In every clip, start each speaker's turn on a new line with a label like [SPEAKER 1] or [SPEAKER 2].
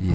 [SPEAKER 1] 以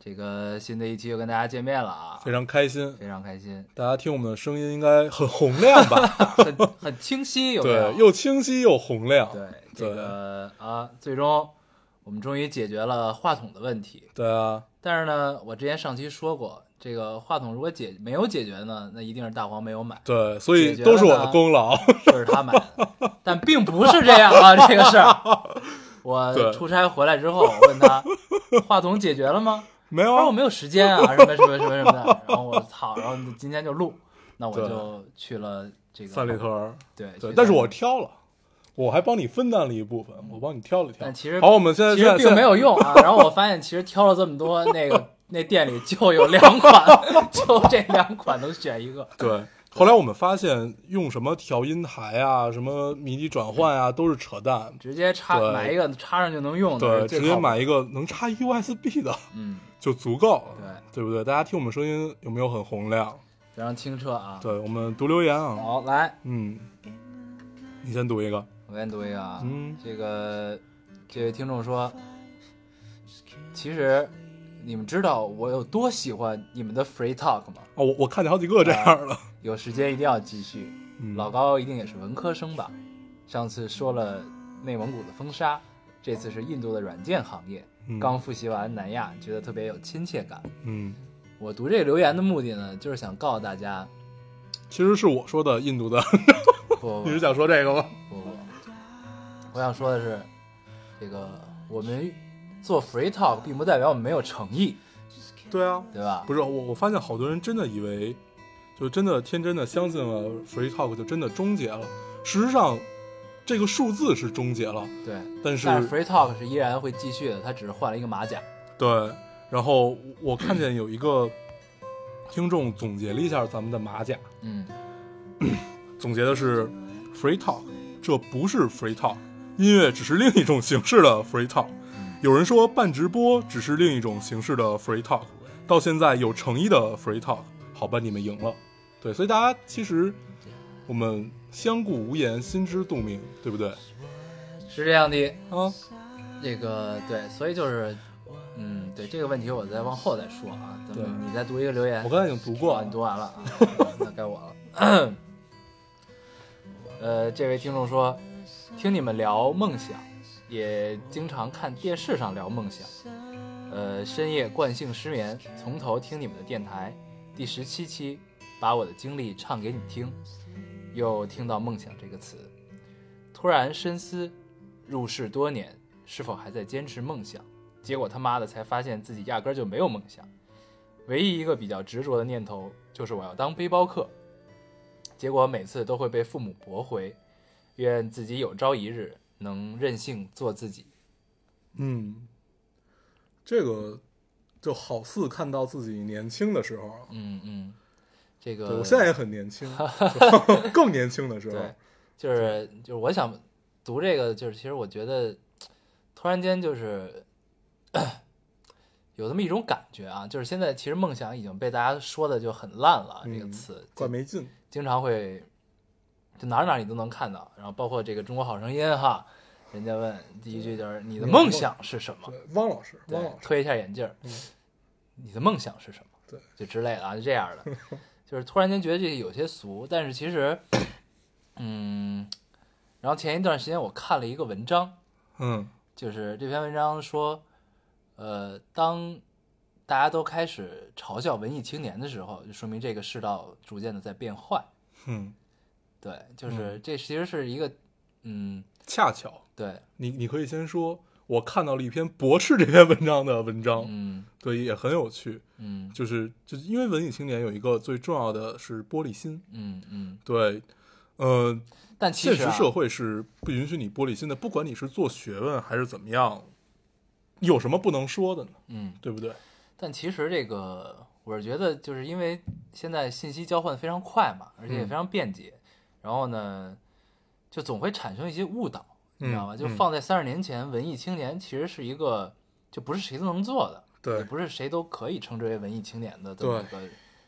[SPEAKER 1] 这个新的一期又跟大家见面了啊，
[SPEAKER 2] 非常开心。
[SPEAKER 1] 非常开心，
[SPEAKER 2] 大家听我们的声音应该很洪亮吧？
[SPEAKER 1] 很很清晰， 有没有？
[SPEAKER 2] 对，又清晰又洪亮。
[SPEAKER 1] 对这个啊，最终我们终于解决了话筒的问题。
[SPEAKER 2] 对啊，
[SPEAKER 1] 但是呢，我之前上期说过，这个话筒如果解没有解决呢，那一定是大黄没有买，
[SPEAKER 2] 对，所以
[SPEAKER 1] 解决
[SPEAKER 2] 都是
[SPEAKER 1] 了
[SPEAKER 2] 我
[SPEAKER 1] 呢
[SPEAKER 2] 的功劳。
[SPEAKER 1] 是他买的，但并不是这样啊，这个事儿。 我
[SPEAKER 2] 对
[SPEAKER 1] 出差回来之后，我问他话筒解决了吗？
[SPEAKER 2] 没有
[SPEAKER 1] 他说我
[SPEAKER 2] 啊，
[SPEAKER 1] 没有时间啊，什么什么什么什么的。然后我操，然后今天就录，那我
[SPEAKER 2] 对
[SPEAKER 1] 就去了这个
[SPEAKER 2] 三里屯儿。
[SPEAKER 1] 对
[SPEAKER 2] 对，
[SPEAKER 1] 去
[SPEAKER 2] 但是
[SPEAKER 1] 三
[SPEAKER 2] 我挑了，我还帮你分担了一部分，我帮你挑了挑。
[SPEAKER 1] 但哎其实
[SPEAKER 2] 好，我们现在
[SPEAKER 1] 其
[SPEAKER 2] 现
[SPEAKER 1] 实
[SPEAKER 2] 在
[SPEAKER 1] 并没有用啊。然后我发现，其实挑了这么多，那个那店里就有两款， 就这两款能选一个。
[SPEAKER 2] 对。后来我们发现，用什么调音台啊、什么迷笛转换啊，都是扯淡。
[SPEAKER 1] 直接插
[SPEAKER 2] 对
[SPEAKER 1] 买一个插上就能用的，
[SPEAKER 2] 对，
[SPEAKER 1] 哦是最
[SPEAKER 2] 直
[SPEAKER 1] 靠
[SPEAKER 2] 接
[SPEAKER 1] 谱
[SPEAKER 2] 买。一个能插 USB 的
[SPEAKER 1] 嗯，
[SPEAKER 2] 就足够了，
[SPEAKER 1] 对，
[SPEAKER 2] 对不对？大家听我们声音有没有很洪亮？
[SPEAKER 1] 非常清澈啊。
[SPEAKER 2] 对我们读留言啊，
[SPEAKER 1] 好，来，
[SPEAKER 2] 嗯，你先读一个。
[SPEAKER 1] 我给你读一个啊。
[SPEAKER 2] 嗯
[SPEAKER 1] 这个这位听众说，其实你们知道我有多喜欢你们的 free talk 吗？
[SPEAKER 2] 哦，我我看见好几个这样的。
[SPEAKER 1] 有时间一定要继续。
[SPEAKER 2] 嗯
[SPEAKER 1] 老高一定也是文科生吧？上次说了内蒙古的风沙，这次是印度的软件行业。
[SPEAKER 2] 嗯
[SPEAKER 1] 刚复习完南亚，觉得特别有亲切感。
[SPEAKER 2] 嗯，
[SPEAKER 1] 我读这留言的目的呢，就是想告诉大家，
[SPEAKER 2] 其实是我说的印 度的，
[SPEAKER 1] 不不
[SPEAKER 2] 你是想说这个吗？
[SPEAKER 1] 不不，我想说的是，这个我们做 free talk 并不代表我们没有诚意，
[SPEAKER 2] 对啊，
[SPEAKER 1] 对吧？
[SPEAKER 2] 不是我，我发现好多人真的以为，就真的天真的相信了 free talk 就真的终结了。事实上，这个数字是终结了，
[SPEAKER 1] 对，
[SPEAKER 2] 但是
[SPEAKER 1] 但是 free talk 是依然会继续的，它只是换了一个马甲。
[SPEAKER 2] 对，然后我我看见有一个听众总结了一下咱们的马甲，
[SPEAKER 1] 嗯，
[SPEAKER 2] 总结的是 free talk，这不是 free talk，音乐只是另一种形式的 free talk。有人说办直播只是另一种形式的 free talk，到现在有诚意的 free talk，好吧，你们赢了。对，所以大家其实我们相顾无言，心知肚明，对不对？
[SPEAKER 1] 是这样的。
[SPEAKER 2] 啊，
[SPEAKER 1] 这个对，所以就是，嗯，对这个问题我再往后再说啊。咱们
[SPEAKER 2] 对
[SPEAKER 1] 你再读一个留言，
[SPEAKER 2] 我刚才已经读过
[SPEAKER 1] 啊
[SPEAKER 2] 了
[SPEAKER 1] 你。读完了啊，那该我了。 呃，这位听众说，听你们聊梦想，也经常看电视上聊梦想。呃，深夜惯性失眠，从头听你们的电台，第十七期把我的经历唱给你听，又听到梦想这个词，突然深思，入世多年是否还在坚持梦想？结果他妈的才发现自己压根儿就没有梦想。唯一一个比较执着的念头就是我要当背包客，结果每次都会被父母驳回。愿自己有朝一日能任性做自己。
[SPEAKER 2] 嗯，这个就好似看到自己年轻的时候啊。
[SPEAKER 1] 嗯嗯，这
[SPEAKER 2] 对，
[SPEAKER 1] 个
[SPEAKER 2] 我现在也很年轻， 就更年轻的时候。
[SPEAKER 1] 对，就是就是我想读这个，就是其实我觉得突然间就是 有这么一种感觉啊，就是现在其实梦想已经被大家说的就很烂了，这个
[SPEAKER 2] 嗯
[SPEAKER 1] 词
[SPEAKER 2] 怪没劲。
[SPEAKER 1] 经常会就哪儿哪儿你都能看到，然后包括这个《中国好声音》哈，人家问第一句就是你的梦想是什么？嗯
[SPEAKER 2] 对，汪老师，
[SPEAKER 1] 对
[SPEAKER 2] 汪老，师，
[SPEAKER 1] 推一下眼镜儿，你的梦想是什么？
[SPEAKER 2] 对，
[SPEAKER 1] 就之类的啊，就这样的， 就是突然间觉得这个有些俗，但是其实， 嗯，然后前一段时间我看了一个文章，
[SPEAKER 2] 嗯
[SPEAKER 1] 就是这篇文章说，呃，当大家都开始嘲笑文艺青年的时候，就说明这个世道逐渐的在变坏。
[SPEAKER 2] 嗯，
[SPEAKER 1] 对，就是这其实是一个，嗯，
[SPEAKER 2] 恰巧
[SPEAKER 1] 对，
[SPEAKER 2] 你你可以先说，我看到了一篇驳斥这篇文章的文章，
[SPEAKER 1] 嗯
[SPEAKER 2] 对，也很有趣。
[SPEAKER 1] 嗯
[SPEAKER 2] 就是就是因为文艺青年有一个最重要的是玻璃心，
[SPEAKER 1] 嗯嗯，
[SPEAKER 2] 对，呃，
[SPEAKER 1] 但其
[SPEAKER 2] 现
[SPEAKER 1] 实、
[SPEAKER 2] 实
[SPEAKER 1] 啊、
[SPEAKER 2] 社会是不允许你玻璃心的，不管你是做学问还是怎么样，有什么不能说的呢？
[SPEAKER 1] 嗯，
[SPEAKER 2] 对不对？
[SPEAKER 1] 但其实这个，我是觉得就是因为现在信息交换非常快嘛，而
[SPEAKER 2] 嗯
[SPEAKER 1] 且也非常便捷，然后呢，就总会产生一些误导，你知道吧？
[SPEAKER 2] 嗯
[SPEAKER 1] 就放在三十年前，文艺青年其实是一个就不是谁都能做的，
[SPEAKER 2] 对
[SPEAKER 1] 也不是谁都可以称之为文艺青年的这么一个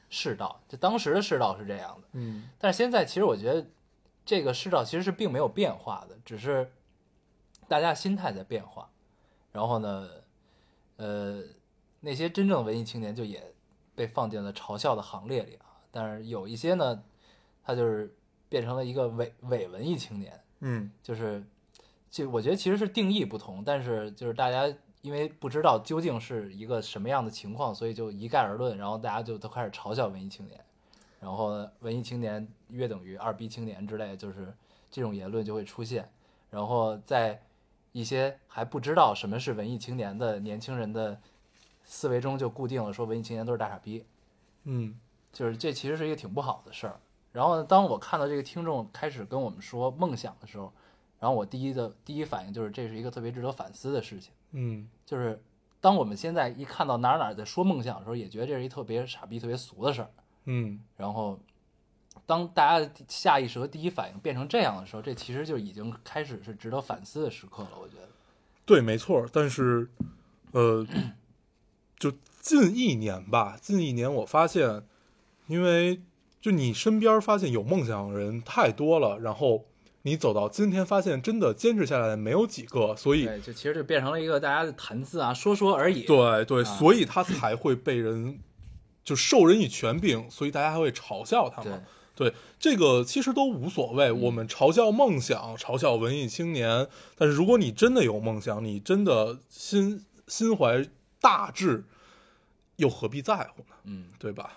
[SPEAKER 1] 世道。就当时的世道是这样的，
[SPEAKER 2] 嗯
[SPEAKER 1] 但是现在其实我觉得这个世道其实是并没有变化的，只是大家心态在变化。然后呢，呃，那些真正文艺青年就也被放进了嘲笑的行列里啊。但是有一些呢，他就是变成了一个伪伪文艺青年，
[SPEAKER 2] 嗯，
[SPEAKER 1] 就是就我觉得其实是定义不同，但是就是大家因为不知道究竟是一个什么样的情况，所以就一概而论，然后大家就都开始嘲笑文艺青年，然后呢文艺青年约等于二逼青年之类，就是这种言论就会出现，然后在一些还不知道什么是文艺青年的年轻人的思维中就固定了说文艺青年都是大傻逼，
[SPEAKER 2] 嗯
[SPEAKER 1] 就是这其实是一个挺不好的事儿。然后呢，当我看到这个听众开始跟我们说梦想的时候，然后我第一的第一反应就是这是一个特别值得反思的事情。
[SPEAKER 2] 嗯
[SPEAKER 1] 就是当我们现在一看到哪儿哪儿在说梦想的时候，也觉得这是一特别傻逼、特别俗的事儿。
[SPEAKER 2] 嗯，
[SPEAKER 1] 然后，当大家的第下意识和第一反应变成这样的时候，这其实就已经开始是值得反思的时刻了。我觉得，
[SPEAKER 2] 对，没错。但是，呃，就近一年吧，近一年我发现，因为就你身边发现有梦想的人太多了，然后你走到今天，发现真的坚持下来的没有几个，所以
[SPEAKER 1] 对，就其实就变成了一个大家的谈资啊，说说而已。
[SPEAKER 2] 对对，
[SPEAKER 1] 啊
[SPEAKER 2] 所以他才会被人就授人以权柄，所以大家还会嘲笑他
[SPEAKER 1] 对
[SPEAKER 2] 嘛。对，这个其实都无所谓。
[SPEAKER 1] 嗯
[SPEAKER 2] 我们嘲笑梦想，嘲笑文艺青年，但是如果你真的有梦想，你真的心心怀大志，又何必在乎呢？
[SPEAKER 1] 嗯。
[SPEAKER 2] 对吧？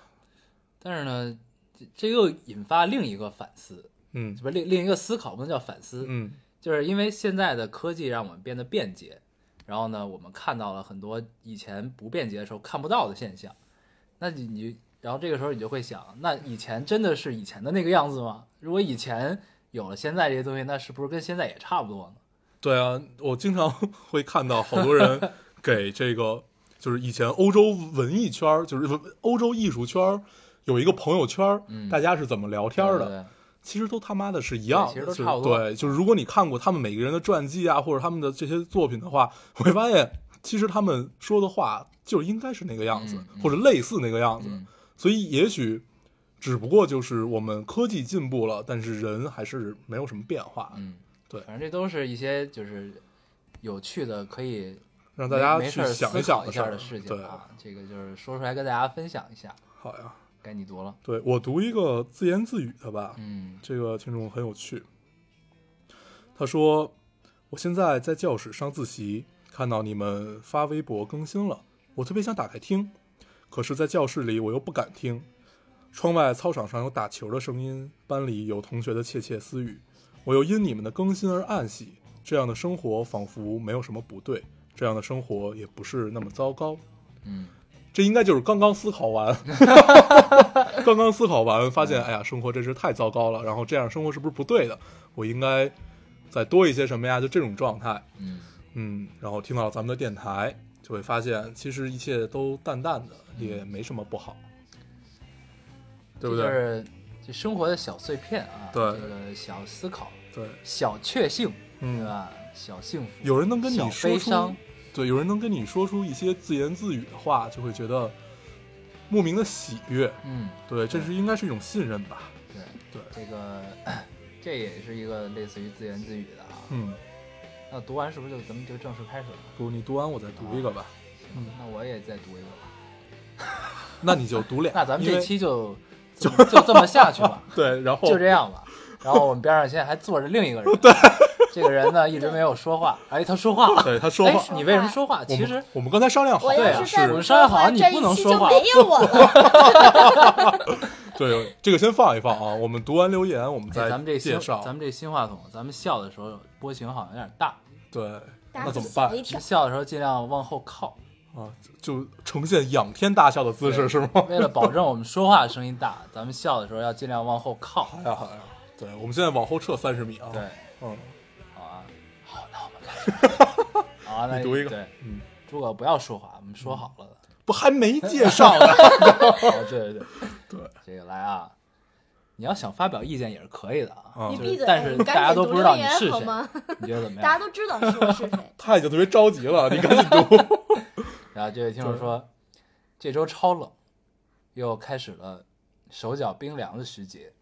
[SPEAKER 1] 但是呢，这这又引发另一个反思，
[SPEAKER 2] 嗯
[SPEAKER 1] 不是另另一个思考，不能叫反思，
[SPEAKER 2] 嗯
[SPEAKER 1] 就是因为现在的科技让我们变得便捷，然后呢，我们看到了很多以前不便捷的时候看不到的现象。那你你，然后这个时候你就会想，那以前真的是以前的那个样子吗？如果以前有了现在这些东西，那是不是跟现在也差不多呢？
[SPEAKER 2] 对啊，我经常 会看到好多人给这个，就是以前欧洲文艺圈儿，就是文欧洲艺术圈儿有一个朋友圈儿，
[SPEAKER 1] 嗯
[SPEAKER 2] 大家是怎么聊天儿的？
[SPEAKER 1] 对对对
[SPEAKER 2] 其实都他妈的是一样的，
[SPEAKER 1] 对其实都
[SPEAKER 2] 就是
[SPEAKER 1] 差不多
[SPEAKER 2] 对，就是如果你看过他们每个人的传记啊，或者他们的这些作品的话， 会发现其实他们说的话就应该是那个样子，
[SPEAKER 1] 嗯嗯
[SPEAKER 2] 或者类似那个样子。
[SPEAKER 1] 嗯
[SPEAKER 2] 所以也许只不过就是我们科技进步了，但是人还是没有什么变化，
[SPEAKER 1] 嗯，
[SPEAKER 2] 对
[SPEAKER 1] 反正这都是一些就是有趣的，可以
[SPEAKER 2] 让大家
[SPEAKER 1] 没没
[SPEAKER 2] 去
[SPEAKER 1] 事儿
[SPEAKER 2] 想
[SPEAKER 1] 思
[SPEAKER 2] 想
[SPEAKER 1] 考
[SPEAKER 2] 的
[SPEAKER 1] 一
[SPEAKER 2] 事
[SPEAKER 1] 下
[SPEAKER 2] 儿。
[SPEAKER 1] 的事情
[SPEAKER 2] 对，
[SPEAKER 1] 啊。这个就是说出来跟大家分享一下。
[SPEAKER 2] 好呀，
[SPEAKER 1] 该你读了，
[SPEAKER 2] 对我读一个自言自语的吧，
[SPEAKER 1] 嗯
[SPEAKER 2] 这个听众很有趣。他说：“我现在在教室上自习，看到你们发微博更新了，我特别想打开听，可是，在教室里我又不敢听。窗外操场上有打球的声音，班里有同学的窃窃私语，我又因你们的更新而暗喜。这样的生活仿佛没有什么不对，这样的生活也不是那么糟糕。”
[SPEAKER 1] 嗯，
[SPEAKER 2] 这应该就是刚刚思考 完，刚刚思考完，发现哎呀，生活真是太糟糕了。然后这样生活是不是不对的？我应该再多一些什么呀？就这种状态，
[SPEAKER 1] 嗯
[SPEAKER 2] 嗯。然后听到咱们的电台，就会发现其实一切都淡淡的，也没什么不好，对不
[SPEAKER 1] 这嗯就
[SPEAKER 2] 对？
[SPEAKER 1] 是这生活的小碎片啊，
[SPEAKER 2] 对
[SPEAKER 1] 这个小思考、
[SPEAKER 2] 对，
[SPEAKER 1] 小确幸，对
[SPEAKER 2] 嗯。
[SPEAKER 1] 吧？小幸福，
[SPEAKER 2] 有人能跟
[SPEAKER 1] 小
[SPEAKER 2] 你
[SPEAKER 1] 悲
[SPEAKER 2] 说
[SPEAKER 1] 伤
[SPEAKER 2] 出，，对，有人能跟你说出一些自言自语的话，就会觉得莫名的喜悦。
[SPEAKER 1] 嗯，
[SPEAKER 2] 对，这是应该是一种信任吧？
[SPEAKER 1] 对，
[SPEAKER 2] 对，
[SPEAKER 1] 这个 这也是一个类似于自言自语的啊。
[SPEAKER 2] 嗯。
[SPEAKER 1] 那读完是不是就咱们就正式开始了？
[SPEAKER 2] 不，你读完我再读一个吧。嗯
[SPEAKER 1] 那我也再读一个吧。
[SPEAKER 2] 那你就读俩。
[SPEAKER 1] 啊 那咱们
[SPEAKER 2] 因
[SPEAKER 1] 这
[SPEAKER 2] 为哦
[SPEAKER 1] 期就就就这么下去吧，
[SPEAKER 2] 对，然后
[SPEAKER 1] 就这样吧。然后我们边上现在还坐着另 一个人，这个人呢一直没有说话，哎，他说话了，
[SPEAKER 2] 对他说话
[SPEAKER 1] 哎你为什么说话？
[SPEAKER 2] 我
[SPEAKER 1] 其
[SPEAKER 2] 们
[SPEAKER 1] 实
[SPEAKER 2] 我们刚才商量好
[SPEAKER 3] 我
[SPEAKER 1] 对
[SPEAKER 3] 要
[SPEAKER 1] 啊
[SPEAKER 2] 了，
[SPEAKER 3] 是再
[SPEAKER 1] 我
[SPEAKER 3] 不
[SPEAKER 1] 们
[SPEAKER 2] 是，
[SPEAKER 1] 商量好
[SPEAKER 3] 话
[SPEAKER 1] 你
[SPEAKER 3] 这
[SPEAKER 1] 不
[SPEAKER 3] 一
[SPEAKER 1] 能
[SPEAKER 3] 期
[SPEAKER 1] 说
[SPEAKER 3] 就
[SPEAKER 1] 话
[SPEAKER 3] 没有我 了。
[SPEAKER 2] 对，这个先放一放啊。我们读完留言，我们
[SPEAKER 1] 哎
[SPEAKER 2] 再
[SPEAKER 1] 咱们这新
[SPEAKER 2] 介绍。
[SPEAKER 1] 咱们这新话筒，咱们笑的时候波形好像有点大，
[SPEAKER 2] 对，
[SPEAKER 3] 大
[SPEAKER 2] 那
[SPEAKER 3] 家
[SPEAKER 2] 怎么
[SPEAKER 3] 吓
[SPEAKER 2] 办
[SPEAKER 3] 我一
[SPEAKER 1] 咱
[SPEAKER 3] 跳
[SPEAKER 1] 们，笑的时候尽量往后靠，
[SPEAKER 2] 啊？就呈现仰天大笑的姿势是吗？
[SPEAKER 1] 为了保证我们说话的声音大，咱们笑的时候要尽量往后靠。
[SPEAKER 2] 好哎呀好呀，对，我们现在往后撤三十米啊。
[SPEAKER 1] 对，，
[SPEAKER 2] 嗯
[SPEAKER 1] 好啊， 好，那我们开始。好啊，那
[SPEAKER 2] 你读一个
[SPEAKER 1] 对，
[SPEAKER 2] 嗯，
[SPEAKER 1] 诸葛不要说话，我们说好了的。
[SPEAKER 2] 我还没介绍呢。
[SPEAKER 1] 哦，对对对，
[SPEAKER 2] 嗯 对，
[SPEAKER 1] 这个来啊，你要想发表意见也是可以的啊，
[SPEAKER 2] 啊。
[SPEAKER 3] 你
[SPEAKER 1] 就
[SPEAKER 3] 闭
[SPEAKER 1] 是
[SPEAKER 3] 嘴！
[SPEAKER 1] 但是
[SPEAKER 3] 你
[SPEAKER 1] 大家
[SPEAKER 3] 赶紧
[SPEAKER 1] 都
[SPEAKER 3] 读
[SPEAKER 1] 不知道
[SPEAKER 3] 留
[SPEAKER 1] 你
[SPEAKER 3] 言
[SPEAKER 1] 是
[SPEAKER 3] 好
[SPEAKER 1] 谁，
[SPEAKER 3] 吗？
[SPEAKER 1] 你觉得 怎么
[SPEAKER 3] 大
[SPEAKER 1] 样
[SPEAKER 3] 家？都知道是我是谁
[SPEAKER 2] 他已经特别着急了，你赶紧读。
[SPEAKER 1] 然后这位听众说，这周超冷，又开始了手脚冰凉的时节，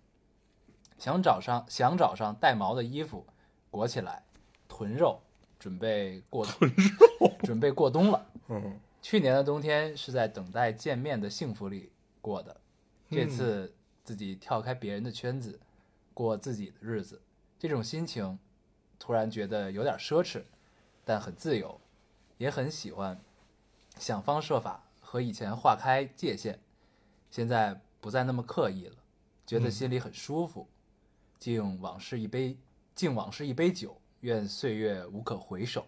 [SPEAKER 1] 想找上想找上带毛的衣服裹起来，囤肉，准备过 囤肉，准备过冬了。
[SPEAKER 2] 嗯，
[SPEAKER 1] 去年的冬天是在等待见面的幸福里过的，这次自己跳开别人的圈子，过自己的日子，这种心情突然觉得有点奢侈，但很自由，也很喜欢，想方设法和以前划开界限，现在不再那么刻意了，觉得心里很舒服。敬往事一杯，敬往事一杯酒，愿岁月无可回首。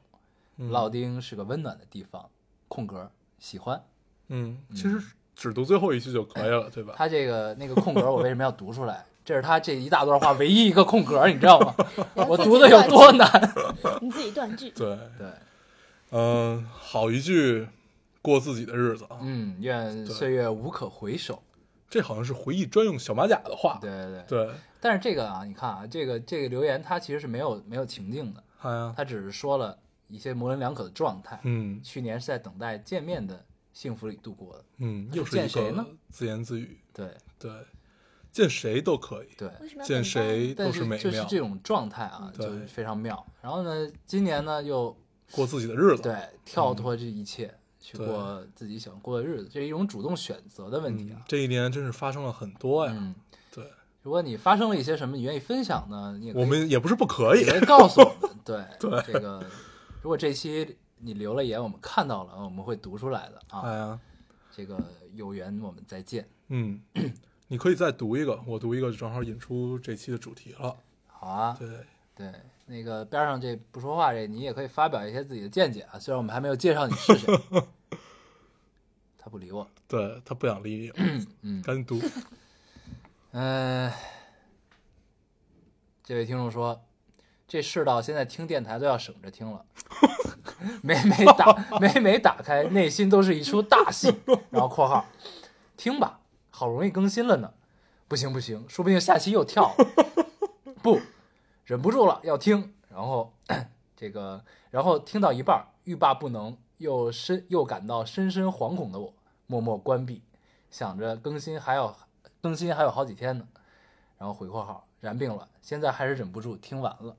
[SPEAKER 1] 老丁是个温暖的地方，空格喜欢。
[SPEAKER 2] 嗯，其实只读最后一句就可以了，对吧？
[SPEAKER 1] 他这个那个空格，我为什么要读出来？ 这是他这一大段话唯一一个空格，你知道 吗？我读的有多难？
[SPEAKER 3] 你自己断句。
[SPEAKER 2] 对，
[SPEAKER 1] 对，
[SPEAKER 2] 嗯，好一句，过自己的日子啊。
[SPEAKER 1] 嗯，愿岁月无可回首。
[SPEAKER 2] 这好像是回忆专用小马甲的话。
[SPEAKER 1] 对对对。
[SPEAKER 2] 对，
[SPEAKER 1] 但是这个啊，你看啊，这个这个留言它其实是没有没有情境的，
[SPEAKER 2] 哎呀，
[SPEAKER 1] 它只是说了一些模棱两可的状态。
[SPEAKER 2] 嗯
[SPEAKER 1] 去年是在等待见面的幸福里度过的。
[SPEAKER 2] 嗯，又是
[SPEAKER 1] 见
[SPEAKER 2] 一
[SPEAKER 1] 谁呢
[SPEAKER 2] 个自言自语。
[SPEAKER 1] 对
[SPEAKER 2] 对，见谁都可以，
[SPEAKER 1] 对。
[SPEAKER 3] 为什么要
[SPEAKER 2] 见谁
[SPEAKER 1] 但
[SPEAKER 2] 都
[SPEAKER 1] 是
[SPEAKER 2] 美
[SPEAKER 1] 就是
[SPEAKER 2] 妙。
[SPEAKER 1] 这种状态啊，
[SPEAKER 2] 对
[SPEAKER 1] 就是非常妙。然后呢，今年呢又
[SPEAKER 2] 过自己的日子。
[SPEAKER 1] 对，跳脱这一切，去
[SPEAKER 2] 对
[SPEAKER 1] 过自己想过的日子，这是一种主动选择的问题
[SPEAKER 2] 嗯
[SPEAKER 1] 啊，。
[SPEAKER 2] 这一年真是发生了很多呀。
[SPEAKER 1] 嗯，
[SPEAKER 2] 对，
[SPEAKER 1] 如果你发生了一些什么，你愿意分享呢，你也可以
[SPEAKER 2] 我们也不是不可以
[SPEAKER 1] 也。可以告诉我们。对，
[SPEAKER 2] 对
[SPEAKER 1] 这个，如果这期你留了言，我们看到了，我们会读出来的
[SPEAKER 2] 哎
[SPEAKER 1] 啊。
[SPEAKER 2] 呀，
[SPEAKER 1] 这个有缘我们再见。
[SPEAKER 2] 嗯，你可以再读一个，我读一个，正好引出这期的主题了。
[SPEAKER 1] 好啊，
[SPEAKER 2] 对，
[SPEAKER 1] 对，那个边上这不说话这，你也可以发表一些自己的见解啊。虽然我们还没有介绍你是谁，他不理我。
[SPEAKER 2] 对他不想理你，
[SPEAKER 1] 嗯
[SPEAKER 2] 赶紧读。
[SPEAKER 1] 嗯，这位听众说，这世道现在听电台都要省着听了， 每每打每每打开，内心都是一出大戏。然后括号，听吧，好容易更新了呢，不行不行，说不定下期又跳了，不，忍不住了要听。然后这个，然后听到一半儿欲罢不能，又深又感到深深惶恐的我，默默关闭。想着更新还有更新还有好几天呢，然后回括号然病了，现在还是忍不住听完了。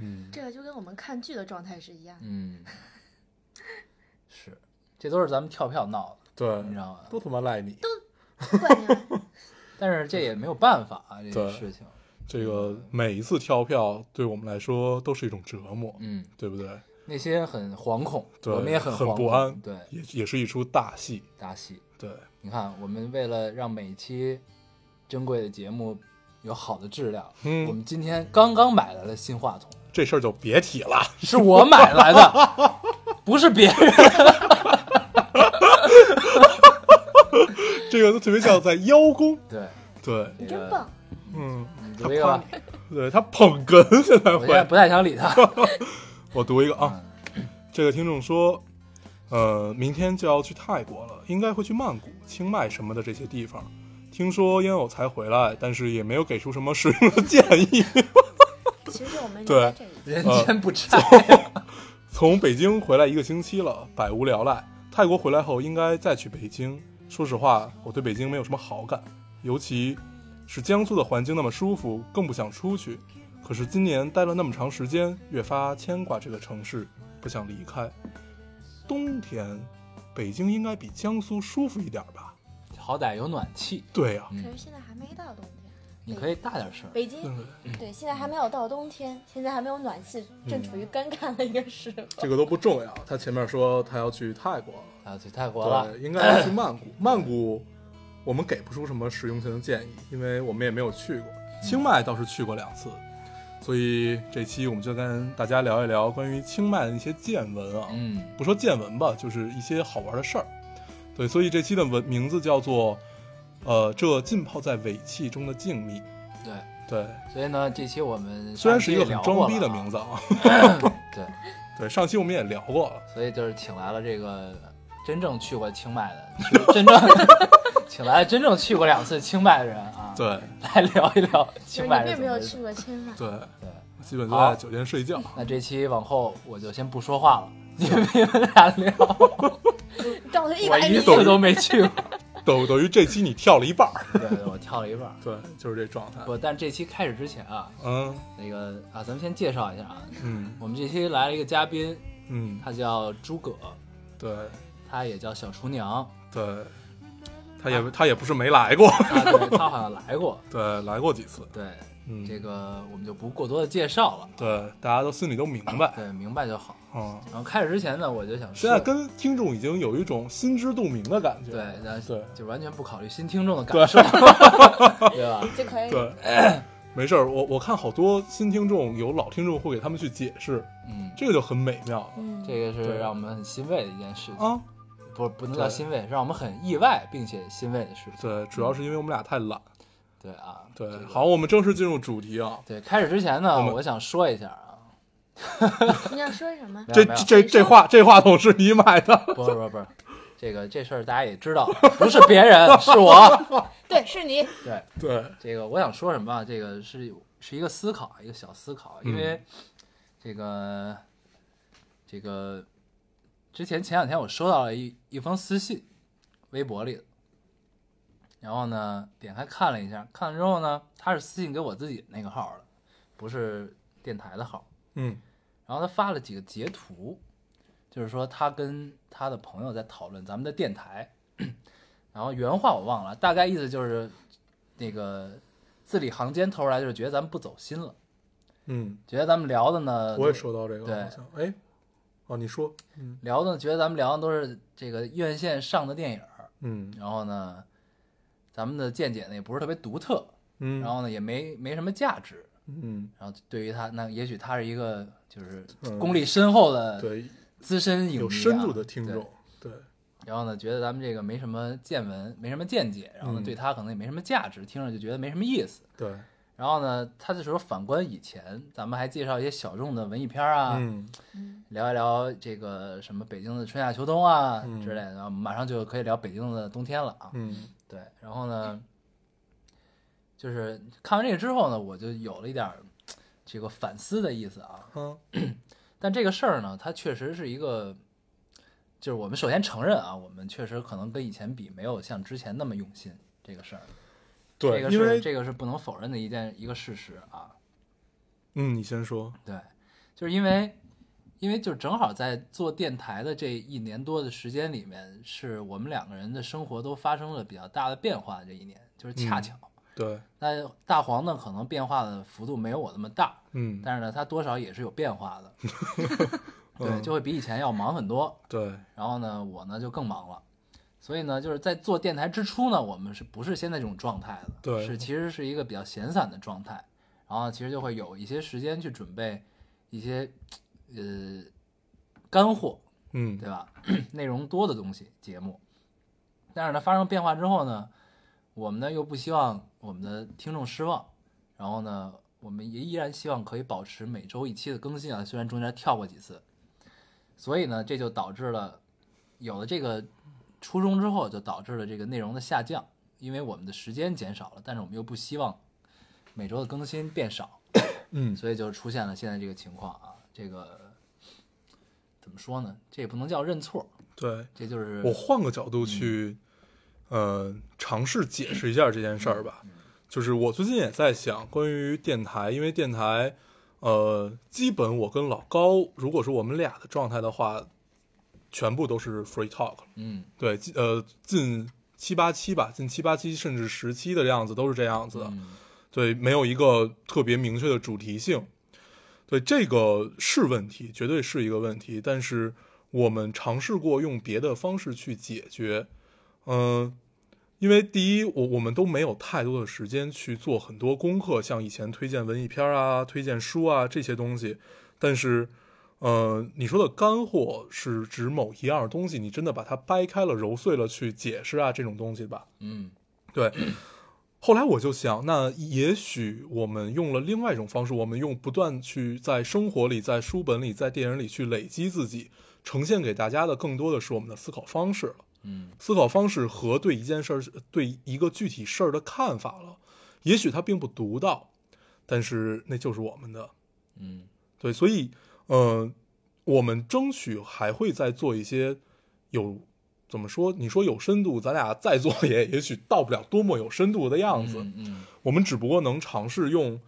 [SPEAKER 2] 嗯，
[SPEAKER 3] 这个就跟我们看剧的状态是一样。
[SPEAKER 1] 嗯，是，这都是咱们跳票闹
[SPEAKER 2] 对
[SPEAKER 1] 的，你，知道吗？
[SPEAKER 2] 都他妈赖你。
[SPEAKER 3] 怪呀，
[SPEAKER 1] 但是这也没有办法啊，这个
[SPEAKER 2] 对
[SPEAKER 1] 事情。
[SPEAKER 2] 这个每一次跳票对我们来说都是一种折磨，
[SPEAKER 1] 嗯，
[SPEAKER 2] 对不对？
[SPEAKER 1] 内心很惶恐，
[SPEAKER 2] 对，
[SPEAKER 1] 我们也
[SPEAKER 2] 很
[SPEAKER 1] 惶恐
[SPEAKER 2] 不安，
[SPEAKER 1] 对，
[SPEAKER 2] 也也是一出大戏，
[SPEAKER 1] 大戏，
[SPEAKER 2] 对，
[SPEAKER 1] 你看，我们为了让每期珍贵的节目有好的质量，
[SPEAKER 2] 嗯
[SPEAKER 1] 我们今天刚刚买来了新话筒，
[SPEAKER 2] 这事儿就别提了。
[SPEAKER 1] 是我买 来的，不是别人。
[SPEAKER 2] 这个都特别像在邀功，
[SPEAKER 1] 对，
[SPEAKER 2] 对，
[SPEAKER 3] 你真棒！
[SPEAKER 2] 嗯，
[SPEAKER 1] 你读一个吧，
[SPEAKER 2] 对他捧哏现在
[SPEAKER 1] 我现在
[SPEAKER 2] 会，
[SPEAKER 1] 不太想理他。
[SPEAKER 2] 我读一个啊，这个听众说，呃，明天就要去泰国了，应该会去曼谷、清迈什么的这些地方。听说烟偶才回来，但是也没有给出什么实用的建议。
[SPEAKER 3] 其实我们
[SPEAKER 2] 对
[SPEAKER 3] 聊这一期
[SPEAKER 1] 人间 不差，
[SPEAKER 2] 从北京回来一个星期了，百无聊赖。泰国回来后应该再去北京。说实话，我对北京没有什么好感，尤其是江苏的环境那么舒服，更不想出去。可是今年待了那么长时间，越发牵挂这个城市，不想离开。冬天，北京应该比江苏舒服一点吧？
[SPEAKER 1] 好歹有暖气，
[SPEAKER 2] 对啊呀、
[SPEAKER 1] 嗯
[SPEAKER 3] 可是现在还没到冬天，
[SPEAKER 1] 你可以大点声。
[SPEAKER 3] 北京
[SPEAKER 2] 嗯
[SPEAKER 3] 对现在还没有到冬天，现在还没有暖气，正处于干干的一个时候。
[SPEAKER 2] 嗯这个都不重要。他前面说他要去泰国，
[SPEAKER 1] 他啊要去泰国了，
[SPEAKER 2] 对，应该要去曼 谷。曼谷我们给不出什么实用性的建议，因为我们也没有去过。清迈倒是去过两次，所以这期我们就跟大家聊一聊关于清迈的一些见闻啊，
[SPEAKER 1] 嗯，
[SPEAKER 2] 不说见闻吧，就是一些好玩的事儿。对，所以这期的文名字叫做呃，这浸泡在尾气中的静谧。
[SPEAKER 1] 对。
[SPEAKER 2] 对，
[SPEAKER 1] 所以呢，这期我们
[SPEAKER 2] 虽然是一个很装逼的
[SPEAKER 1] 字，
[SPEAKER 2] 名字啊，
[SPEAKER 1] 对，
[SPEAKER 2] 对，上期我们也聊过了，
[SPEAKER 1] 所以就是请来了这个真正去过清迈的，去真 正请来真正去过两次清迈的人啊，，
[SPEAKER 2] 对
[SPEAKER 1] 来聊一聊
[SPEAKER 3] 就
[SPEAKER 1] 清
[SPEAKER 3] 是
[SPEAKER 1] 迈
[SPEAKER 3] 你
[SPEAKER 1] 是
[SPEAKER 3] 并
[SPEAKER 1] 怎
[SPEAKER 3] 没
[SPEAKER 1] 么
[SPEAKER 3] 有
[SPEAKER 1] 回事
[SPEAKER 3] 去。过清 迈，
[SPEAKER 2] 对，
[SPEAKER 1] 对，
[SPEAKER 2] 基本都
[SPEAKER 1] 好
[SPEAKER 2] 在酒店睡觉。
[SPEAKER 1] 那这期往后我就先不说话了，你们你们俩 聊，
[SPEAKER 3] 照了一
[SPEAKER 1] 我
[SPEAKER 3] 百米
[SPEAKER 1] 一，次都没去过。
[SPEAKER 2] 等等于这期你跳了一半儿，
[SPEAKER 1] 对对，我跳了一半儿。
[SPEAKER 2] 对，就是这状态。
[SPEAKER 1] 不，但这期开始之前啊，
[SPEAKER 2] 嗯
[SPEAKER 1] 那个啊，咱们先介绍一下啊，
[SPEAKER 2] 嗯
[SPEAKER 1] 我们这期来了一个嘉宾，
[SPEAKER 2] 嗯，
[SPEAKER 1] 他叫诸葛，
[SPEAKER 2] 对
[SPEAKER 1] 他也叫小厨娘啊，
[SPEAKER 2] 对，他也他也不是没来过，
[SPEAKER 1] 对，他好像来过。
[SPEAKER 2] 对，来过几次。
[SPEAKER 1] 对，
[SPEAKER 2] 嗯，
[SPEAKER 1] 这个我们就不过多的介绍了，
[SPEAKER 2] 对，大家都心里都明白。
[SPEAKER 1] 对，明白就好。
[SPEAKER 2] 嗯，
[SPEAKER 1] 然后开始之前呢，我就想说，
[SPEAKER 2] 现在跟听众已经有一种心知肚明的感觉。
[SPEAKER 1] 对，咱
[SPEAKER 2] 对
[SPEAKER 1] 就完全不考虑新听众的 感受，对吧？
[SPEAKER 3] 就可以了。
[SPEAKER 2] 对， 没事儿。我我看好多新听众有老听众会给他们去解释，
[SPEAKER 1] 嗯，
[SPEAKER 2] 这个就很美妙了
[SPEAKER 3] 嗯，
[SPEAKER 1] 这个是
[SPEAKER 2] 对
[SPEAKER 1] 让我们很欣慰的一件事情，
[SPEAKER 2] 啊。
[SPEAKER 1] 不不能叫
[SPEAKER 2] 对
[SPEAKER 1] 欣慰，让我们很意外并且欣慰的事情。
[SPEAKER 2] 对，主要是因为我们俩太懒。
[SPEAKER 1] 对啊，这
[SPEAKER 2] 对，
[SPEAKER 1] 个
[SPEAKER 2] 好，我们正式进入主题啊。
[SPEAKER 1] 对，开始之前呢，
[SPEAKER 2] 我们
[SPEAKER 1] 我想说一下啊，
[SPEAKER 3] 你想说什么？
[SPEAKER 1] 没有
[SPEAKER 2] 这
[SPEAKER 1] 没有
[SPEAKER 2] 这这话这话筒是你买的？
[SPEAKER 1] 不是不是不是，这个这事儿大家也知道，不是 别人，是我。
[SPEAKER 3] 对，是你。
[SPEAKER 1] 对，
[SPEAKER 2] 对，
[SPEAKER 1] 这个我想说什么啊？这个是是一个思考，一个小思考，因为这个、这个之前前两天我收到了一一封私信，微博里的，然后呢点开看了一下，看了之后呢，他是私信给我自己那个号的，不是电台的号，
[SPEAKER 2] 嗯
[SPEAKER 1] 然后他发了几个截图，就是说他跟他的朋友在讨论咱们的电台， 然后原话我忘了，大概意思就是那个字里行间透出来就是觉得咱们不走心了，
[SPEAKER 2] 嗯，
[SPEAKER 1] 觉得咱们聊的呢，
[SPEAKER 2] 我也收到这
[SPEAKER 1] 对
[SPEAKER 2] 个，好像。哎，哦，你说，嗯
[SPEAKER 1] 聊的觉得咱们聊的都是这个院线上的电影儿，
[SPEAKER 2] 嗯
[SPEAKER 1] 然后呢，咱们的见解呢也不是特别独特，
[SPEAKER 2] 嗯，
[SPEAKER 1] 然后呢也没没什么价值。
[SPEAKER 2] 嗯，
[SPEAKER 1] 然后对于他，那也许他是一个就是
[SPEAKER 2] 嗯
[SPEAKER 1] 功力深厚的
[SPEAKER 2] 对，
[SPEAKER 1] 资深影迷、啊，
[SPEAKER 2] 有深度的听
[SPEAKER 1] 对
[SPEAKER 2] 众，对，
[SPEAKER 1] 然后呢，觉得咱们这个没什么见闻，没什么见解，然后呢，
[SPEAKER 2] 嗯
[SPEAKER 1] 对他可能也没什么价值，听着就觉得没什么意思。
[SPEAKER 2] 对，
[SPEAKER 1] 然后呢，他这时候反观以前，咱们还介绍一些小众的文艺片儿啊，
[SPEAKER 2] 嗯，
[SPEAKER 1] 聊一聊这个什么北京的春夏秋冬啊、
[SPEAKER 2] 嗯
[SPEAKER 1] 之类的，然后马上就可以聊北京的冬天了啊。
[SPEAKER 2] 嗯，
[SPEAKER 1] 对，然后呢，就是看完这个之后呢，我就有了一点儿这个反思的意思啊。
[SPEAKER 2] 啊，
[SPEAKER 1] 但这个事儿呢，它确实是一个，就是我们首先承认啊，我们确实可能跟以前比没有像之前那么用心这个事儿，这
[SPEAKER 2] 对，
[SPEAKER 1] 个
[SPEAKER 2] 因
[SPEAKER 1] 是
[SPEAKER 2] 为，
[SPEAKER 1] 这个是不能否认的一件一个事实啊。
[SPEAKER 2] 嗯，你先说，
[SPEAKER 1] 对，就是因为因为就正好在做电台的这一年多的时间里面，是我们两个人的生活都发生了比较大的变化。这一年就是恰
[SPEAKER 2] 嗯
[SPEAKER 1] 巧，
[SPEAKER 2] 对，
[SPEAKER 1] 那、大黄呢可能变化的幅度没有我那么大，
[SPEAKER 2] 嗯，
[SPEAKER 1] 但是呢，它多少也是有变化 的，对，
[SPEAKER 2] 嗯
[SPEAKER 1] 就会比以前要忙很多。
[SPEAKER 2] 对，
[SPEAKER 1] 然后呢，我呢就更忙了。所以呢，就是在做电台之初呢，我们是不是现在这种状态的？
[SPEAKER 2] 对
[SPEAKER 1] 是其实是一个比较闲散的状态，然后其实就会有一些时间去准备一些呃干货，
[SPEAKER 2] 嗯，
[SPEAKER 1] 对吧？ 内容多的东西节目。但是呢，发生变化之后呢，我们呢又不希望我们的听众失望，然后呢，我们也依然希望可以保持每周一期的更新啊，虽然中间跳过几次。所以呢，这就导致了有了这个初衷之后，就导致了这个内容的下降，因为我们的时间减少了，但是我们又不希望每周的更新变少，
[SPEAKER 2] 嗯，
[SPEAKER 1] 所以就出现了现在这个情况啊。这个怎么说呢？这也不能叫认错，
[SPEAKER 2] 对，
[SPEAKER 1] 这就是
[SPEAKER 2] 我换个角度去，
[SPEAKER 1] 嗯
[SPEAKER 2] 呃，尝试解释一下这件事儿吧。就是我最近也在想关于电台，因为电台，呃，基本我跟老高，如果说我们俩的状态的话，全部都是 free talk 了
[SPEAKER 1] 嗯
[SPEAKER 2] 对，近呃，近七八期吧，近七八期甚至十期的样子都是这样子的。
[SPEAKER 1] 嗯
[SPEAKER 2] 对，没有一个特别明确的主题性。对，这个是问题，绝对是一个问题。但是我们尝试过用别的方式去解决，嗯、因为第一，我我们都没有太多的时间去做很多功课，像以前推荐文艺片啊、推荐书啊这些东西。但是，呃，你说的干货是指某一样东西，你真的把它掰开了、揉碎了去解释啊这种东西吧？
[SPEAKER 1] 嗯
[SPEAKER 2] 对。后来我就想，那也许我们用了另外一种方式，我们用不断去在生活里、在书本里、在电影里去累积自己，呈现给大家的更多的是我们的思考方式了。
[SPEAKER 1] 嗯
[SPEAKER 2] 思考方式和对一件事儿、对一个具体事儿的看法了。也许它并不独到，但是那就是我们的。
[SPEAKER 1] 嗯
[SPEAKER 2] 对，所以，呃，我们争取还会再做一些有怎么说？你说有深度，咱俩再做 也也许到不了多么有深度的样子。
[SPEAKER 1] 嗯嗯
[SPEAKER 2] 我们只不过能尝试用，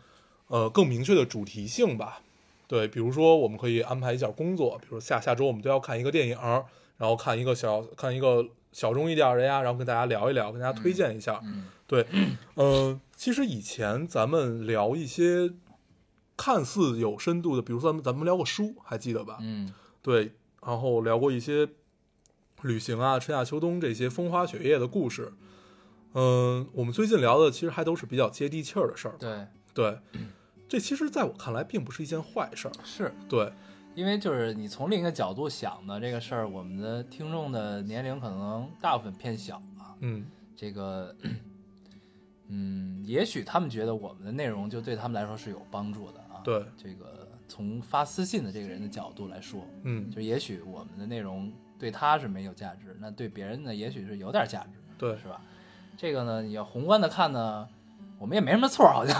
[SPEAKER 2] 呃，更明确的主题性吧。对，比如说我们可以安排一下工作，比如下下周我们都要看一个电影儿，然后看一个小看一个小众一点儿的呀，然后跟大家聊一聊，跟大家推荐一下。
[SPEAKER 1] 嗯
[SPEAKER 2] 对，呃，其实以前咱们聊一些看似有深度的，比如说咱们咱们聊过书，还记得吧？
[SPEAKER 1] 嗯
[SPEAKER 2] 对，然后聊过一些旅行啊、春夏秋冬这些风花雪月的故事。嗯、我们最近聊的其实还都是比较接地气儿的事儿。
[SPEAKER 1] 对
[SPEAKER 2] 对，这其实在我看来并不是一件坏事儿。
[SPEAKER 1] 是。
[SPEAKER 2] 对，
[SPEAKER 1] 因为就是你从另一个角度想的这个事儿，我们的听众的年龄可能大部分偏小啊。
[SPEAKER 2] 嗯，
[SPEAKER 1] 这个，嗯，也许他们觉得我们的内容就对他们来说是有帮助的啊。
[SPEAKER 2] 对
[SPEAKER 1] 这个从发私信的这个人的角度来说，
[SPEAKER 2] 嗯，
[SPEAKER 1] 就也许我们的内容对他是没有价值，那对别人呢，也许是有点价值，
[SPEAKER 2] 对
[SPEAKER 1] 是吧？这个呢，你要宏观的看呢，我们也没什么错儿，好像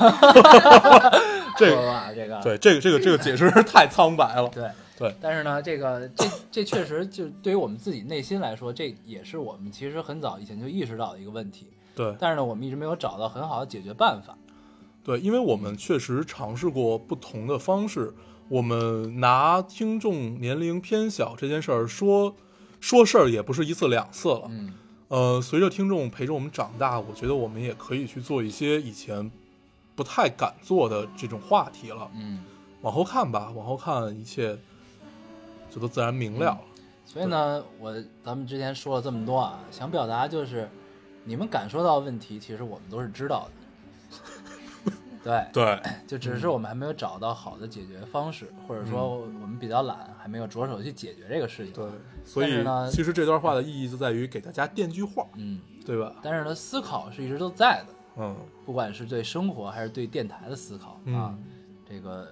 [SPEAKER 2] 这
[SPEAKER 1] 说
[SPEAKER 2] 个
[SPEAKER 1] 吧，这个
[SPEAKER 2] 对这个这个这个解释 太苍白了。
[SPEAKER 1] 对
[SPEAKER 2] 对
[SPEAKER 1] 但是呢，这个这这确实就对于我们自己内心来说，这也是我们其实很早以前就意识到的一个问题，
[SPEAKER 2] 对
[SPEAKER 1] 但是呢，我们一直没有找到很好的解决办法。
[SPEAKER 2] 对，因为我们确实尝试过不同的方式，我们拿听众年龄偏小这件事儿说说事儿也不是一次两次了。
[SPEAKER 1] 嗯
[SPEAKER 2] 呃，随着听众陪着我们长大，我觉得我们也可以去做一些以前不太敢做的这种话题了。
[SPEAKER 1] 嗯，
[SPEAKER 2] 往后看吧，往后看一切就都自然明了了。
[SPEAKER 1] 所以呢，我咱们之前说了这么多啊，想表达就是，你们感受到的问题，其实我们都是知道 的。对，
[SPEAKER 2] 对，
[SPEAKER 1] 就只
[SPEAKER 2] 嗯
[SPEAKER 1] 是我们还没有找到好的解决方式，或者说我们比较懒，还没有着手去解决这个事情。
[SPEAKER 2] 对，所
[SPEAKER 1] 但
[SPEAKER 2] 以
[SPEAKER 1] 是呢
[SPEAKER 2] 其实这段话的意义就在于给大家垫句话，
[SPEAKER 1] 嗯，
[SPEAKER 2] 对吧？
[SPEAKER 1] 但是呢，思考是一直都在的，
[SPEAKER 2] 嗯
[SPEAKER 1] 不管是对生活还是对电台的思考、啊
[SPEAKER 2] 嗯，，
[SPEAKER 1] 这个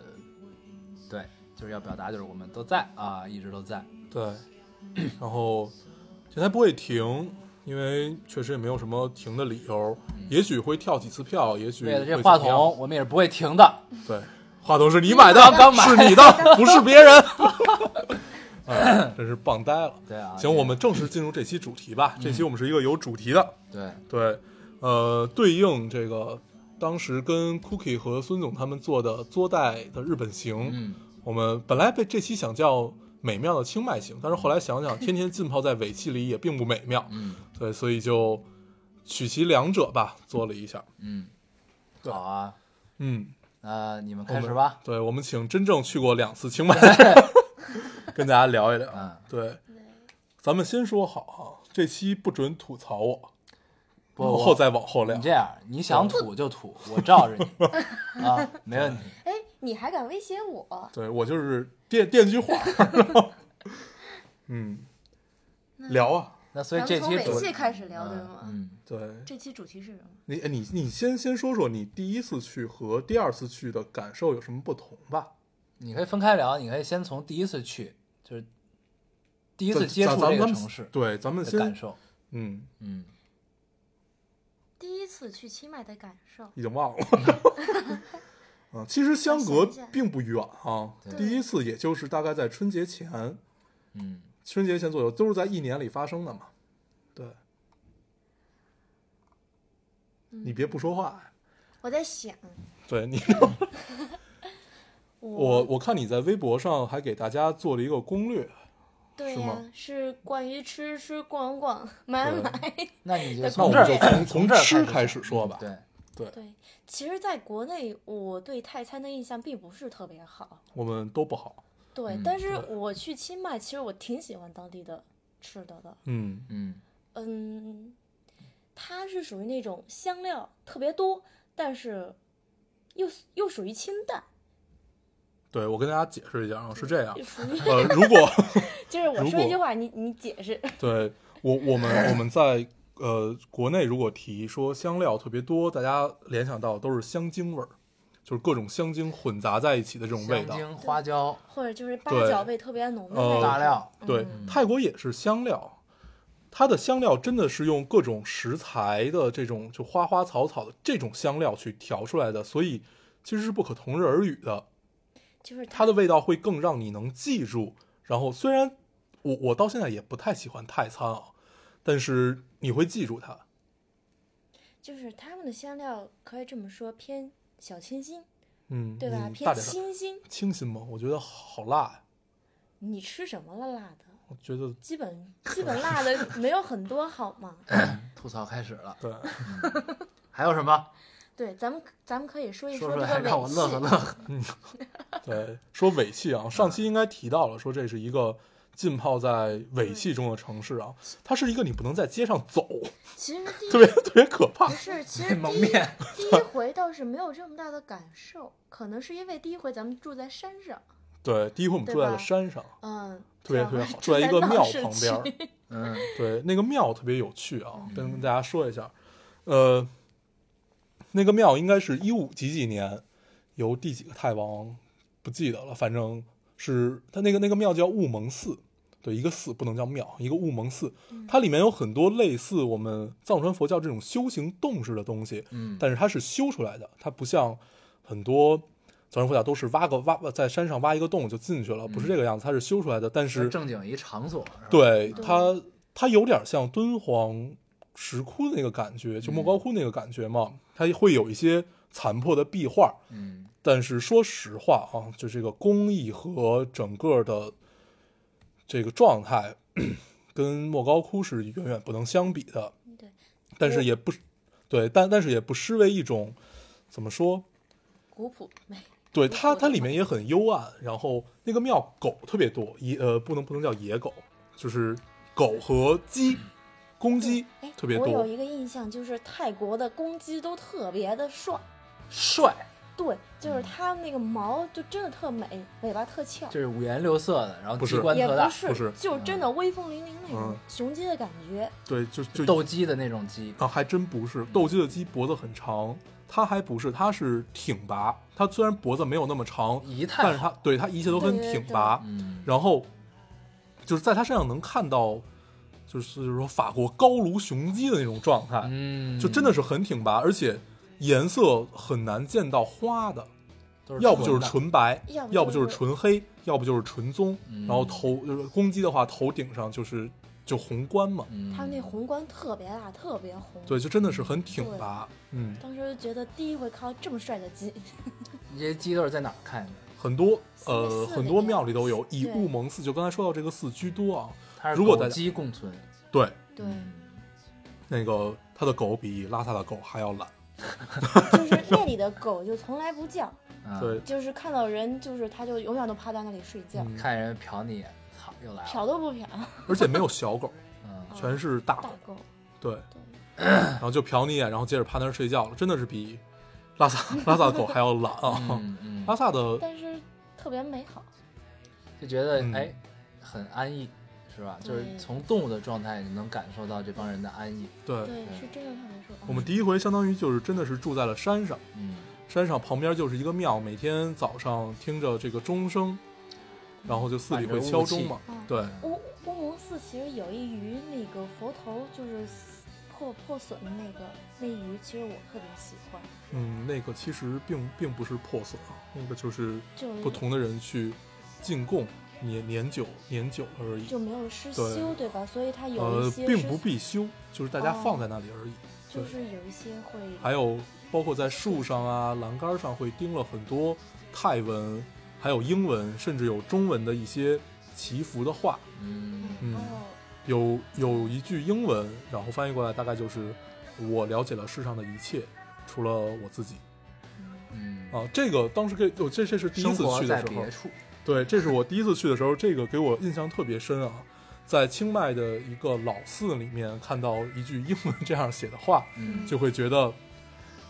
[SPEAKER 1] 对，就是要表达就是我们都在啊，一直都在。
[SPEAKER 2] 对。然后这台不会停，因为确实也没有什么停的理由，也许会跳几次票，也许
[SPEAKER 1] 为了
[SPEAKER 2] 会
[SPEAKER 1] 嗯这
[SPEAKER 2] 怎
[SPEAKER 1] 话
[SPEAKER 2] 么样
[SPEAKER 1] 筒，我们也是不会停的。
[SPEAKER 2] 对，话筒是你买的，
[SPEAKER 1] 刚买
[SPEAKER 2] 是你的，不是别 人。哎，真是棒呆了。
[SPEAKER 1] 对啊，
[SPEAKER 2] 行，
[SPEAKER 1] 这个嗯
[SPEAKER 2] 我们正式进入这期主题吧。这期我们是一个有主题的，
[SPEAKER 1] 对，
[SPEAKER 2] 对，呃，对应这个当时跟 Cookie 和孙总他们做的作带的日本行，
[SPEAKER 1] 嗯，
[SPEAKER 2] 我们本来被这期想叫美妙的清迈行，但是后来想想，天天浸泡在尾气里也并不美妙，
[SPEAKER 1] 嗯
[SPEAKER 2] 对，所以就取其两者吧，做了一下。
[SPEAKER 1] 嗯，
[SPEAKER 2] 对
[SPEAKER 1] 好啊，
[SPEAKER 2] 嗯，
[SPEAKER 1] 那你们
[SPEAKER 2] 我
[SPEAKER 1] 开
[SPEAKER 2] 们
[SPEAKER 1] 始吧。
[SPEAKER 2] 对，我们请真正去过两次清 迈，跟大家聊一聊。
[SPEAKER 1] 嗯
[SPEAKER 2] 对，咱们先说好哈、这期不准吐槽我，
[SPEAKER 1] 不，
[SPEAKER 2] 往
[SPEAKER 1] 我
[SPEAKER 2] 后再往后聊
[SPEAKER 1] 你。这样，你想吐就吐，我罩着 你啊，没问题。
[SPEAKER 3] 哎，你还敢威胁我？
[SPEAKER 2] 对我就是电电锯话。然后 嗯，聊啊，
[SPEAKER 1] 那所以
[SPEAKER 3] 咱
[SPEAKER 1] 这
[SPEAKER 3] 们从
[SPEAKER 1] 期
[SPEAKER 3] 尾
[SPEAKER 1] 主
[SPEAKER 3] 气开始聊，
[SPEAKER 1] 嗯
[SPEAKER 3] 对吗？
[SPEAKER 1] 嗯，
[SPEAKER 2] 对
[SPEAKER 3] 这期主题是什么？
[SPEAKER 2] 你，哎你你先先说说你第一次去和第二次去的感受有什么不同吧？
[SPEAKER 1] 你可以分开聊，你可以先从第一次去，就是第一次
[SPEAKER 2] 咱
[SPEAKER 1] 接触
[SPEAKER 2] 咱
[SPEAKER 1] 这个
[SPEAKER 2] 咱们
[SPEAKER 1] 城市
[SPEAKER 2] 对，咱们
[SPEAKER 1] 的感
[SPEAKER 2] 先
[SPEAKER 1] 受。
[SPEAKER 2] 嗯，
[SPEAKER 1] 嗯，
[SPEAKER 3] 第一次去清迈的感受。
[SPEAKER 2] 已经忘了。 嗯，其实相隔并不远啊。
[SPEAKER 3] 对
[SPEAKER 2] 第一次也就是大概在春节前，
[SPEAKER 1] 嗯，
[SPEAKER 2] 春节前左右，都是在一年里发生的嘛。对，你别不说话呀。
[SPEAKER 3] 我在想，
[SPEAKER 2] 对你，我
[SPEAKER 3] 我
[SPEAKER 2] 我看你在微博上还给大家做了一个攻略，
[SPEAKER 3] 对
[SPEAKER 2] 是
[SPEAKER 3] 呀、
[SPEAKER 2] 吗
[SPEAKER 3] 是关于吃吃逛逛买
[SPEAKER 2] 对啊
[SPEAKER 3] 买。
[SPEAKER 1] 那你
[SPEAKER 2] 哎
[SPEAKER 1] 就
[SPEAKER 3] 那
[SPEAKER 1] 从
[SPEAKER 3] 我
[SPEAKER 1] 这儿
[SPEAKER 3] 们就
[SPEAKER 2] 从
[SPEAKER 1] 从
[SPEAKER 2] 从
[SPEAKER 1] 这儿
[SPEAKER 2] 吃
[SPEAKER 1] 开
[SPEAKER 2] 开始说吧
[SPEAKER 1] 对，
[SPEAKER 3] 对， 其实在国内我对泰餐的印象并不是特别好，
[SPEAKER 2] 我们都不好。
[SPEAKER 3] 对，
[SPEAKER 1] 嗯
[SPEAKER 3] 但是
[SPEAKER 2] 对
[SPEAKER 3] 我去清迈，其实我挺喜欢当地的吃的的，
[SPEAKER 2] 嗯
[SPEAKER 1] 嗯
[SPEAKER 3] 嗯，它是属于那种香料特别多，但是又又属于清淡，
[SPEAKER 2] 对，我跟大家解释一下啊，是这样
[SPEAKER 3] 又，属于
[SPEAKER 2] 呃，如果
[SPEAKER 3] 就是我
[SPEAKER 2] 如
[SPEAKER 3] 说一
[SPEAKER 2] 果
[SPEAKER 3] 句话，你你解释，
[SPEAKER 2] 对我我们我们在呃国内如果提说香料特别多，大家联想到都是香精味儿，就是各种香精混杂在一起的这种味
[SPEAKER 1] 香
[SPEAKER 2] 道。
[SPEAKER 1] 精、花椒、
[SPEAKER 3] 或者就是八
[SPEAKER 2] 对
[SPEAKER 3] 角味特别浓的
[SPEAKER 2] 呃
[SPEAKER 3] 那
[SPEAKER 1] 大
[SPEAKER 3] 种。
[SPEAKER 1] 料，
[SPEAKER 2] 对，
[SPEAKER 1] 嗯
[SPEAKER 2] 泰国也是香料，它的香料真的是用各种食材的这种就花花草草的这种香料去调出来的，所以其实是不可同日而语的。
[SPEAKER 3] 就是
[SPEAKER 2] 它的味道会更让你能记住。然后虽然我我到现在也不太喜欢泰餐啊，但是你会记住它。
[SPEAKER 3] 就是他们的香料可以这么说偏小清新，
[SPEAKER 2] 嗯，
[SPEAKER 3] 对吧？
[SPEAKER 2] 你大
[SPEAKER 3] 偏
[SPEAKER 2] 点声
[SPEAKER 3] 清新。
[SPEAKER 2] 清新吗？我觉得好辣呀、
[SPEAKER 3] 你吃什么了辣的？
[SPEAKER 2] 我觉得
[SPEAKER 3] 基本基本辣的没有很多好吗？
[SPEAKER 1] 吐槽开始了，
[SPEAKER 2] 对，
[SPEAKER 1] 还有什么？
[SPEAKER 3] 对，咱们咱们可以说一
[SPEAKER 1] 说
[SPEAKER 3] 这
[SPEAKER 1] 出
[SPEAKER 3] 个
[SPEAKER 1] 来让我
[SPEAKER 3] 尾
[SPEAKER 1] 乐
[SPEAKER 3] 气
[SPEAKER 1] 呵。乐 呵。
[SPEAKER 2] 对，说尾气啊，上期应该提到了，说这是一个浸泡在尾气中的城市啊，
[SPEAKER 3] 嗯
[SPEAKER 2] 它是一个你不能在街上走，
[SPEAKER 3] 其实第
[SPEAKER 2] 特别
[SPEAKER 3] 一
[SPEAKER 2] 特别可怕
[SPEAKER 3] 不。是，其
[SPEAKER 1] 那
[SPEAKER 3] 实
[SPEAKER 1] 蒙
[SPEAKER 3] 第一
[SPEAKER 1] 面
[SPEAKER 3] 第一回倒是没有这么大的感受，可能是因为第一回咱们住在山上，
[SPEAKER 2] 对，第一回我们住在了山上，
[SPEAKER 3] 嗯，
[SPEAKER 2] 特别
[SPEAKER 3] 这样
[SPEAKER 2] 特别
[SPEAKER 3] 吧
[SPEAKER 2] 好，
[SPEAKER 3] 住
[SPEAKER 2] 住在一个
[SPEAKER 3] 闹
[SPEAKER 2] 庙
[SPEAKER 3] 市
[SPEAKER 2] 旁
[SPEAKER 3] 区
[SPEAKER 2] 边儿。
[SPEAKER 1] 嗯，
[SPEAKER 2] 对，那个庙特别有趣啊，跟大家说一下，呃，那个庙应该是一五几几年，由第几个泰王不记得了，反正是它那个那个庙叫雾蒙寺，对，一个寺不能叫庙，一个雾蒙寺，
[SPEAKER 1] 嗯
[SPEAKER 2] 它里面有很多类似我们藏传佛教这种修行动式的东西，
[SPEAKER 1] 嗯
[SPEAKER 2] 但是它是修出来的，它不像很多。藏传佛教都是挖个挖在山上挖一个洞就进去了，不是这个样子，它是修出来的。但是
[SPEAKER 1] 嗯正经一场所，是吧，
[SPEAKER 2] 对
[SPEAKER 3] 对
[SPEAKER 2] 它，它有点像敦煌石窟的那个感觉，就莫高窟那个感觉嘛。它会有一些残破的壁画，
[SPEAKER 1] 嗯，
[SPEAKER 2] 但是说实话啊，就这个工艺和整个的这个状态，跟莫高窟是远远不能相比的。
[SPEAKER 3] 对，
[SPEAKER 2] 但是也不对，但但是也不失为一种怎么说？
[SPEAKER 3] 古朴美，
[SPEAKER 2] 对
[SPEAKER 3] 古
[SPEAKER 2] 它，
[SPEAKER 3] 朴
[SPEAKER 2] 它
[SPEAKER 3] 的
[SPEAKER 2] 里
[SPEAKER 3] 美
[SPEAKER 2] 面也很幽暗。然后那个庙狗特别多，野呃不能不能叫野狗，就是狗和鸡，公鸡
[SPEAKER 3] 哎，
[SPEAKER 2] 特别
[SPEAKER 3] 我有
[SPEAKER 2] 多。
[SPEAKER 3] 一个印象就是泰国的公鸡都特别的帅，
[SPEAKER 1] 帅，
[SPEAKER 3] 对，
[SPEAKER 2] 嗯
[SPEAKER 3] 就是它那个毛就真的特美，尾巴特翘，
[SPEAKER 1] 就是五颜六色的，然后
[SPEAKER 2] 不是
[SPEAKER 1] 机关
[SPEAKER 3] 也
[SPEAKER 1] 特大
[SPEAKER 3] 不，是，
[SPEAKER 2] 不是
[SPEAKER 3] 就是真的威风凛凛那种
[SPEAKER 2] 嗯
[SPEAKER 3] 雄鸡的感觉。
[SPEAKER 2] 对，就就
[SPEAKER 1] 斗鸡的那种鸡，
[SPEAKER 2] 啊，还真不是斗鸡的鸡脖子很长，它还不是，它是挺拔。它虽然脖子没有那么长，
[SPEAKER 1] 仪态
[SPEAKER 2] 但是它
[SPEAKER 1] 好
[SPEAKER 2] 对它一切都
[SPEAKER 3] 对
[SPEAKER 2] 很
[SPEAKER 3] 对
[SPEAKER 2] 挺
[SPEAKER 3] 对
[SPEAKER 2] 拔。
[SPEAKER 1] 嗯，
[SPEAKER 2] 然后就是在它身上能看到，就是说法国高卢雄鸡的那种状态。
[SPEAKER 1] 嗯，
[SPEAKER 2] 就真的是很挺拔，而且颜色很难见到花的，
[SPEAKER 1] 嗯都是
[SPEAKER 2] 要不就是
[SPEAKER 1] 纯的，
[SPEAKER 2] 纯白，
[SPEAKER 3] 要不
[SPEAKER 2] 要不就
[SPEAKER 3] 就是
[SPEAKER 2] 是纯黑，要不就是纯棕。
[SPEAKER 1] 嗯
[SPEAKER 2] 然后头就是公鸡的话，头顶上就是就红冠嘛，
[SPEAKER 1] 嗯
[SPEAKER 3] 它那红冠特别大，特别红。
[SPEAKER 2] 对，就真的是很挺拔，嗯，
[SPEAKER 3] 当时就觉得第一回看到这么帅的鸡，
[SPEAKER 1] 这些鸡都是在哪儿看见的？
[SPEAKER 2] 很多
[SPEAKER 3] 寺
[SPEAKER 2] 呃
[SPEAKER 3] 里面
[SPEAKER 2] 很多庙里都有，以
[SPEAKER 3] 对
[SPEAKER 2] 雾蒙寺就刚才说到这个寺居多啊，
[SPEAKER 1] 它是
[SPEAKER 2] 如果
[SPEAKER 1] 狗
[SPEAKER 2] 大家
[SPEAKER 1] 鸡共存，
[SPEAKER 2] 对，
[SPEAKER 3] 对，
[SPEAKER 2] 那个它的狗比邋遢的狗还要懒，
[SPEAKER 3] 就是 那里的狗就从来不叫，
[SPEAKER 1] 啊，
[SPEAKER 2] 对，
[SPEAKER 3] 就是看到人就是它就永远都趴在那里睡觉，
[SPEAKER 2] 嗯
[SPEAKER 1] 看人瞟你一眼，操，又来了，
[SPEAKER 3] 瞟都不瞟。
[SPEAKER 2] 而且没有小狗，
[SPEAKER 1] 嗯，
[SPEAKER 2] 全是大
[SPEAKER 3] 大
[SPEAKER 2] 狗，
[SPEAKER 3] 狗，
[SPEAKER 2] 对，
[SPEAKER 3] 对，
[SPEAKER 2] 然后就瞟你一眼，然后接着趴那儿睡觉了，真的是比拉萨 拉萨的狗还要懒啊。
[SPEAKER 1] 嗯
[SPEAKER 2] 拉
[SPEAKER 1] 嗯，
[SPEAKER 2] 萨的
[SPEAKER 3] 但是特别美好。
[SPEAKER 1] 就觉得
[SPEAKER 2] 嗯
[SPEAKER 1] 哎，很安逸，是吧？就是
[SPEAKER 3] 对
[SPEAKER 1] 从动物的状态，你能感受到这帮人的安逸，
[SPEAKER 2] 对，
[SPEAKER 3] 对，是真的特别说。
[SPEAKER 2] 我们第一回相当于就是真的是住在了山上，
[SPEAKER 1] 嗯，
[SPEAKER 2] 山上旁边就是一个庙，每天早上听着这个钟声，然后就寺里会敲钟嘛
[SPEAKER 3] 伴着雾气，
[SPEAKER 2] 对，
[SPEAKER 3] 乌乌蒙寺其实有一鱼，那个佛头就是破破损的那个那鱼，其实我特别喜欢，
[SPEAKER 2] 嗯，那个其实并并不是破损啊，那个就是
[SPEAKER 3] 就是
[SPEAKER 2] 不同的人去进贡年年久年久了而已，
[SPEAKER 3] 就没有失
[SPEAKER 2] 对
[SPEAKER 3] 修，对吧？所以它有
[SPEAKER 2] 呃
[SPEAKER 3] 一，些
[SPEAKER 2] 并
[SPEAKER 3] 失
[SPEAKER 2] 不必修，就是大家
[SPEAKER 3] 哦
[SPEAKER 2] 放在那里而已，对
[SPEAKER 3] 就。是有一些会
[SPEAKER 2] 还有包括在树上啊、栏杆上会钉了很多泰文，还有英文，甚至有中文的一些祈福的话。
[SPEAKER 1] 嗯，
[SPEAKER 2] 嗯
[SPEAKER 3] 哦，
[SPEAKER 2] 有有一句英文，然后翻译过来大概就是“我了解了世上的一切，除了我自己”
[SPEAKER 1] 嗯，
[SPEAKER 2] 啊。这个当时给我这这是第一
[SPEAKER 1] 生
[SPEAKER 2] 次
[SPEAKER 1] 活
[SPEAKER 2] 去
[SPEAKER 1] 在
[SPEAKER 2] 的时候
[SPEAKER 1] 别，处，
[SPEAKER 2] 对，这是我第一次去的时候，这个给我印象特别深啊。在清迈的一个老寺里面看到一句英文这样写的话，
[SPEAKER 1] 嗯，
[SPEAKER 2] 就会觉得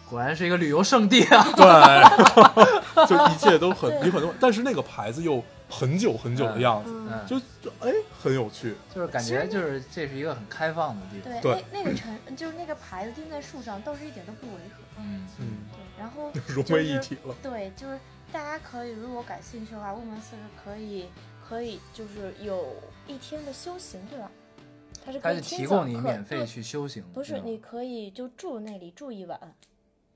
[SPEAKER 1] 果然是一个旅游胜地啊，
[SPEAKER 2] 对， 就一切都很
[SPEAKER 3] 对
[SPEAKER 2] 有很多，但是那个牌子又很久很久的样子，
[SPEAKER 3] 嗯，
[SPEAKER 1] 嗯，
[SPEAKER 2] 就就哎很有趣，
[SPEAKER 1] 就是感觉就是这是一个很开放的地方，
[SPEAKER 3] 对，
[SPEAKER 2] 对
[SPEAKER 3] 那那个城就是那个牌子钉在树上，倒是一点都不违和。
[SPEAKER 1] 嗯，
[SPEAKER 2] 嗯，
[SPEAKER 3] 对，然然后
[SPEAKER 2] 融
[SPEAKER 3] 就
[SPEAKER 2] 为
[SPEAKER 3] 是
[SPEAKER 2] 一体了。
[SPEAKER 3] 对，就是大家可以如果感兴趣的话，问文寺是可以可以就是有一天的修行，对吧？它是可
[SPEAKER 1] 它
[SPEAKER 3] 以
[SPEAKER 1] 是
[SPEAKER 3] 清
[SPEAKER 1] 提
[SPEAKER 3] 早
[SPEAKER 1] 供你
[SPEAKER 3] 课
[SPEAKER 1] 免费
[SPEAKER 3] 对
[SPEAKER 1] 去修行，
[SPEAKER 3] 不
[SPEAKER 2] 嗯
[SPEAKER 3] 是，
[SPEAKER 1] 对吧
[SPEAKER 3] 你可以就住那里住一晚。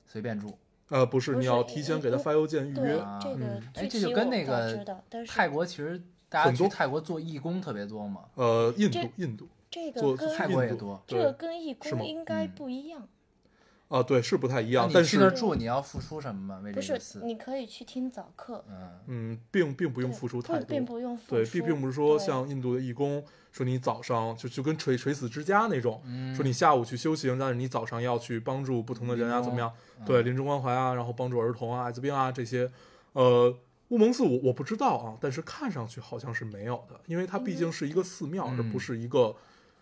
[SPEAKER 1] 随便住。
[SPEAKER 2] 呃，不是，
[SPEAKER 3] 不
[SPEAKER 2] 你
[SPEAKER 3] 是
[SPEAKER 2] 要
[SPEAKER 3] 你
[SPEAKER 2] 提前
[SPEAKER 3] 你
[SPEAKER 2] 给他
[SPEAKER 3] 不
[SPEAKER 2] 发邮件预
[SPEAKER 3] 对
[SPEAKER 2] 约。
[SPEAKER 1] 啊，
[SPEAKER 3] 这个
[SPEAKER 2] 嗯
[SPEAKER 1] 哎，
[SPEAKER 3] 具
[SPEAKER 1] 这
[SPEAKER 3] 体
[SPEAKER 1] 就
[SPEAKER 3] 我
[SPEAKER 1] 跟那
[SPEAKER 3] 倒
[SPEAKER 1] 个
[SPEAKER 3] 知道，但是
[SPEAKER 1] 泰国其实大家
[SPEAKER 2] 很
[SPEAKER 1] 去
[SPEAKER 2] 多
[SPEAKER 1] 泰国做义工特别多嘛，
[SPEAKER 2] 呃，印
[SPEAKER 3] 这
[SPEAKER 2] 度，印度，
[SPEAKER 3] 这
[SPEAKER 2] 做
[SPEAKER 3] 个
[SPEAKER 1] 泰
[SPEAKER 3] 跟
[SPEAKER 1] 国也
[SPEAKER 2] 印度
[SPEAKER 1] 多
[SPEAKER 3] 这个
[SPEAKER 2] 对
[SPEAKER 3] 跟义
[SPEAKER 2] 吗
[SPEAKER 3] 工应该
[SPEAKER 1] 嗯
[SPEAKER 3] 不一样。
[SPEAKER 2] 啊，对，是不太一
[SPEAKER 1] 那
[SPEAKER 2] 样，
[SPEAKER 1] 你
[SPEAKER 2] 但
[SPEAKER 1] 去那儿
[SPEAKER 2] 是
[SPEAKER 1] 住，你要付出什么吗？为
[SPEAKER 3] 不
[SPEAKER 1] 这
[SPEAKER 3] 是
[SPEAKER 1] 个，寺，
[SPEAKER 3] 你可以去听早课，
[SPEAKER 1] 嗯，
[SPEAKER 2] 嗯，并并不
[SPEAKER 3] 不
[SPEAKER 2] 用付出太多，
[SPEAKER 3] 并不用付出，
[SPEAKER 2] 对，并并不是说
[SPEAKER 3] 对
[SPEAKER 2] 像印度的义工说你早上就就跟垂垂死之家那种，
[SPEAKER 1] 嗯
[SPEAKER 2] 说你下午去修行，但是你早上要去帮助不同的人啊，
[SPEAKER 1] 临终
[SPEAKER 2] 怎么样？对，临终关怀啊，然后帮助儿童啊、艾滋病啊这些，呃。乌蒙寺我我不知道啊，但是看上去好像是没有的，因为它毕竟是一个寺庙，
[SPEAKER 1] 嗯
[SPEAKER 2] 而不是一个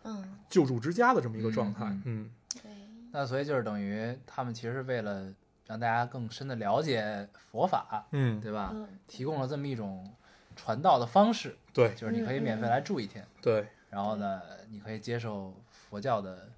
[SPEAKER 3] 嗯，
[SPEAKER 2] 救助之家的这么一个状态。
[SPEAKER 1] 嗯
[SPEAKER 2] 嗯，
[SPEAKER 3] 对，
[SPEAKER 1] 那所以就是等于他们其实是为了让大家更深的了解佛法，
[SPEAKER 2] 嗯，
[SPEAKER 1] 对吧？
[SPEAKER 3] 嗯
[SPEAKER 1] 提供了这么一种传道的方式，
[SPEAKER 2] 对
[SPEAKER 1] 就是你可以
[SPEAKER 3] 嗯嗯
[SPEAKER 1] 免费来住一天，
[SPEAKER 2] 对
[SPEAKER 1] 然后呢，你可以接受佛教的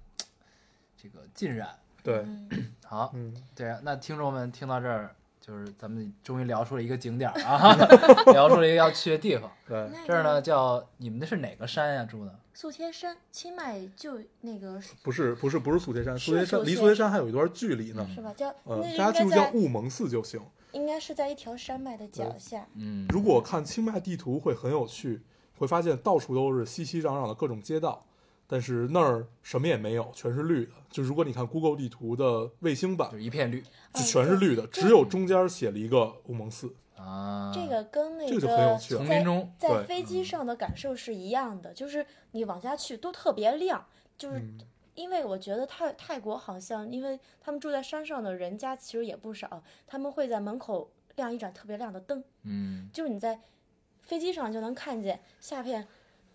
[SPEAKER 1] 这个浸染。
[SPEAKER 2] 对，
[SPEAKER 3] 嗯，
[SPEAKER 1] 好，
[SPEAKER 2] 嗯，
[SPEAKER 1] 对啊，那听众们听到这儿，就是咱们终于聊出了一个景点儿啊， 聊出了一个要去的地方。
[SPEAKER 2] 对，
[SPEAKER 3] 那
[SPEAKER 1] 这儿呢
[SPEAKER 3] 个
[SPEAKER 1] 叫你们那是哪个山呀、住的？
[SPEAKER 3] 素天山清迈就那个是
[SPEAKER 2] 不是不是不是苏铁山，
[SPEAKER 3] 是
[SPEAKER 2] 苏铁山
[SPEAKER 3] 素
[SPEAKER 2] 离
[SPEAKER 3] 贴
[SPEAKER 2] 苏铁山还有一段距离呢。
[SPEAKER 3] 是吧？叫
[SPEAKER 2] 呃
[SPEAKER 3] 那，应
[SPEAKER 2] 大家
[SPEAKER 3] 该
[SPEAKER 2] 记住叫
[SPEAKER 3] 在
[SPEAKER 2] 雾蒙寺就行。
[SPEAKER 3] 应该是在一条山脉的脚下，
[SPEAKER 1] 嗯，
[SPEAKER 2] 如果看清迈地图会很有趣，会发现到处都是熙熙攘攘的各种街道，但是那儿什么也没有，全是绿的。就如果你看 Google 地图的卫星版
[SPEAKER 1] 就，一片绿
[SPEAKER 3] 嗯
[SPEAKER 2] 就全是绿的，只有中间写了一个乌蒙寺。
[SPEAKER 1] 啊，
[SPEAKER 3] 这个跟那
[SPEAKER 2] 嗯这个就
[SPEAKER 3] 个
[SPEAKER 2] 很有趣了
[SPEAKER 1] 丛
[SPEAKER 3] 在
[SPEAKER 1] 林中，
[SPEAKER 3] 在
[SPEAKER 2] 对嗯
[SPEAKER 3] 飞机上的感受是一样的，就是你往下去都特别亮，就是
[SPEAKER 2] 嗯，
[SPEAKER 3] 因为我觉得泰泰国好像，因为他们住在山上的人家其实也不少，他们会在门口亮一盏特别亮的灯，
[SPEAKER 1] 嗯，
[SPEAKER 3] 就是你在飞机上就能看见下片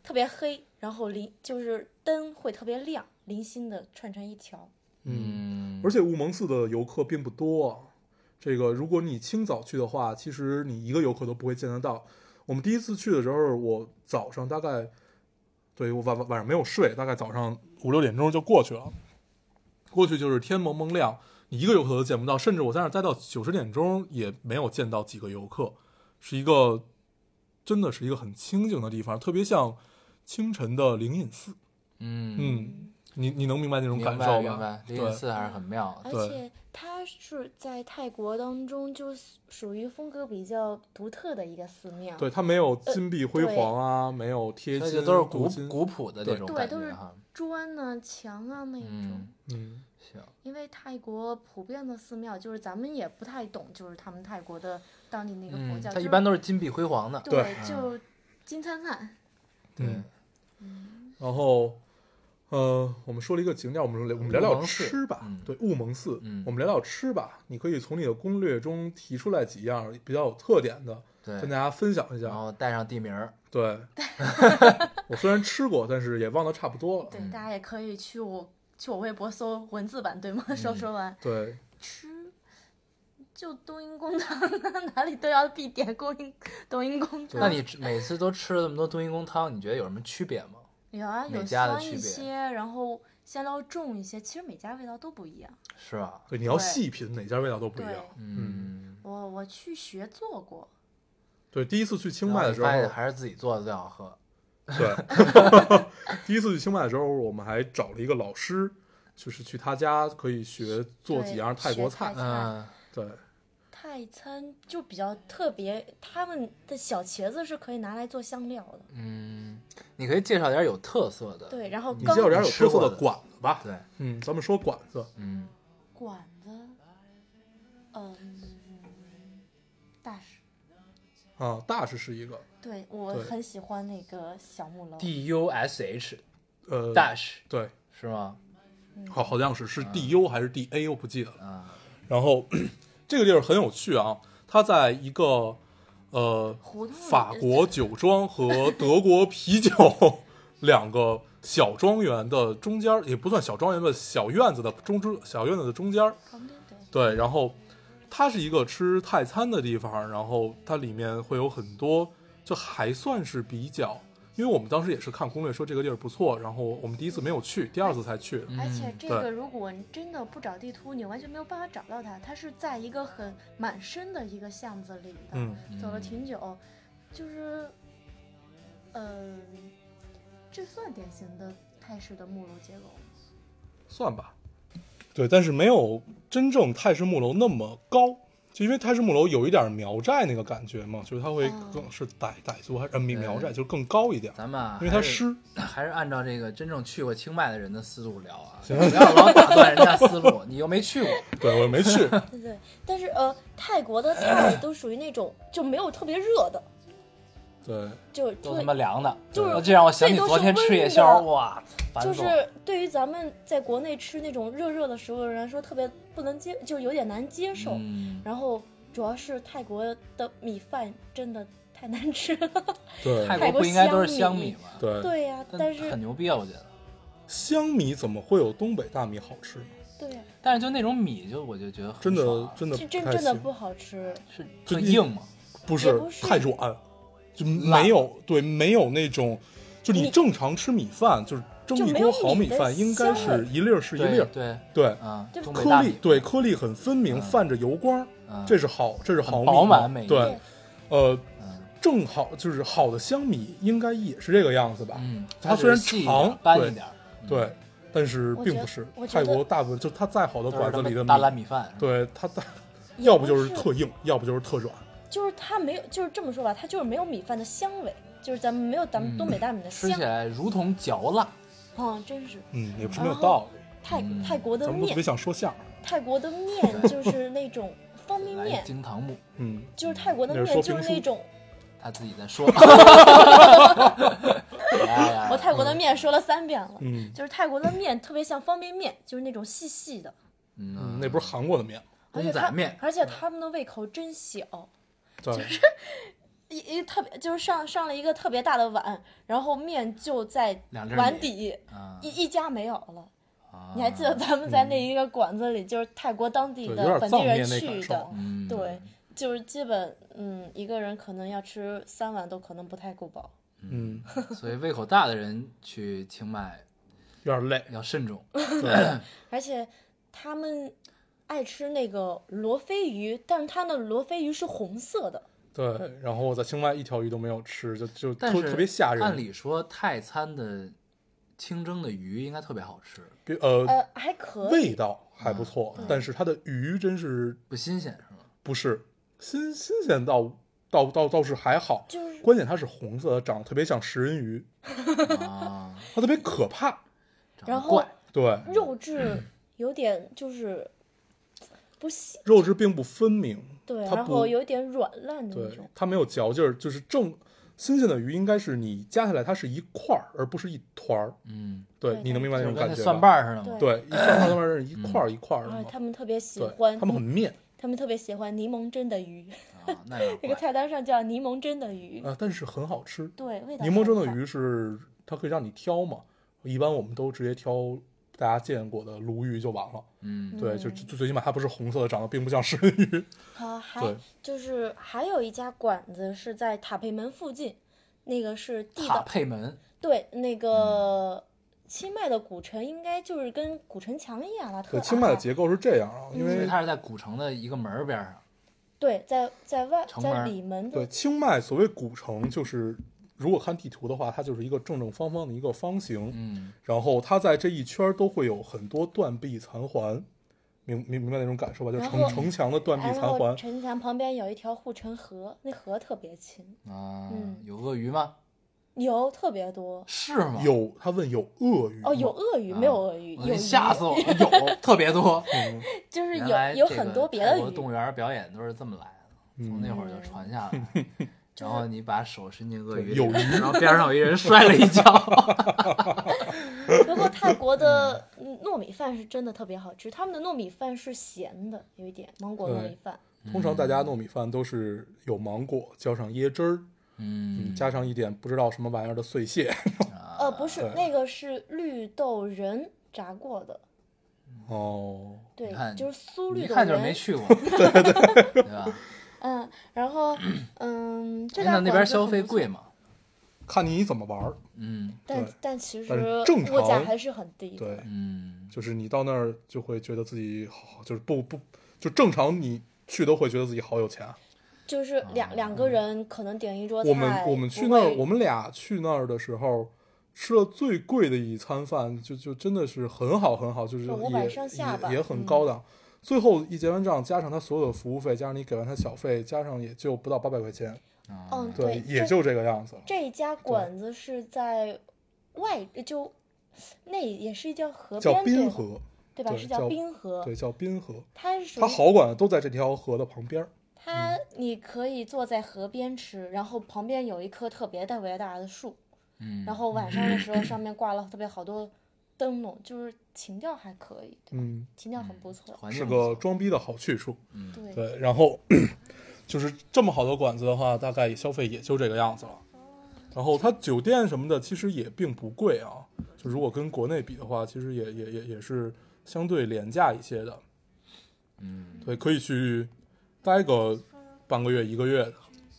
[SPEAKER 3] 特别黑，然后零就是灯会特别亮，零星的串成一条。
[SPEAKER 1] 嗯，
[SPEAKER 2] 而且雾蒙寺的游客并不多、啊。这个，如果你清早去的话，其实你一个游客都不会见得到。我们第一次去的时候，我早上大概，对我晚晚晚上没有睡，大概早上五六点钟就过去了。过去就是天蒙蒙亮，你一个游客都见不到，甚至我在那儿待到九十点钟也没有见到几个游客，是一个真的是一个很清静的地方，特别像清晨的灵隐寺。
[SPEAKER 1] 嗯，
[SPEAKER 2] 嗯，你你能明白那种感
[SPEAKER 1] 明
[SPEAKER 2] 受
[SPEAKER 1] 白
[SPEAKER 2] 吧？
[SPEAKER 1] 明白，灵
[SPEAKER 2] 对
[SPEAKER 1] 隐寺还是很妙的，
[SPEAKER 3] 而
[SPEAKER 2] 哦对
[SPEAKER 3] 且它是在泰国当中就是属于风格比较独特的一个寺庙，
[SPEAKER 2] 对，它没有金碧辉煌啊，没有贴
[SPEAKER 1] 所以
[SPEAKER 2] 金，
[SPEAKER 1] 就都是
[SPEAKER 2] 镀
[SPEAKER 1] 古
[SPEAKER 2] 金
[SPEAKER 1] 古朴的那
[SPEAKER 2] 对
[SPEAKER 1] 种
[SPEAKER 3] 对
[SPEAKER 1] 感
[SPEAKER 3] 都
[SPEAKER 1] 觉
[SPEAKER 3] 是
[SPEAKER 1] 哈，
[SPEAKER 3] 砖呢、墙啊那种。
[SPEAKER 1] 嗯，
[SPEAKER 2] 嗯，
[SPEAKER 1] 行，
[SPEAKER 3] 因为泰国普遍的寺庙，就是咱们也不太懂，就是他们泰国的当地那个佛
[SPEAKER 1] 嗯，
[SPEAKER 3] 教，
[SPEAKER 1] 它
[SPEAKER 3] 就
[SPEAKER 1] 一
[SPEAKER 3] 是
[SPEAKER 1] 般都是金碧辉煌的，
[SPEAKER 3] 对，
[SPEAKER 2] 对
[SPEAKER 3] 就金灿灿，
[SPEAKER 1] 对
[SPEAKER 2] 嗯，然后，呃，我们说了一个景点，我们我们聊
[SPEAKER 1] 雾
[SPEAKER 2] 聊
[SPEAKER 1] 蒙寺
[SPEAKER 2] 吃吧。
[SPEAKER 1] 嗯
[SPEAKER 2] 对，雾蒙寺，
[SPEAKER 1] 嗯
[SPEAKER 2] 我们聊聊吃吧。你可以从你的攻略中提出来几样比较有特点的，啊跟大
[SPEAKER 1] 对，哦
[SPEAKER 2] 家分享一
[SPEAKER 1] 然
[SPEAKER 2] 下。
[SPEAKER 1] 后带上地名儿，
[SPEAKER 2] 对，我虽然吃过，但是也忘得差不多了。
[SPEAKER 3] 对，大家也可以去我去我微博搜文字版，对吗？ 说说完
[SPEAKER 2] 对，
[SPEAKER 3] 吃，就冬阴功汤，哪里都要必点冬阴冬阴功汤。
[SPEAKER 1] 那你吃每次都吃了那么多冬阴功汤，你觉得有什么区别吗？
[SPEAKER 3] 有啊，
[SPEAKER 1] 哪
[SPEAKER 3] 有
[SPEAKER 1] 家的
[SPEAKER 3] 酸
[SPEAKER 1] 区
[SPEAKER 3] 一
[SPEAKER 1] 别
[SPEAKER 3] 些，然后香料重一些，其实每家味道都不一样。
[SPEAKER 1] 是吧？
[SPEAKER 2] 对，你要
[SPEAKER 3] 对
[SPEAKER 2] 细品哪家味道都不一
[SPEAKER 3] 对
[SPEAKER 2] 样。，
[SPEAKER 1] 嗯，
[SPEAKER 3] 我我去学做过，
[SPEAKER 2] 对，第一次去清
[SPEAKER 1] 然后
[SPEAKER 2] 迈的
[SPEAKER 1] 你
[SPEAKER 2] 时候
[SPEAKER 1] 发，现还是自己做的最好喝，
[SPEAKER 2] 对， 第一次去清迈的时候，我们还找了一个老师，就是去他家可以学做几样泰国菜
[SPEAKER 3] 对。
[SPEAKER 1] 嗯，
[SPEAKER 2] 对，
[SPEAKER 3] 泰餐就比较特别，他们的小茄子是可以拿来做香料的，
[SPEAKER 1] 嗯，你可以介绍点有特色的。
[SPEAKER 3] 对，然后
[SPEAKER 1] 你
[SPEAKER 2] 你介绍
[SPEAKER 3] 羹
[SPEAKER 2] 点有特
[SPEAKER 1] 吃过
[SPEAKER 2] 色
[SPEAKER 1] 的
[SPEAKER 2] 的馆子吧。
[SPEAKER 1] 对，
[SPEAKER 2] 嗯，咱们说馆子，
[SPEAKER 1] 嗯，
[SPEAKER 3] 馆子，嗯，大师，
[SPEAKER 2] 啊，大师是一个，
[SPEAKER 3] 对我
[SPEAKER 2] 对
[SPEAKER 3] 很喜欢那个小木楼，
[SPEAKER 1] D U S H
[SPEAKER 2] 呃，
[SPEAKER 1] dash
[SPEAKER 2] 对，
[SPEAKER 1] 是吗？
[SPEAKER 2] 好，好像是是 D U 还是 D A，我不记得了。
[SPEAKER 1] 啊，
[SPEAKER 2] 然后这个地儿很有趣啊，它在一个呃
[SPEAKER 3] 胡同里
[SPEAKER 2] 法国酒庄和德国啤酒两个小庄园的中间儿，也不算小庄园吧，小院子的中中小院子的中间儿。
[SPEAKER 3] 旁边对，
[SPEAKER 2] 对，然后它是一个吃泰餐的地方，然后它里面会有很多，就还算是比较因为我们当时也是看攻略说这个地儿不错，然后我们第一次没有去，第二次才去。
[SPEAKER 1] 嗯
[SPEAKER 3] 而且这
[SPEAKER 2] 对
[SPEAKER 3] 个，如果你真的不找地图，你完全没有办法找到它。它是在一个很满深的一个巷子里的，
[SPEAKER 2] 嗯，
[SPEAKER 3] 走了挺久，就是，嗯、这算典型的泰式的木楼结构。
[SPEAKER 2] 算吧。对，但是没有真正泰式木楼那么高，就因为泰式木楼有一点苗寨那个感觉嘛，就是它会
[SPEAKER 3] 哦
[SPEAKER 2] 更是傣傣族还是呃苗苗寨，
[SPEAKER 1] 对
[SPEAKER 2] 就是更高一点，
[SPEAKER 1] 咱们啊，
[SPEAKER 2] 因为它
[SPEAKER 1] 还是
[SPEAKER 2] 湿。
[SPEAKER 1] 还是按照这个真正去过清迈的人的思路聊啊，不要老打断人家思路，你又没去过，
[SPEAKER 2] 对，我没 去。
[SPEAKER 3] 对对，但是呃，泰国 的菜都属于那种就没有特别热的，
[SPEAKER 2] 对，
[SPEAKER 3] 就
[SPEAKER 1] 都
[SPEAKER 3] 特
[SPEAKER 1] 他妈凉的，
[SPEAKER 3] 就是
[SPEAKER 1] 这让我想起
[SPEAKER 3] 这都是
[SPEAKER 1] 昨天吃夜宵，
[SPEAKER 3] 温的
[SPEAKER 1] 哇，烦
[SPEAKER 3] 就
[SPEAKER 1] 死我了！
[SPEAKER 3] 是对于咱们在国内吃那种热热的食物的人来说，特别不能接，就有点难接受。
[SPEAKER 1] 嗯，
[SPEAKER 3] 然后主要是泰国的米饭真的太难吃 了。
[SPEAKER 2] 对，
[SPEAKER 1] 泰国不应该都是香米吗？
[SPEAKER 2] 对，
[SPEAKER 3] 对呀、但是
[SPEAKER 1] 很牛逼啊，我觉得。
[SPEAKER 2] 香米怎么会有东北大米好吃呢？
[SPEAKER 3] 对呀、
[SPEAKER 1] 但是就那种米，就我就觉得很
[SPEAKER 2] 真的
[SPEAKER 1] 爽，啊
[SPEAKER 2] 真的
[SPEAKER 3] 是
[SPEAKER 2] 不
[SPEAKER 3] 真
[SPEAKER 2] 太
[SPEAKER 3] 真的
[SPEAKER 2] 行，
[SPEAKER 3] 不好吃。
[SPEAKER 1] 是
[SPEAKER 2] 就
[SPEAKER 1] 特
[SPEAKER 2] 一
[SPEAKER 1] 硬嘛。
[SPEAKER 2] 不
[SPEAKER 3] 也
[SPEAKER 2] 是
[SPEAKER 3] 不是
[SPEAKER 2] 太软，就
[SPEAKER 1] 烂
[SPEAKER 2] 没有对，没有那种，就你
[SPEAKER 3] 米
[SPEAKER 2] 正常吃米饭，就是蒸
[SPEAKER 3] 就
[SPEAKER 2] 一
[SPEAKER 3] 没
[SPEAKER 2] 锅
[SPEAKER 3] 有
[SPEAKER 2] 好
[SPEAKER 3] 米
[SPEAKER 2] 米
[SPEAKER 3] 的
[SPEAKER 2] 饭，应该
[SPEAKER 3] 香味
[SPEAKER 2] 是一粒儿是一粒
[SPEAKER 1] 对
[SPEAKER 2] 儿，
[SPEAKER 1] 对，
[SPEAKER 2] 对，
[SPEAKER 1] 嗯，
[SPEAKER 3] 对
[SPEAKER 1] 东北
[SPEAKER 2] 颗
[SPEAKER 1] 大
[SPEAKER 2] 粒
[SPEAKER 1] 米，
[SPEAKER 2] 对，颗粒很分明，
[SPEAKER 1] 嗯
[SPEAKER 2] 泛着油光，
[SPEAKER 1] 嗯
[SPEAKER 2] 这是好，这是好米嘛，
[SPEAKER 1] 饱满每一粒
[SPEAKER 2] 对，呃，
[SPEAKER 1] 嗯
[SPEAKER 2] 正好就是好的香米应该也是这个样子吧，
[SPEAKER 1] 嗯，
[SPEAKER 2] 它虽然
[SPEAKER 1] 只是细一
[SPEAKER 2] 长
[SPEAKER 1] 点干
[SPEAKER 2] 对
[SPEAKER 1] 一点儿，嗯，
[SPEAKER 2] 对，但是
[SPEAKER 3] 我
[SPEAKER 2] 并不
[SPEAKER 3] 觉得
[SPEAKER 2] 是
[SPEAKER 3] 我觉
[SPEAKER 2] 泰
[SPEAKER 3] 得
[SPEAKER 2] 国大部分就它再好的
[SPEAKER 1] 都是
[SPEAKER 2] 馆
[SPEAKER 1] 他
[SPEAKER 2] 子
[SPEAKER 1] 妈
[SPEAKER 2] 里的
[SPEAKER 1] 大烂
[SPEAKER 2] 米，
[SPEAKER 1] 米饭，是吧，
[SPEAKER 2] 对它大，
[SPEAKER 3] 也
[SPEAKER 2] 要不就
[SPEAKER 3] 不
[SPEAKER 2] 是特硬，要不就是特软，
[SPEAKER 3] 就是它没有，就是这么说吧，它就是没有米饭的香味，就是咱们没有咱们
[SPEAKER 2] 嗯
[SPEAKER 3] 东北大米的
[SPEAKER 1] 吃
[SPEAKER 3] 香
[SPEAKER 1] 起。来如同嚼蜡，
[SPEAKER 3] 啊、真是
[SPEAKER 2] 嗯，也不是没有
[SPEAKER 3] 然后
[SPEAKER 2] 道理，
[SPEAKER 3] 泰
[SPEAKER 1] 嗯
[SPEAKER 3] 泰国的
[SPEAKER 2] 咱们都别
[SPEAKER 3] 面，
[SPEAKER 2] 想说相声，
[SPEAKER 3] 泰国的面就是那种方便
[SPEAKER 1] 来
[SPEAKER 3] 面，
[SPEAKER 1] 惊堂木，
[SPEAKER 2] 嗯，
[SPEAKER 3] 就是泰国的
[SPEAKER 2] 那是
[SPEAKER 3] 面
[SPEAKER 2] 说
[SPEAKER 3] 就
[SPEAKER 2] 评
[SPEAKER 3] 是
[SPEAKER 2] 书
[SPEAKER 3] 那种，
[SPEAKER 1] 他自己在说。 哎呀
[SPEAKER 3] 我泰国的面说了三遍了，
[SPEAKER 2] 嗯，
[SPEAKER 3] 就是泰国的面特别像方便面，就是那种细细的，
[SPEAKER 1] 嗯
[SPEAKER 2] 嗯，那不是韩国的面，
[SPEAKER 3] 而
[SPEAKER 1] 公
[SPEAKER 3] 且
[SPEAKER 1] 仔
[SPEAKER 3] 他
[SPEAKER 1] 面，嗯
[SPEAKER 3] 而且他们的胃口真小，
[SPEAKER 2] 对，
[SPEAKER 3] 一一特别就是上上了一个特别大的碗，然后面就在
[SPEAKER 1] 两粒儿
[SPEAKER 3] 碗
[SPEAKER 1] 米
[SPEAKER 3] 底，
[SPEAKER 1] 啊
[SPEAKER 3] 一一家没有了。
[SPEAKER 1] 啊
[SPEAKER 3] 你还记得咱们在那一个馆子里，就是泰国当地
[SPEAKER 2] 嗯对有点
[SPEAKER 3] 的本地人
[SPEAKER 2] 藏面那感
[SPEAKER 3] 去
[SPEAKER 2] 受
[SPEAKER 3] 的，
[SPEAKER 1] 嗯，
[SPEAKER 3] 对，就是基本嗯，一个人可能要吃三碗都可能不太够饱。
[SPEAKER 2] 嗯，
[SPEAKER 1] 所以胃口大的人去清迈
[SPEAKER 2] 有点累，
[SPEAKER 1] 要慎重。
[SPEAKER 2] 对，
[SPEAKER 3] 而且他们爱吃那个罗非鱼，但是它的罗非鱼是红色的，
[SPEAKER 2] 对，然后我在清迈一条鱼都没有吃，就就
[SPEAKER 1] 但
[SPEAKER 2] 特
[SPEAKER 1] 是
[SPEAKER 2] 特别吓人，
[SPEAKER 1] 按理说泰餐的清蒸的鱼应该特别好吃，
[SPEAKER 2] 比呃
[SPEAKER 3] 呃，还可以。
[SPEAKER 2] 味道还不错，
[SPEAKER 3] 嗯
[SPEAKER 2] 但是它的鱼真是
[SPEAKER 1] 不新鲜是吗？
[SPEAKER 2] 不是新新鲜到倒倒倒是还好，
[SPEAKER 3] 就是
[SPEAKER 2] 关键它是红色的，长得特别像食人鱼，
[SPEAKER 1] 啊，
[SPEAKER 2] 它特别可怕，
[SPEAKER 1] 长
[SPEAKER 3] 然
[SPEAKER 1] 得
[SPEAKER 3] 后
[SPEAKER 1] 怪，
[SPEAKER 2] 对，
[SPEAKER 3] 肉质有点就是不细，
[SPEAKER 2] 肉质并不分明，
[SPEAKER 3] 对，
[SPEAKER 2] 它
[SPEAKER 3] 然
[SPEAKER 2] 不
[SPEAKER 3] 后有点软烂的那
[SPEAKER 2] 对
[SPEAKER 3] 种，，
[SPEAKER 2] 它没有嚼劲儿，就是正新鲜的鱼应该是你夹下来它是一块儿，而不是一团儿，
[SPEAKER 1] 嗯，
[SPEAKER 2] 对，
[SPEAKER 3] 对
[SPEAKER 2] 你能明白那
[SPEAKER 1] 就
[SPEAKER 2] 种
[SPEAKER 1] 是
[SPEAKER 2] 感
[SPEAKER 1] 跟那
[SPEAKER 2] 觉吧？
[SPEAKER 1] 蒜瓣儿似的
[SPEAKER 3] 对
[SPEAKER 2] 对，
[SPEAKER 1] 吗？
[SPEAKER 2] 一 放到那边一块儿一块儿的
[SPEAKER 3] 然后
[SPEAKER 2] 嘛。
[SPEAKER 3] 他们特别啊喜
[SPEAKER 2] 对，
[SPEAKER 3] 欢，
[SPEAKER 2] 他们很面
[SPEAKER 3] 他们特别喜欢柠檬蒸的鱼，
[SPEAKER 1] 啊，那 有
[SPEAKER 3] 这个
[SPEAKER 1] 点怪。
[SPEAKER 3] 菜单上叫柠檬蒸的鱼，
[SPEAKER 2] 啊，但是很好吃。
[SPEAKER 3] 对，味道
[SPEAKER 2] 柠檬蒸
[SPEAKER 3] 很
[SPEAKER 2] 的
[SPEAKER 3] 好，
[SPEAKER 2] 鱼是它可以让你挑嘛，一般我们都直接挑大家见过的鲈鱼就完了。
[SPEAKER 1] 嗯，
[SPEAKER 2] 对，就就最起码它不是红色的，长得并不像食人鱼。
[SPEAKER 3] 好，还
[SPEAKER 2] 对
[SPEAKER 3] 就是还有一家馆子是在塔佩门附近，那个是地
[SPEAKER 1] 塔
[SPEAKER 3] 道，
[SPEAKER 1] 佩门，
[SPEAKER 3] 对，那
[SPEAKER 1] 嗯
[SPEAKER 3] 个清迈的古城应该就是跟古城墙一样了，特
[SPEAKER 2] 对，清迈的
[SPEAKER 3] 矮
[SPEAKER 2] 结构是这样
[SPEAKER 3] 嗯
[SPEAKER 2] 啊，因
[SPEAKER 1] 所以
[SPEAKER 2] 为
[SPEAKER 1] 它是在古城的一个门儿边儿上。
[SPEAKER 3] 对，在在外
[SPEAKER 1] 城门
[SPEAKER 3] 在
[SPEAKER 1] 儿
[SPEAKER 3] 里门
[SPEAKER 2] 对
[SPEAKER 3] 的，
[SPEAKER 2] 清迈所谓古城就是。如果看地图的话，它就是一个正正方方的一个方形，
[SPEAKER 1] 嗯，
[SPEAKER 2] 然后它在这一圈儿都会有很多断壁残环，明明明白那种感受吧？就是
[SPEAKER 3] 然
[SPEAKER 2] 城
[SPEAKER 3] 后
[SPEAKER 2] 城墙的断壁
[SPEAKER 3] 然
[SPEAKER 2] 残
[SPEAKER 3] 后
[SPEAKER 2] 环，
[SPEAKER 3] 城墙旁边有一条护城河，那河特别清，
[SPEAKER 1] 啊
[SPEAKER 3] 嗯，
[SPEAKER 1] 有鳄鱼吗？
[SPEAKER 3] 牛特别多。
[SPEAKER 1] 是吗？
[SPEAKER 2] 有他问有鳄鱼
[SPEAKER 3] 哦，有
[SPEAKER 2] 吗
[SPEAKER 3] 鳄鱼，
[SPEAKER 1] 啊
[SPEAKER 3] 没有鳄鱼，有
[SPEAKER 1] 我
[SPEAKER 3] 鱼
[SPEAKER 1] 吓死我了！有特别 多，
[SPEAKER 2] 嗯
[SPEAKER 3] 就是
[SPEAKER 1] 原
[SPEAKER 3] 有
[SPEAKER 1] 来
[SPEAKER 3] 有
[SPEAKER 1] 这个
[SPEAKER 3] 很多别
[SPEAKER 1] 泰
[SPEAKER 3] 的
[SPEAKER 1] 国
[SPEAKER 3] 鱼，
[SPEAKER 1] 动物园儿表演都是这么来的，从那
[SPEAKER 2] 嗯
[SPEAKER 1] 会儿就传 下来了。然后你把手伸进鳄鱼里
[SPEAKER 2] 有鱼
[SPEAKER 1] 然后边上有一人摔 了一跤。
[SPEAKER 3] 不过泰国的嗯糯米饭是真的特别好吃，他们的糯米饭是咸的，有一点芒果糯
[SPEAKER 2] 对
[SPEAKER 3] 米饭。
[SPEAKER 2] 通常大家糯米饭都是有芒果，浇上椰汁儿，
[SPEAKER 1] 嗯，
[SPEAKER 2] 加上一点不知道什么玩意儿的碎 屑。
[SPEAKER 3] 呃，不是
[SPEAKER 2] 对，
[SPEAKER 3] 那个是绿豆仁炸过的，
[SPEAKER 2] 哦，
[SPEAKER 3] 对
[SPEAKER 1] 你看，
[SPEAKER 3] 就是酥
[SPEAKER 1] 你
[SPEAKER 3] 绿
[SPEAKER 1] 一
[SPEAKER 3] 豆
[SPEAKER 1] 看就是没
[SPEAKER 3] 仁。
[SPEAKER 1] 去 过，对对对吧？
[SPEAKER 3] 嗯，然后嗯，这
[SPEAKER 1] 哎
[SPEAKER 3] 家
[SPEAKER 1] 那那边
[SPEAKER 3] 馆子
[SPEAKER 1] 消
[SPEAKER 3] 很
[SPEAKER 1] 费
[SPEAKER 3] 不错
[SPEAKER 1] 贵吗？
[SPEAKER 2] 看你怎么玩儿。
[SPEAKER 1] 嗯
[SPEAKER 3] 但
[SPEAKER 2] 对
[SPEAKER 3] 但其实
[SPEAKER 2] 但是正常
[SPEAKER 3] 物价还是很低的。
[SPEAKER 2] 对，
[SPEAKER 1] 嗯
[SPEAKER 2] 就是你到那儿就会觉得自己好，就是不不就正常你去都会觉得自己好有钱。
[SPEAKER 3] 就是
[SPEAKER 1] 啊
[SPEAKER 3] 两、两
[SPEAKER 1] 嗯
[SPEAKER 3] 个人可能点一桌菜，
[SPEAKER 2] 我们我们去
[SPEAKER 3] 不
[SPEAKER 2] 那儿，
[SPEAKER 3] 会
[SPEAKER 2] 我们俩去那儿的时候，吃了最贵的一餐饭，就就真的是很好很好，就是
[SPEAKER 3] 哦500
[SPEAKER 2] 也
[SPEAKER 3] 上下吧
[SPEAKER 2] 也也很
[SPEAKER 3] 嗯
[SPEAKER 2] 高档。最后一结完账，加上他所有的服务费，加上你给完他小费，加上也就不到八百块钱，
[SPEAKER 3] 嗯
[SPEAKER 2] 对，
[SPEAKER 3] 对
[SPEAKER 2] 也
[SPEAKER 3] 这
[SPEAKER 2] 就这个样子了。
[SPEAKER 3] 这家馆子是在外就那也是一条河
[SPEAKER 2] 叫
[SPEAKER 3] 边对
[SPEAKER 2] 滨
[SPEAKER 3] 吧
[SPEAKER 2] 河，
[SPEAKER 3] 对吧？
[SPEAKER 2] 对
[SPEAKER 3] 是
[SPEAKER 2] 叫
[SPEAKER 3] 滨河，
[SPEAKER 2] 对，叫滨河。
[SPEAKER 3] 它是属
[SPEAKER 2] 它
[SPEAKER 3] 于
[SPEAKER 2] 好嗯馆都在这条河的旁边儿。
[SPEAKER 3] 它你可以坐在河边吃，然后旁边有一棵特别特别大的树，
[SPEAKER 1] 嗯，
[SPEAKER 3] 然后晚上的时候上面挂了特别好多灯笼，就是情调还可以，对吧
[SPEAKER 2] 嗯，
[SPEAKER 3] 情调很不错。
[SPEAKER 1] 环境
[SPEAKER 2] 是
[SPEAKER 1] 不错
[SPEAKER 2] 个装逼的好去处。
[SPEAKER 3] 对，
[SPEAKER 2] 对，然后 就是这么好的馆子的话，大概消费也就这个样子了。然后它酒店什么的其实也并不贵啊，就如果跟国内比的话，其实也也也也是相对廉价一些的。
[SPEAKER 1] 嗯
[SPEAKER 2] 对，可以去待个半个月、一个月的，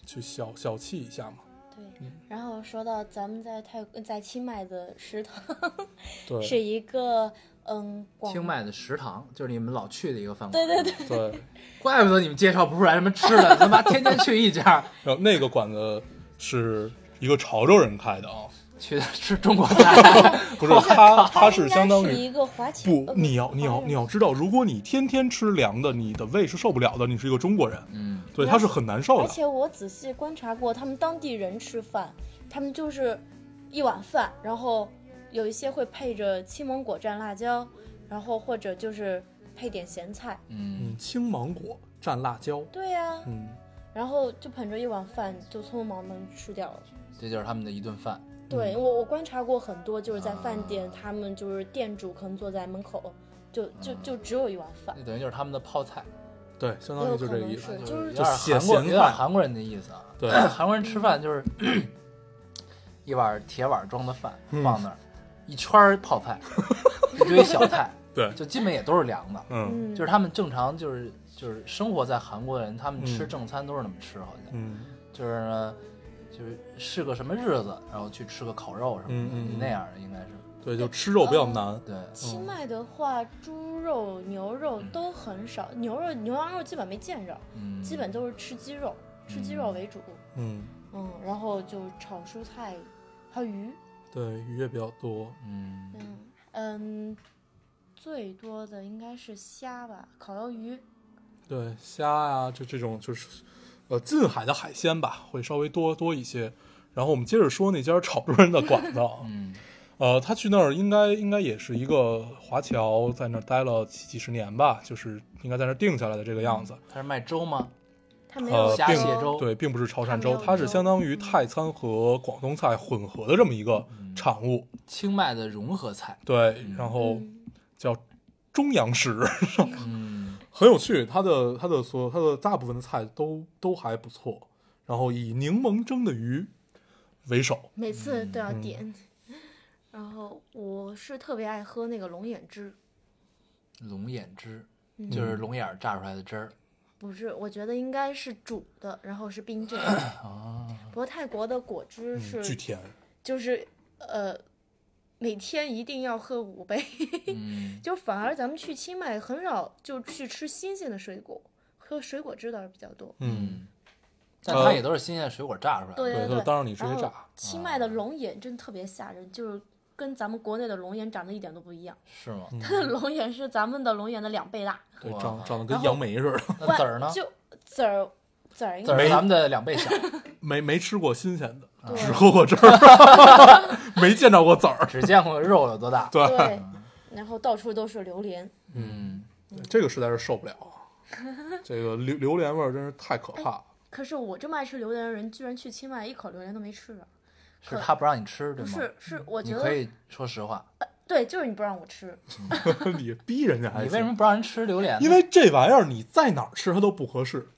[SPEAKER 2] 去小小憩一下嘛。
[SPEAKER 3] 对，
[SPEAKER 2] 嗯
[SPEAKER 3] 然后说到咱们在泰在清迈的食堂， 是
[SPEAKER 2] 对
[SPEAKER 3] 一个嗯，广
[SPEAKER 1] 清迈的食堂就是你们老去的一个饭馆，
[SPEAKER 3] 对对对，
[SPEAKER 2] 对，
[SPEAKER 1] 怪不得你们介绍不出来什么吃的，他妈天天去一家，
[SPEAKER 2] 然后那个馆子是一个潮州人开的啊，
[SPEAKER 1] 去吃中国 菜，
[SPEAKER 2] 不是他他
[SPEAKER 3] 应
[SPEAKER 2] 是
[SPEAKER 3] 该
[SPEAKER 2] 相当于
[SPEAKER 3] 是一个华侨，
[SPEAKER 2] 不
[SPEAKER 3] 呃，
[SPEAKER 2] 你要你要你要知道，如果你天天吃凉的，你的胃是受不了的。你是一个中国人，
[SPEAKER 1] 嗯，
[SPEAKER 2] 对，
[SPEAKER 3] 而
[SPEAKER 2] 它是很难受
[SPEAKER 3] 而
[SPEAKER 2] 的。
[SPEAKER 3] 且我仔细观察过，他们当地人吃饭，他们就是一碗饭，然后有一些会配着青芒果蘸辣椒，然后或者就是配点咸菜。
[SPEAKER 1] 嗯
[SPEAKER 2] 嗯，青芒果蘸辣椒，
[SPEAKER 3] 对呀、
[SPEAKER 2] 嗯，
[SPEAKER 3] 然后就捧着一碗饭就匆匆忙忙吃掉了。
[SPEAKER 1] 这就是他们的一顿饭，
[SPEAKER 3] 对我，我观察过很多，就是在饭店，
[SPEAKER 1] 啊
[SPEAKER 3] 他们就是店主可能坐在门口，就就
[SPEAKER 1] 嗯
[SPEAKER 3] 就只有一碗饭，
[SPEAKER 1] 那等于就是他们的泡菜，
[SPEAKER 2] 对，相
[SPEAKER 3] 也
[SPEAKER 2] 当
[SPEAKER 3] 有
[SPEAKER 2] 于就
[SPEAKER 3] 可
[SPEAKER 2] 这个
[SPEAKER 3] 能
[SPEAKER 2] 意思。
[SPEAKER 3] 是
[SPEAKER 1] 就
[SPEAKER 3] 就是
[SPEAKER 1] 有
[SPEAKER 3] 是
[SPEAKER 1] 点
[SPEAKER 2] 咸
[SPEAKER 1] 韩国
[SPEAKER 2] 咸
[SPEAKER 1] 有点
[SPEAKER 2] 菜
[SPEAKER 1] 韩国人的意思啊，
[SPEAKER 2] 对
[SPEAKER 1] 韩国人吃饭就是一碗铁碗装的饭
[SPEAKER 2] 嗯
[SPEAKER 1] 放那儿，一圈儿泡菜，一堆小菜，
[SPEAKER 2] 对，
[SPEAKER 1] 就基本也都是凉的，
[SPEAKER 2] 嗯
[SPEAKER 3] 嗯，
[SPEAKER 1] 就是他们正常就是就是生活在韩国的人，他们吃
[SPEAKER 2] 嗯
[SPEAKER 1] 正餐都是那么吃，好像
[SPEAKER 2] 嗯
[SPEAKER 1] 就是呢，就是是个什么日子，然后去吃个烤肉什么
[SPEAKER 2] 嗯
[SPEAKER 1] 的，
[SPEAKER 2] 嗯嗯
[SPEAKER 1] 那样的应该是
[SPEAKER 2] 对，
[SPEAKER 3] 嗯
[SPEAKER 2] 就吃肉比较难。
[SPEAKER 1] 对，
[SPEAKER 3] 清迈的话，猪肉、牛肉都很少，牛肉、牛羊肉基本没见着，
[SPEAKER 1] 嗯，
[SPEAKER 3] 基本都是吃鸡肉，吃鸡肉为主。
[SPEAKER 2] 嗯，
[SPEAKER 3] 嗯，然后就炒蔬菜，还有鱼。
[SPEAKER 2] 对，鱼也比较多。
[SPEAKER 1] 嗯
[SPEAKER 3] 嗯嗯，最多的应该是虾吧，烤鱿鱼。
[SPEAKER 2] 对，虾呀、就这种就是，呃，近海的海鲜吧，会稍微多多一些。然后我们接着说那家潮州人的馆子啊，
[SPEAKER 1] 嗯
[SPEAKER 2] 呃，他去那儿应该应该也是一个华侨，在那儿待了几几十年吧，就是应该在那儿定下来的这个样子。
[SPEAKER 1] 他是卖粥吗？
[SPEAKER 3] 它没
[SPEAKER 2] 呃
[SPEAKER 3] 有
[SPEAKER 1] 虾
[SPEAKER 2] 并
[SPEAKER 1] 蟹粥
[SPEAKER 2] 对，并不是潮
[SPEAKER 3] 它
[SPEAKER 2] 汕
[SPEAKER 3] 没
[SPEAKER 2] 粥
[SPEAKER 3] 有，
[SPEAKER 2] 它是
[SPEAKER 3] 粥
[SPEAKER 2] 相当于
[SPEAKER 3] 嗯
[SPEAKER 2] 泰餐和广东菜混合的这么一个产物。
[SPEAKER 1] 清迈的融合菜，
[SPEAKER 2] 对，然后
[SPEAKER 3] 嗯
[SPEAKER 2] 叫中央食，
[SPEAKER 1] 嗯
[SPEAKER 2] 很有趣。它的它的所有它的大部分的菜都都还不错，然后以柠檬蒸的鱼为首。
[SPEAKER 3] 每次都要
[SPEAKER 2] 嗯
[SPEAKER 3] 点。 然后我是特别爱喝那个龙眼汁，
[SPEAKER 1] 龙眼汁
[SPEAKER 3] 嗯
[SPEAKER 1] 就是龙眼儿榨出来的汁儿
[SPEAKER 3] 不是，我觉得应该是煮的，然后是冰镇的。
[SPEAKER 1] 啊，
[SPEAKER 3] 不过泰国的果汁是
[SPEAKER 2] 嗯，巨甜，
[SPEAKER 3] 就是呃，每天一定要喝五杯，
[SPEAKER 1] 嗯
[SPEAKER 3] 就反而咱们去清迈很少就去吃新鲜的水果，喝水果汁倒是比较
[SPEAKER 1] 啊
[SPEAKER 3] 多。
[SPEAKER 2] 嗯，，
[SPEAKER 1] 但它也都是新鲜水果榨出来的，
[SPEAKER 3] 对
[SPEAKER 2] 对，
[SPEAKER 3] 对嗯
[SPEAKER 2] 就
[SPEAKER 3] 对，
[SPEAKER 2] 当然你直接
[SPEAKER 3] 然后
[SPEAKER 2] 炸，
[SPEAKER 3] 清迈
[SPEAKER 1] 啊
[SPEAKER 3] 的龙眼真特别吓人，就是跟咱们国内的龙眼长得一点都不一样，
[SPEAKER 1] 是吗？
[SPEAKER 3] 它的龙眼是咱们的龙眼的两倍大，
[SPEAKER 2] 对，
[SPEAKER 1] 哇
[SPEAKER 2] 长长得
[SPEAKER 3] 然
[SPEAKER 2] 跟
[SPEAKER 3] 后
[SPEAKER 2] 杨梅似的，
[SPEAKER 1] 那籽儿呢
[SPEAKER 3] 哇？就籽儿籽儿应
[SPEAKER 1] 籽
[SPEAKER 3] 该
[SPEAKER 1] 儿
[SPEAKER 2] 没
[SPEAKER 1] 是咱们的两倍 小，
[SPEAKER 2] 没没吃过新鲜的，
[SPEAKER 3] 对
[SPEAKER 2] 只喝过汁儿， 没见着过籽儿。
[SPEAKER 1] 只见过肉有多大。
[SPEAKER 2] 对，
[SPEAKER 3] 对，然后到处都是榴莲。
[SPEAKER 1] 嗯，
[SPEAKER 2] 这个实在是受不 了啊，这个榴榴莲味儿真是太可怕了。
[SPEAKER 3] 可是我这么爱吃榴莲的人，居然去清迈一口榴莲都没吃着。
[SPEAKER 1] 是
[SPEAKER 3] 可
[SPEAKER 1] 他不让你吃，对
[SPEAKER 3] 不
[SPEAKER 1] 吗？
[SPEAKER 3] 是，是我
[SPEAKER 1] 你
[SPEAKER 3] 觉
[SPEAKER 1] 可
[SPEAKER 3] 得
[SPEAKER 1] 以说实话，
[SPEAKER 3] 对，就是你不让我吃，
[SPEAKER 2] 你逼人家还
[SPEAKER 1] 你
[SPEAKER 2] 行
[SPEAKER 1] 为什么？不让人吃榴莲呢？
[SPEAKER 2] 因为这玩意儿你在哪儿吃它都不合适，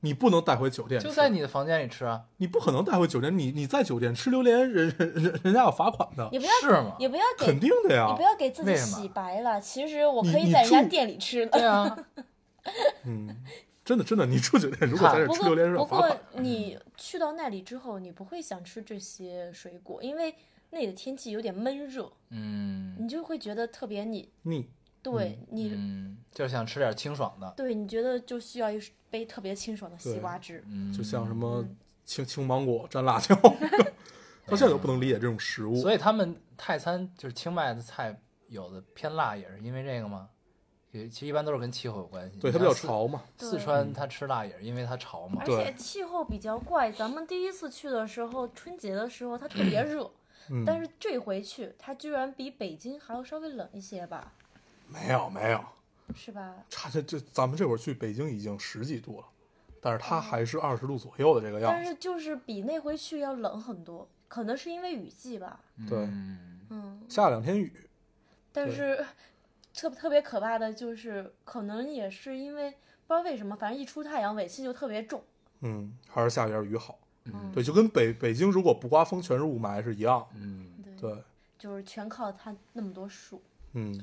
[SPEAKER 2] 你不能带回酒店吃。
[SPEAKER 1] 就在你的房间里吃啊，
[SPEAKER 2] 你不可能带回酒店，你你在酒店吃榴莲，人人人人家要罚款的，
[SPEAKER 3] 也不要
[SPEAKER 1] 是啊吗？
[SPEAKER 3] 也不要给
[SPEAKER 2] 肯定啊的呀
[SPEAKER 3] 你。不要给自己
[SPEAKER 1] 为什么
[SPEAKER 3] 洗白了，其实我
[SPEAKER 2] 你
[SPEAKER 3] 可以
[SPEAKER 2] 你
[SPEAKER 3] 在人家
[SPEAKER 2] 住
[SPEAKER 3] 店里吃的。
[SPEAKER 1] 对啊，
[SPEAKER 2] 嗯，真的真的，你住酒店，如果在这
[SPEAKER 3] 不
[SPEAKER 2] 吃榴
[SPEAKER 3] 过
[SPEAKER 2] 莲是
[SPEAKER 3] 不
[SPEAKER 2] 很
[SPEAKER 3] 过
[SPEAKER 2] 烦。
[SPEAKER 3] 你去到那里之后，你不会想吃这些水果，因为那里的天气有点闷热，
[SPEAKER 1] 嗯
[SPEAKER 3] 你就会觉得特别你
[SPEAKER 2] 腻，
[SPEAKER 3] 对你
[SPEAKER 1] 嗯，就想吃点清爽的，
[SPEAKER 3] 对你觉得就需要一杯特别清爽的西
[SPEAKER 2] 对
[SPEAKER 3] 瓜汁。
[SPEAKER 1] 嗯，
[SPEAKER 2] 就像什么
[SPEAKER 3] 嗯
[SPEAKER 2] 青青芒果蘸辣椒， 到现在都不能理解这种食物。
[SPEAKER 1] 所以他们泰餐就是清迈的菜，有的偏辣也是因为这个吗？也其实一般都是跟气候有关系。
[SPEAKER 2] 对，它
[SPEAKER 1] 你
[SPEAKER 2] 比
[SPEAKER 1] 像
[SPEAKER 2] 较
[SPEAKER 1] 四。
[SPEAKER 2] 潮嘛，
[SPEAKER 1] 四
[SPEAKER 3] 对
[SPEAKER 1] 川它吃辣也是因为它潮嘛
[SPEAKER 3] 而。
[SPEAKER 2] 对
[SPEAKER 3] 且气候比较怪，咱们第一次去的时候，春节的时候它特别热，
[SPEAKER 2] 嗯，
[SPEAKER 3] 但是这回去它居然比北京还要稍微冷一些吧，
[SPEAKER 2] 没有没有，
[SPEAKER 3] 是吧？
[SPEAKER 2] 差这这咱们这会儿去北京已经十几度了，但是它还是二十度左右的这个样
[SPEAKER 3] 但
[SPEAKER 2] 子。
[SPEAKER 3] 是就是比那回去要冷很多，可能是因为雨季吧。
[SPEAKER 2] 对，
[SPEAKER 1] 嗯，
[SPEAKER 3] 嗯，
[SPEAKER 2] 下两天雨，
[SPEAKER 3] 但
[SPEAKER 2] 对
[SPEAKER 3] 是 特特别可怕的就是，可能也是因为不知道为什么，反正一出太阳尾气就特别重。
[SPEAKER 2] 嗯，还是下点雨好。
[SPEAKER 3] 嗯，
[SPEAKER 2] 对，就跟北北京如果不刮风全是雾霾是一样。
[SPEAKER 1] 嗯，
[SPEAKER 3] 对
[SPEAKER 2] 对，
[SPEAKER 3] 就是全靠它那么多树，
[SPEAKER 2] 嗯，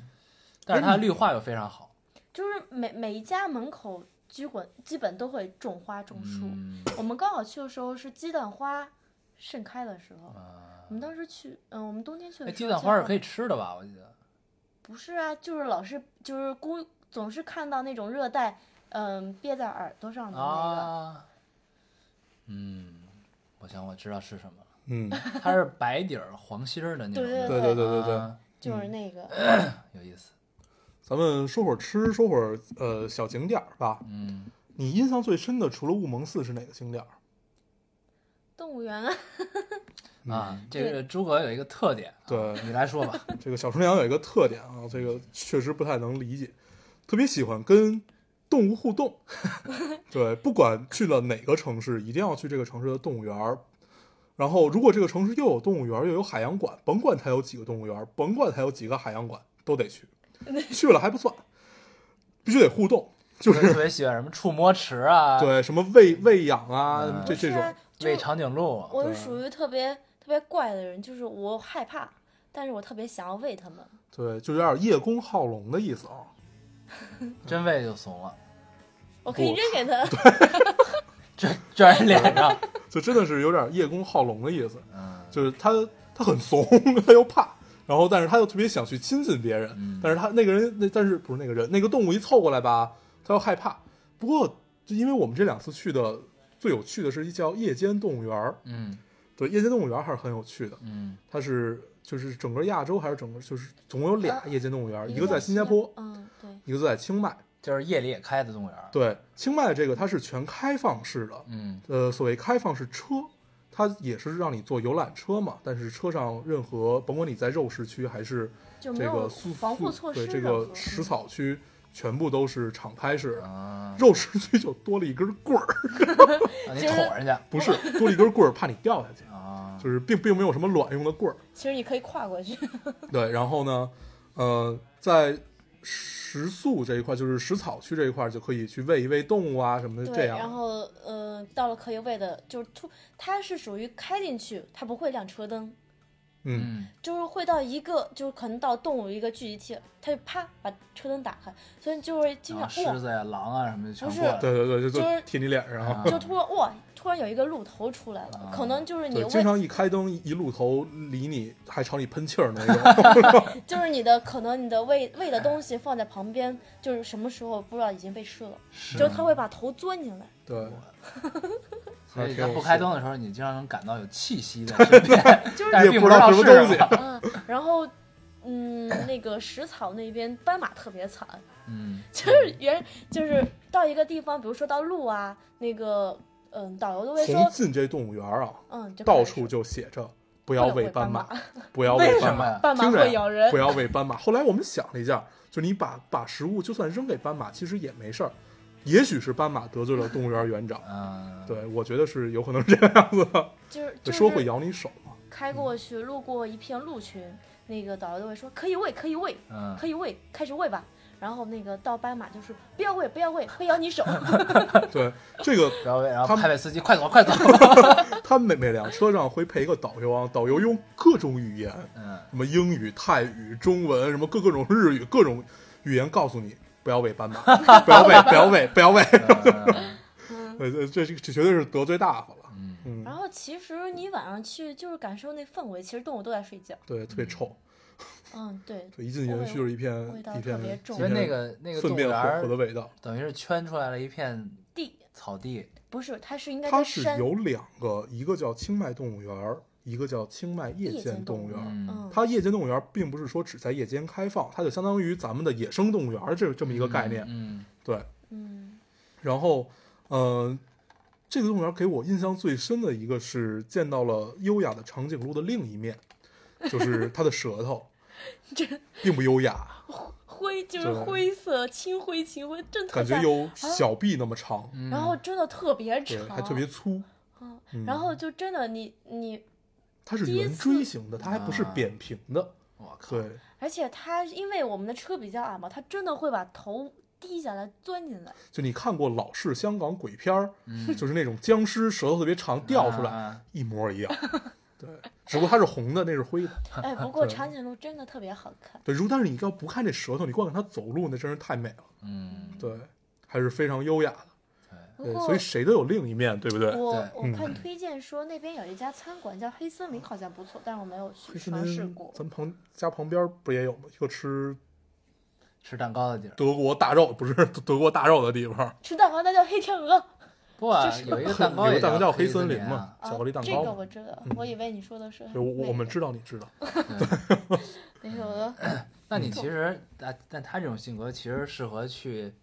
[SPEAKER 1] 但是它绿化又非常好。
[SPEAKER 3] 就是每每一家门口基本基本都会种花种树。
[SPEAKER 1] 嗯，
[SPEAKER 3] 我们刚好去的时候是鸡蛋花盛开的时候，我们当时去，嗯，我们冬天去
[SPEAKER 1] 那
[SPEAKER 3] 的时
[SPEAKER 1] 哎鸡
[SPEAKER 3] 候，
[SPEAKER 1] 蛋花是可
[SPEAKER 3] 以，
[SPEAKER 1] 以吃的吧？我记得。
[SPEAKER 3] 不是啊，就是老是就是估总是看到那种热带，嗯，憋在耳朵上的那个，
[SPEAKER 1] 啊，嗯，我想我知道是什么了，
[SPEAKER 2] 嗯，
[SPEAKER 1] 它是白底儿黄心儿的那种
[SPEAKER 3] 对
[SPEAKER 1] 的。
[SPEAKER 2] 对对对对对。
[SPEAKER 1] 啊
[SPEAKER 3] 就是那个，
[SPEAKER 1] 有意思。
[SPEAKER 2] 咱们说会儿吃，说会儿呃小景点儿吧。
[SPEAKER 1] 嗯，
[SPEAKER 2] 你印象最深的除了雾蒙寺是哪个景点儿？
[SPEAKER 3] 动物园啊，
[SPEAKER 1] 啊，
[SPEAKER 2] 嗯
[SPEAKER 1] 这个诸葛有一个特点，啊
[SPEAKER 2] 对
[SPEAKER 1] 你来说 吧。
[SPEAKER 2] 这个小厨娘有一个特点啊，这个确实不太能理解，特别喜欢跟动物互动。 对，不管去了哪个城市，一定要去这个城市的动物园儿。然后，如果这个城市又有动物园儿，又有海洋馆，甭管它有几个动物园儿，甭管它有几个海洋馆，都得去。去了还不算，必须得互动，就
[SPEAKER 1] 我特
[SPEAKER 2] 是
[SPEAKER 1] 别喜欢什么触摸池啊，，
[SPEAKER 2] 对什么喂喂养啊
[SPEAKER 1] 嗯，
[SPEAKER 2] 这
[SPEAKER 3] 不是
[SPEAKER 2] 这种
[SPEAKER 3] 啊，就
[SPEAKER 1] 喂长颈鹿啊，
[SPEAKER 3] 我是
[SPEAKER 2] 对
[SPEAKER 3] 属于特别特别怪的人，就是我害怕，但是我特别想要喂它们。
[SPEAKER 2] 对，就有点叶公好龙的意思啊。
[SPEAKER 1] 真喂就怂了，
[SPEAKER 3] 我可以
[SPEAKER 2] 不
[SPEAKER 3] 扔给它，
[SPEAKER 1] 拽拽人脸上。
[SPEAKER 2] 就真的是有点叶公好龙的意思，
[SPEAKER 1] 嗯
[SPEAKER 2] 就是他他很怂，他又怕，然后但是他又特别想去亲近别人，
[SPEAKER 1] 嗯
[SPEAKER 2] 但是他那个人那但是不是那个人那个动物一凑过来吧，他又害怕。不过就因为我们这两次去的最有趣的是一叫夜间动物园儿，
[SPEAKER 1] 嗯
[SPEAKER 2] 对，夜间动物园儿还是很有趣的，
[SPEAKER 1] 嗯
[SPEAKER 2] 它是就是整个亚洲还是整个就是总共有俩
[SPEAKER 3] 啊
[SPEAKER 2] 夜间动物园儿，一
[SPEAKER 3] 一
[SPEAKER 2] 个在新加坡，
[SPEAKER 3] 嗯，对，
[SPEAKER 2] 一个在清迈。，
[SPEAKER 1] 就是夜里也开的动物园。，
[SPEAKER 2] 对，清迈这个它是全开放式的，
[SPEAKER 1] 嗯
[SPEAKER 2] 呃，所谓开放式车，它也是让你坐游览车嘛，但是车上任何甭管你在肉食区还是
[SPEAKER 3] 就没
[SPEAKER 2] 这
[SPEAKER 3] 有
[SPEAKER 2] 个素
[SPEAKER 3] 防护
[SPEAKER 2] 素
[SPEAKER 3] 措
[SPEAKER 2] 对
[SPEAKER 3] 施
[SPEAKER 2] 这
[SPEAKER 3] 任
[SPEAKER 2] 个
[SPEAKER 3] 何嗯
[SPEAKER 2] 食草区，全部都是敞开式的。
[SPEAKER 1] 啊，
[SPEAKER 2] 肉食区就多了一根棍儿，
[SPEAKER 1] 让你
[SPEAKER 3] 就是
[SPEAKER 1] 捅人家
[SPEAKER 2] 不是多了一根棍儿，怕你掉下去，
[SPEAKER 1] 啊，
[SPEAKER 2] 就是并并没有什么卵用的棍儿。
[SPEAKER 3] 其实你可以跨过去。
[SPEAKER 2] 对，然后呢，呃，在食宿这一块，就是食草区这一块，就可以去喂一喂动物啊什么的，这
[SPEAKER 3] 对，然
[SPEAKER 2] 样。
[SPEAKER 3] 后呃，到了可以喂的，就是突，它是属于开进去，它不会亮车灯，
[SPEAKER 2] 嗯，
[SPEAKER 1] 嗯
[SPEAKER 3] 就是会到一个，就是可能到动物一个聚集地，它就啪把车灯打开，所以就会经
[SPEAKER 1] 然
[SPEAKER 3] 常
[SPEAKER 2] 啊
[SPEAKER 1] 后
[SPEAKER 3] 哇
[SPEAKER 1] 狮子呀、狼啊什么的全
[SPEAKER 3] 不是
[SPEAKER 1] 过来了。
[SPEAKER 2] 对对对，就
[SPEAKER 3] 就
[SPEAKER 2] 就是贴你脸上。
[SPEAKER 1] 啊
[SPEAKER 3] 就突然哇，突然有一个鹿头出来了，可能就是你
[SPEAKER 2] 对，啊经
[SPEAKER 3] 喂，
[SPEAKER 2] 常一开灯，一路头离你还朝你喷气儿那种。
[SPEAKER 3] 就是你的可能你的喂喂的东西放在旁边，就是什么时候不知道已经被吃了，
[SPEAKER 1] 是
[SPEAKER 2] 啊
[SPEAKER 3] 就是它会把头钻进来。
[SPEAKER 2] 对，还
[SPEAKER 1] 所以
[SPEAKER 2] 挺有
[SPEAKER 1] 在
[SPEAKER 2] 趣
[SPEAKER 1] 不开灯的时候，你经常能感到有气息在 身边， 但是
[SPEAKER 2] 也
[SPEAKER 1] 并
[SPEAKER 2] 不知道
[SPEAKER 1] 知道
[SPEAKER 2] 什么
[SPEAKER 1] 是
[SPEAKER 2] 东西
[SPEAKER 1] 么。
[SPEAKER 3] 嗯，然后嗯，那个食草那边斑马特别惨，
[SPEAKER 1] 嗯
[SPEAKER 3] 就是原就是到一个地方，比如说到鹿啊，那个嗯，导游都会
[SPEAKER 2] 从
[SPEAKER 3] 说，
[SPEAKER 2] 进这动物园儿啊，
[SPEAKER 3] 嗯，就
[SPEAKER 2] 到
[SPEAKER 3] 开始
[SPEAKER 2] 处就写着不
[SPEAKER 3] 不
[SPEAKER 2] 要
[SPEAKER 3] 要
[SPEAKER 2] 喂
[SPEAKER 3] 喂
[SPEAKER 2] 斑
[SPEAKER 3] 马
[SPEAKER 2] 马，，不要喂
[SPEAKER 3] 为
[SPEAKER 2] 斑
[SPEAKER 1] 什么
[SPEAKER 2] 马
[SPEAKER 1] 呀，
[SPEAKER 3] 斑马
[SPEAKER 2] 听着
[SPEAKER 3] 会
[SPEAKER 2] 呀
[SPEAKER 3] 咬人
[SPEAKER 2] 不。要喂斑马。后来我们想了一下，就你把把食物就算扔给斑马，其实也没事儿。也许是斑马得罪了动物园儿园长，
[SPEAKER 1] 嗯，
[SPEAKER 2] 对我觉得是有可能是这样子的。
[SPEAKER 3] 就是
[SPEAKER 2] 就
[SPEAKER 3] 就
[SPEAKER 2] 说会
[SPEAKER 3] 是
[SPEAKER 2] 咬你手嘛，
[SPEAKER 3] 开过去，路过一片鹿群，那个导游都会说可以喂，可以喂，
[SPEAKER 1] 嗯，
[SPEAKER 3] 可以喂，开始喂吧。然后那个到斑马就是不要喂，不要喂，会咬 你手。
[SPEAKER 2] 对这个
[SPEAKER 1] 不要喂，然
[SPEAKER 2] 他
[SPEAKER 1] 后
[SPEAKER 2] 们
[SPEAKER 1] 拍拍司机，快 走，快走。
[SPEAKER 2] 他每每辆车上会配一个导游啊，导游用各种语言，
[SPEAKER 1] 嗯
[SPEAKER 2] 什么英语、泰语、中文，什么各各种日语，各种语言告诉你不要 伪斑马，不要伪，不要伪，不要伪，
[SPEAKER 1] 呃
[SPEAKER 2] 呃，这这这 绝对是得罪大发了。
[SPEAKER 1] 嗯
[SPEAKER 2] 嗯
[SPEAKER 3] 然，后其实你晚上去就是感受那氛围，其实动物都在睡觉。
[SPEAKER 2] 对，特别臭，
[SPEAKER 3] 嗯，对，
[SPEAKER 2] 对，一进园区就是一片
[SPEAKER 3] 哦味道
[SPEAKER 2] 一片
[SPEAKER 3] 特别重
[SPEAKER 2] 一
[SPEAKER 1] 所
[SPEAKER 2] 片
[SPEAKER 1] 以那个那个
[SPEAKER 2] 粪
[SPEAKER 1] 动物
[SPEAKER 2] 便
[SPEAKER 1] 园
[SPEAKER 2] 火火的
[SPEAKER 1] 儿
[SPEAKER 2] 味道。
[SPEAKER 1] 等于是圈出来了一片
[SPEAKER 3] 地
[SPEAKER 1] 草地，
[SPEAKER 3] 不是，它是应该
[SPEAKER 2] 它
[SPEAKER 3] 在
[SPEAKER 2] 是
[SPEAKER 3] 山。
[SPEAKER 2] 有两个，一个叫清迈动物园儿，一个叫清迈夜
[SPEAKER 3] 夜
[SPEAKER 2] 间
[SPEAKER 3] 间
[SPEAKER 2] 动
[SPEAKER 3] 动
[SPEAKER 2] 物
[SPEAKER 3] 物
[SPEAKER 2] 园儿。
[SPEAKER 1] 嗯
[SPEAKER 3] 嗯，
[SPEAKER 2] 它夜间动物园儿并不是说只在夜间开放，它就相当于咱们的野生动物园儿这这么一个概念。
[SPEAKER 1] 嗯，
[SPEAKER 2] 对，
[SPEAKER 3] 嗯
[SPEAKER 2] 然后，呃，这个动物园给我印象最深的一个是见到了优雅的长颈鹿的另一面，就是它的舌头
[SPEAKER 3] 这
[SPEAKER 2] 并不优雅，
[SPEAKER 3] 灰就是
[SPEAKER 2] 对
[SPEAKER 3] 灰色、青灰、青灰，真特啊
[SPEAKER 2] 感觉
[SPEAKER 3] 大
[SPEAKER 2] 有小臂那么长，
[SPEAKER 1] 嗯
[SPEAKER 3] 然后真的特别
[SPEAKER 2] 对，
[SPEAKER 3] 长，
[SPEAKER 2] 还特别粗。
[SPEAKER 3] 嗯
[SPEAKER 2] 嗯
[SPEAKER 3] 然后就真的你你，
[SPEAKER 2] 它是
[SPEAKER 3] 第一
[SPEAKER 2] 圆
[SPEAKER 3] 次
[SPEAKER 2] 锥形的，它还不是
[SPEAKER 1] 啊
[SPEAKER 2] 扁平的。
[SPEAKER 1] 我靠，
[SPEAKER 2] 对，
[SPEAKER 3] 而且它因为我们的车比较矮嘛，它真的会把头低下来钻进来。
[SPEAKER 2] 就你看过老式香港鬼片儿，
[SPEAKER 1] 嗯
[SPEAKER 2] 就是那种僵尸舌头特别长掉出来，
[SPEAKER 1] 啊
[SPEAKER 2] 一模 一样。对，只不过它是红的，那是灰的。
[SPEAKER 3] 哎，不过
[SPEAKER 2] 对
[SPEAKER 3] 长颈鹿真的特别好看。
[SPEAKER 2] 对，如但是你要不看这舌头，你光看它走路，那真是太美了。
[SPEAKER 1] 嗯，
[SPEAKER 2] 对，还是非常优雅的。
[SPEAKER 3] 不
[SPEAKER 2] 对，
[SPEAKER 3] 过
[SPEAKER 2] 所以谁都有另一面，对不对？
[SPEAKER 3] 我
[SPEAKER 1] 对
[SPEAKER 3] 我
[SPEAKER 2] 嗯
[SPEAKER 3] 看推荐说那边有一家餐馆叫黑森林，好像不错，但是我没有去
[SPEAKER 2] 黑森
[SPEAKER 3] 尝试
[SPEAKER 2] 林
[SPEAKER 3] 过。
[SPEAKER 2] 咱旁家旁边不也有吗？一个吃
[SPEAKER 1] 吃蛋糕的地儿，
[SPEAKER 2] 德国大肉，不是德德国大肉的地方，
[SPEAKER 3] 吃蛋糕那叫黑天鹅，
[SPEAKER 1] 不啊
[SPEAKER 3] 这，是
[SPEAKER 1] 有一个蛋
[SPEAKER 2] 有
[SPEAKER 1] 糕也
[SPEAKER 2] 个蛋糕叫
[SPEAKER 1] 黑
[SPEAKER 2] 黑森林
[SPEAKER 1] 林
[SPEAKER 2] 嘛
[SPEAKER 1] 啊，，
[SPEAKER 2] 巧克力蛋
[SPEAKER 3] 啊、这个
[SPEAKER 2] 糕嘛。
[SPEAKER 3] 我知道，我以为你说的是
[SPEAKER 2] 对，我我我们知
[SPEAKER 3] 道
[SPEAKER 2] 道，你知道，
[SPEAKER 3] 那是我的
[SPEAKER 1] 那
[SPEAKER 3] 嗯
[SPEAKER 1] 你其实，但但他这种性格其实适合去，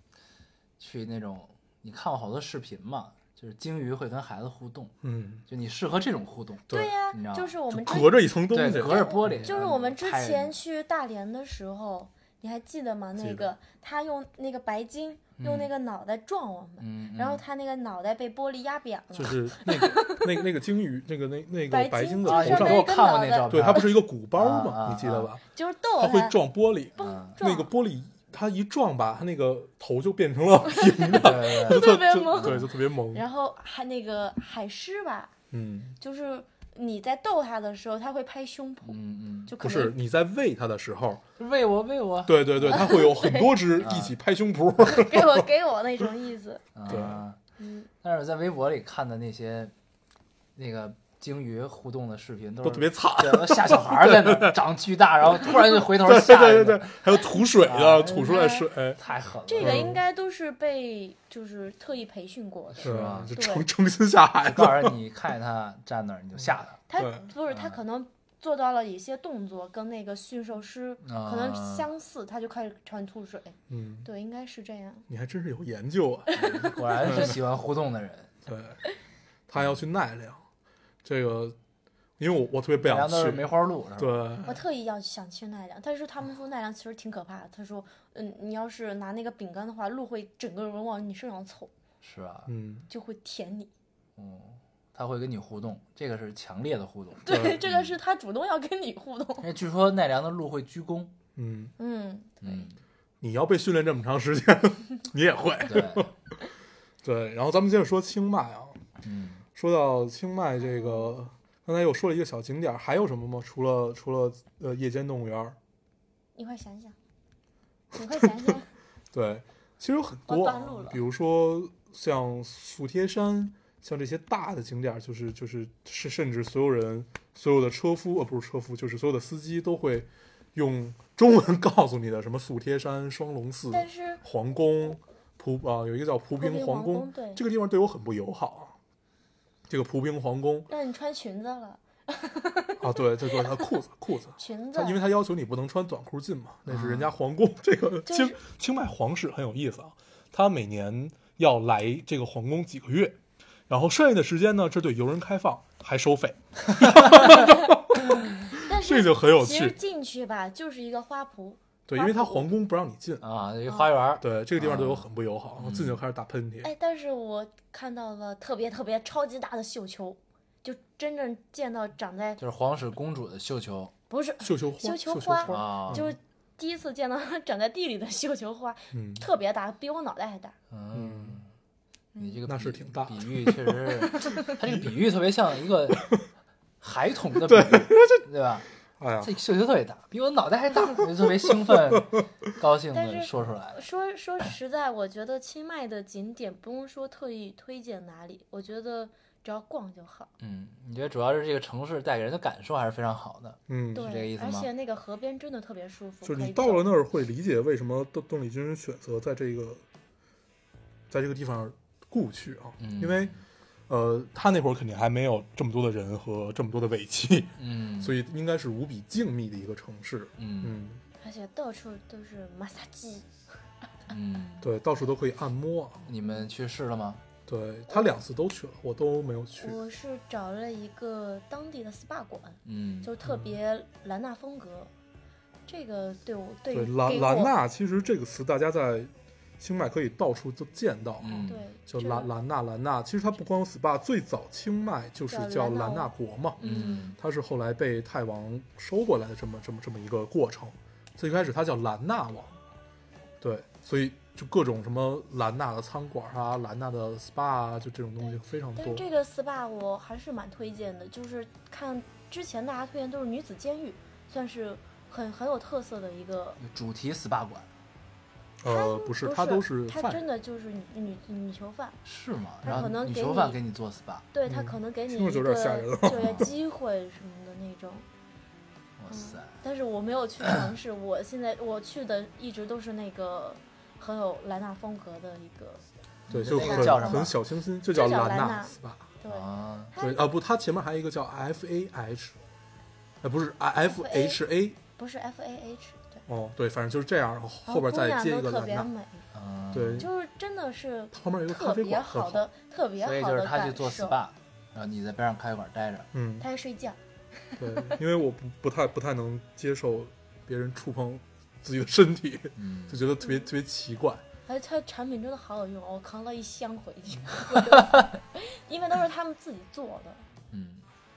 [SPEAKER 1] 去那种你看过好多视频嘛，就是鲸鱼会跟孩子互动，
[SPEAKER 2] 嗯，
[SPEAKER 1] 就你适合这种互动，
[SPEAKER 2] 对
[SPEAKER 3] 呀、
[SPEAKER 1] 你知道
[SPEAKER 3] 就是我
[SPEAKER 2] 就
[SPEAKER 3] 们之
[SPEAKER 2] 隔着一层东
[SPEAKER 1] 对，
[SPEAKER 2] 西，
[SPEAKER 1] 隔着玻
[SPEAKER 2] 嗯
[SPEAKER 1] 璃，
[SPEAKER 3] 就是我们之
[SPEAKER 1] 拍
[SPEAKER 3] 前去大连的时候，你还记得吗？
[SPEAKER 2] 记
[SPEAKER 3] 那
[SPEAKER 2] 得嗯
[SPEAKER 3] 个他用那个白鲸用那个脑袋撞我们，
[SPEAKER 1] 嗯，嗯
[SPEAKER 3] 然后他那个脑袋被玻璃压扁了。
[SPEAKER 2] 就是那个那那个鲸鱼，那个那那个
[SPEAKER 3] 白
[SPEAKER 2] 白鲸
[SPEAKER 3] 鲸
[SPEAKER 2] 的
[SPEAKER 3] 就
[SPEAKER 1] 啊，
[SPEAKER 3] 是
[SPEAKER 2] 头
[SPEAKER 1] 你
[SPEAKER 3] 上
[SPEAKER 1] 给
[SPEAKER 2] 上，
[SPEAKER 1] 我看
[SPEAKER 3] 面
[SPEAKER 1] 过那照片，
[SPEAKER 2] 对，它不是一个 鼓包吗？
[SPEAKER 1] 啊啊
[SPEAKER 2] 你记得吧？
[SPEAKER 3] 就是逗
[SPEAKER 2] 它会
[SPEAKER 3] 他，
[SPEAKER 2] 撞玻璃，
[SPEAKER 1] 嗯，
[SPEAKER 3] 撞
[SPEAKER 2] 那个玻璃它一撞吧，它那个头就变成 了平的，
[SPEAKER 1] 对
[SPEAKER 2] 就
[SPEAKER 1] 对对
[SPEAKER 3] 特别
[SPEAKER 2] 就
[SPEAKER 3] 萌
[SPEAKER 2] 对，就特别萌。
[SPEAKER 3] 然后还那个海狮吧，
[SPEAKER 2] 嗯，
[SPEAKER 3] 就是你在逗它的时候，它会拍胸脯，
[SPEAKER 1] 嗯嗯，
[SPEAKER 3] 就可
[SPEAKER 2] 不是
[SPEAKER 3] 能
[SPEAKER 2] 你在喂它的时候，
[SPEAKER 1] 就喂我喂我，
[SPEAKER 2] 对对对，它会有很多只一起拍胸脯。
[SPEAKER 3] 给我给我那种意思。
[SPEAKER 2] 对
[SPEAKER 1] 啊，
[SPEAKER 3] 嗯，
[SPEAKER 1] 但是我在微博里看的那些那个鲸鱼互动的视频都
[SPEAKER 2] 都
[SPEAKER 1] 是
[SPEAKER 2] 特别惨。
[SPEAKER 1] 对，都吓小孩儿在那儿长巨大，然后突然就回头
[SPEAKER 2] 对
[SPEAKER 1] 吓，
[SPEAKER 2] 对对对，，还有吐水的，
[SPEAKER 1] 啊
[SPEAKER 2] 吐出来水，哎
[SPEAKER 1] 太狠了，
[SPEAKER 3] 这个应该都是被就是特意培训过的。
[SPEAKER 2] 是吧
[SPEAKER 1] 吧？
[SPEAKER 2] 就
[SPEAKER 3] 对
[SPEAKER 2] 诚诚心吓孩
[SPEAKER 1] 我
[SPEAKER 2] 子，
[SPEAKER 1] 告诉你，看见他站那儿你就吓他，
[SPEAKER 3] 它
[SPEAKER 2] 对嗯
[SPEAKER 3] 不是它可能做到了一些动作跟那个驯兽师可能
[SPEAKER 1] 啊
[SPEAKER 3] 相似，它就开始朝你吐水。
[SPEAKER 2] 嗯，
[SPEAKER 3] 对，应该是这样。
[SPEAKER 2] 你还真是有研究啊。
[SPEAKER 1] 果然是喜欢互 动的人。
[SPEAKER 2] 对，他要去奈良，这个因为我我特别不
[SPEAKER 1] 北
[SPEAKER 2] 想
[SPEAKER 1] 凉都是
[SPEAKER 2] 去
[SPEAKER 1] 梅，花鹿，是吧？
[SPEAKER 2] 对，
[SPEAKER 3] 我特意要想去奈良，但是他们说奈良其实挺可怕的。他说，嗯，你要是拿那个饼干的话，鹿会整个人往你身上凑，
[SPEAKER 1] 是吧？
[SPEAKER 2] 嗯，
[SPEAKER 3] 就会舔你。
[SPEAKER 1] 嗯，他会跟你互动，这个是强烈的互动。
[SPEAKER 3] 对，
[SPEAKER 2] 嗯
[SPEAKER 3] 这个是他主动要跟你互动。
[SPEAKER 1] 因为据说奈良的鹿会鞠躬，
[SPEAKER 2] 嗯，
[SPEAKER 3] 嗯，
[SPEAKER 1] 嗯，
[SPEAKER 2] 你要被训练这么长时间， 你也会。
[SPEAKER 1] 对，
[SPEAKER 2] 对，然后咱们接着说清迈啊，
[SPEAKER 1] 嗯，
[SPEAKER 2] 说到清迈这个，刚才又说了一个小景点儿，还有什么吗？除了除了呃夜间动物园儿，
[SPEAKER 3] 你快想想，你快想 想，
[SPEAKER 2] 对，其实有很
[SPEAKER 3] 我
[SPEAKER 2] 多
[SPEAKER 3] 断路
[SPEAKER 2] 啊
[SPEAKER 3] 了，
[SPEAKER 2] 比如说像素贴山，像这些大的景点儿，就是就是是甚至所有人所有的车夫呃不是车夫，就是所有的司机都会用中文 告诉你的，什么素贴山、双龙寺、
[SPEAKER 3] 但是
[SPEAKER 2] 皇宫、蒲啊、有一个叫蒲
[SPEAKER 3] 和
[SPEAKER 2] 平
[SPEAKER 3] 平
[SPEAKER 2] 皇
[SPEAKER 3] 宫
[SPEAKER 2] 宫，
[SPEAKER 3] 对，
[SPEAKER 2] 这个地方对我很不友好啊。这个蒲平皇宫
[SPEAKER 3] 让你穿裙子了，
[SPEAKER 2] 啊，对，这个裤子裤子，
[SPEAKER 3] 裙子
[SPEAKER 2] 他因为他要求你不能穿短裤进嘛，那是人家皇宫。这个
[SPEAKER 3] 啊就是
[SPEAKER 2] 清清迈皇室很有意思啊，他每年要来这个皇宫几个月，然后剩下的时间呢，这对游人开放，还收费，
[SPEAKER 3] 但
[SPEAKER 2] 这
[SPEAKER 3] 是
[SPEAKER 2] 就很有
[SPEAKER 3] 其实
[SPEAKER 2] 趣。
[SPEAKER 3] 进去吧，就是一个花圃，
[SPEAKER 2] 对，因为他皇宫不让你进，
[SPEAKER 1] 啊，一个花园儿，
[SPEAKER 2] 对这个地方对我很不友好，我进去就开始打喷嚏。
[SPEAKER 3] 啊哎，但是我看到了特别特别超级大的绣球，就真正见到长在
[SPEAKER 1] 就是皇室公主的绣球
[SPEAKER 3] 不是，
[SPEAKER 2] 绣球花，
[SPEAKER 3] 绣球
[SPEAKER 2] 球
[SPEAKER 3] 花
[SPEAKER 2] 花，
[SPEAKER 1] 啊，
[SPEAKER 3] 就是第一次见到长在地里的绣球花，
[SPEAKER 2] 嗯
[SPEAKER 3] 特别大，比我脑袋还大。
[SPEAKER 1] 嗯，你这个
[SPEAKER 2] 那
[SPEAKER 1] 比
[SPEAKER 2] 是挺大
[SPEAKER 1] 比喻确实是，他这个比喻特别像一个孩童的比喻，对吧？
[SPEAKER 2] 哎呀，
[SPEAKER 1] 这岁数特别大，比我脑袋 还大，我就特别兴奋、高兴
[SPEAKER 3] 但
[SPEAKER 1] 的
[SPEAKER 3] 是
[SPEAKER 1] 说出来。
[SPEAKER 3] 说说实在，我觉得清迈的景点不用说特意推荐哪里，我觉得只要逛就好。
[SPEAKER 1] 嗯，你觉得主要是这个城市带给人的感受还是非常好的。
[SPEAKER 2] 嗯，
[SPEAKER 3] 对，
[SPEAKER 1] 这个意思
[SPEAKER 3] 而
[SPEAKER 1] 吗
[SPEAKER 3] 且那个河边真的特别舒服。
[SPEAKER 2] 就是
[SPEAKER 3] 可
[SPEAKER 2] 你
[SPEAKER 3] 以
[SPEAKER 2] 到了那
[SPEAKER 3] 走
[SPEAKER 2] 儿会理解为什么邓邓丽君选择在这个，在这个地方故去啊，
[SPEAKER 1] 嗯
[SPEAKER 2] 因为呃，他那会儿肯定还没有这么多的人和这么多的尾气，
[SPEAKER 1] 嗯，
[SPEAKER 2] 所
[SPEAKER 1] 以
[SPEAKER 2] 以应该是无比静谧的一个城市。
[SPEAKER 1] 嗯
[SPEAKER 2] 嗯，
[SPEAKER 3] 而且到处都是马萨鸡，
[SPEAKER 1] 嗯，
[SPEAKER 2] 对，到处都可以按摩啊。
[SPEAKER 1] 你们去试了吗？
[SPEAKER 2] 对他两次都去了，我都没有去。
[SPEAKER 3] 我是找了一个当地的 SPA 馆，
[SPEAKER 1] 嗯，
[SPEAKER 3] 就是特别兰纳风格。这个对我对
[SPEAKER 2] 对
[SPEAKER 3] 于，
[SPEAKER 2] 兰
[SPEAKER 3] 给
[SPEAKER 2] 兰
[SPEAKER 3] 我
[SPEAKER 2] 纳其实这个词大家在清迈可以到处都见到啊，
[SPEAKER 1] 嗯
[SPEAKER 3] 对
[SPEAKER 2] 就
[SPEAKER 3] 这
[SPEAKER 2] 兰
[SPEAKER 3] 个
[SPEAKER 2] 兰纳兰纳。其实它不光有 SPA，最早清迈就是
[SPEAKER 3] 叫
[SPEAKER 2] 叫
[SPEAKER 3] 兰纳
[SPEAKER 2] 兰纳
[SPEAKER 3] 王
[SPEAKER 2] 国嘛。
[SPEAKER 1] 嗯
[SPEAKER 2] 它是后来被泰王收过来的这么这么这么一个过程。最开始它叫兰纳王，对，所以就各种什么兰纳的餐馆啊、兰纳的 SPA 啊，就这种东西非常
[SPEAKER 3] 但
[SPEAKER 2] 多
[SPEAKER 3] 是。这个 SPA 我还是蛮推荐的，就是看之前大家推荐都是女子监狱，算是很很有特色的一个。
[SPEAKER 1] 主题 SPA 馆
[SPEAKER 2] 呃，
[SPEAKER 3] 它
[SPEAKER 2] 不是，
[SPEAKER 3] 它
[SPEAKER 2] 它都是
[SPEAKER 3] 它
[SPEAKER 2] 饭
[SPEAKER 3] 真的就是女女女囚犯，
[SPEAKER 1] 是吗？
[SPEAKER 3] 他
[SPEAKER 1] 然后
[SPEAKER 3] 可能
[SPEAKER 1] 女
[SPEAKER 3] 给
[SPEAKER 1] 囚犯
[SPEAKER 3] 你
[SPEAKER 1] 给你做 SPA，
[SPEAKER 3] 对他
[SPEAKER 2] 嗯
[SPEAKER 3] 可能给你
[SPEAKER 2] 听着
[SPEAKER 3] 一
[SPEAKER 2] 就有
[SPEAKER 3] 个
[SPEAKER 2] 点吓人了
[SPEAKER 3] 就业机会什么的那种。
[SPEAKER 1] 哇塞，
[SPEAKER 3] 但是我没有去尝试，我现在我去的一直都是那个很有兰纳风格的一个，
[SPEAKER 2] 对，
[SPEAKER 1] 你
[SPEAKER 2] 就
[SPEAKER 1] 那个
[SPEAKER 2] 很
[SPEAKER 1] 叫什么
[SPEAKER 2] 很小清新，就
[SPEAKER 3] 就
[SPEAKER 2] 叫
[SPEAKER 3] 叫
[SPEAKER 2] 兰
[SPEAKER 3] 兰
[SPEAKER 2] 纳
[SPEAKER 3] 纳
[SPEAKER 2] SPA。
[SPEAKER 3] 对，
[SPEAKER 1] 啊？
[SPEAKER 3] 它
[SPEAKER 2] 对啊，不，它前面还有一个叫 FAH，哎，不是 F H A
[SPEAKER 3] 不是 F A H，对，
[SPEAKER 2] 哦，对，反正就是这样，然后
[SPEAKER 3] 然
[SPEAKER 2] 后边
[SPEAKER 3] 哦姑
[SPEAKER 2] 再
[SPEAKER 3] 娘
[SPEAKER 2] 接
[SPEAKER 3] 都
[SPEAKER 2] 一个
[SPEAKER 3] 特
[SPEAKER 2] 兰
[SPEAKER 3] 别
[SPEAKER 2] 纳，
[SPEAKER 3] 美，
[SPEAKER 1] 嗯，
[SPEAKER 2] 对，
[SPEAKER 3] 就是真的是
[SPEAKER 2] 旁边有一个咖
[SPEAKER 3] 特
[SPEAKER 2] 啡
[SPEAKER 3] 别
[SPEAKER 2] 馆，很
[SPEAKER 3] 好，的特别
[SPEAKER 1] 所以
[SPEAKER 3] 好
[SPEAKER 1] 就是
[SPEAKER 3] 的
[SPEAKER 1] 他去
[SPEAKER 3] 感
[SPEAKER 1] 做
[SPEAKER 3] 受。
[SPEAKER 1] SPA，然后你在边上咖啡馆待着，
[SPEAKER 2] 嗯，
[SPEAKER 3] 他在睡觉，
[SPEAKER 2] 对，因为我不不太不太能接受别人触碰自己的身体，
[SPEAKER 1] 嗯
[SPEAKER 2] 就觉得特别特别奇怪。
[SPEAKER 3] 而且他的产品真的好有用，我扛了一箱回去， 因为都是他们自己做的。
[SPEAKER 1] 嗯，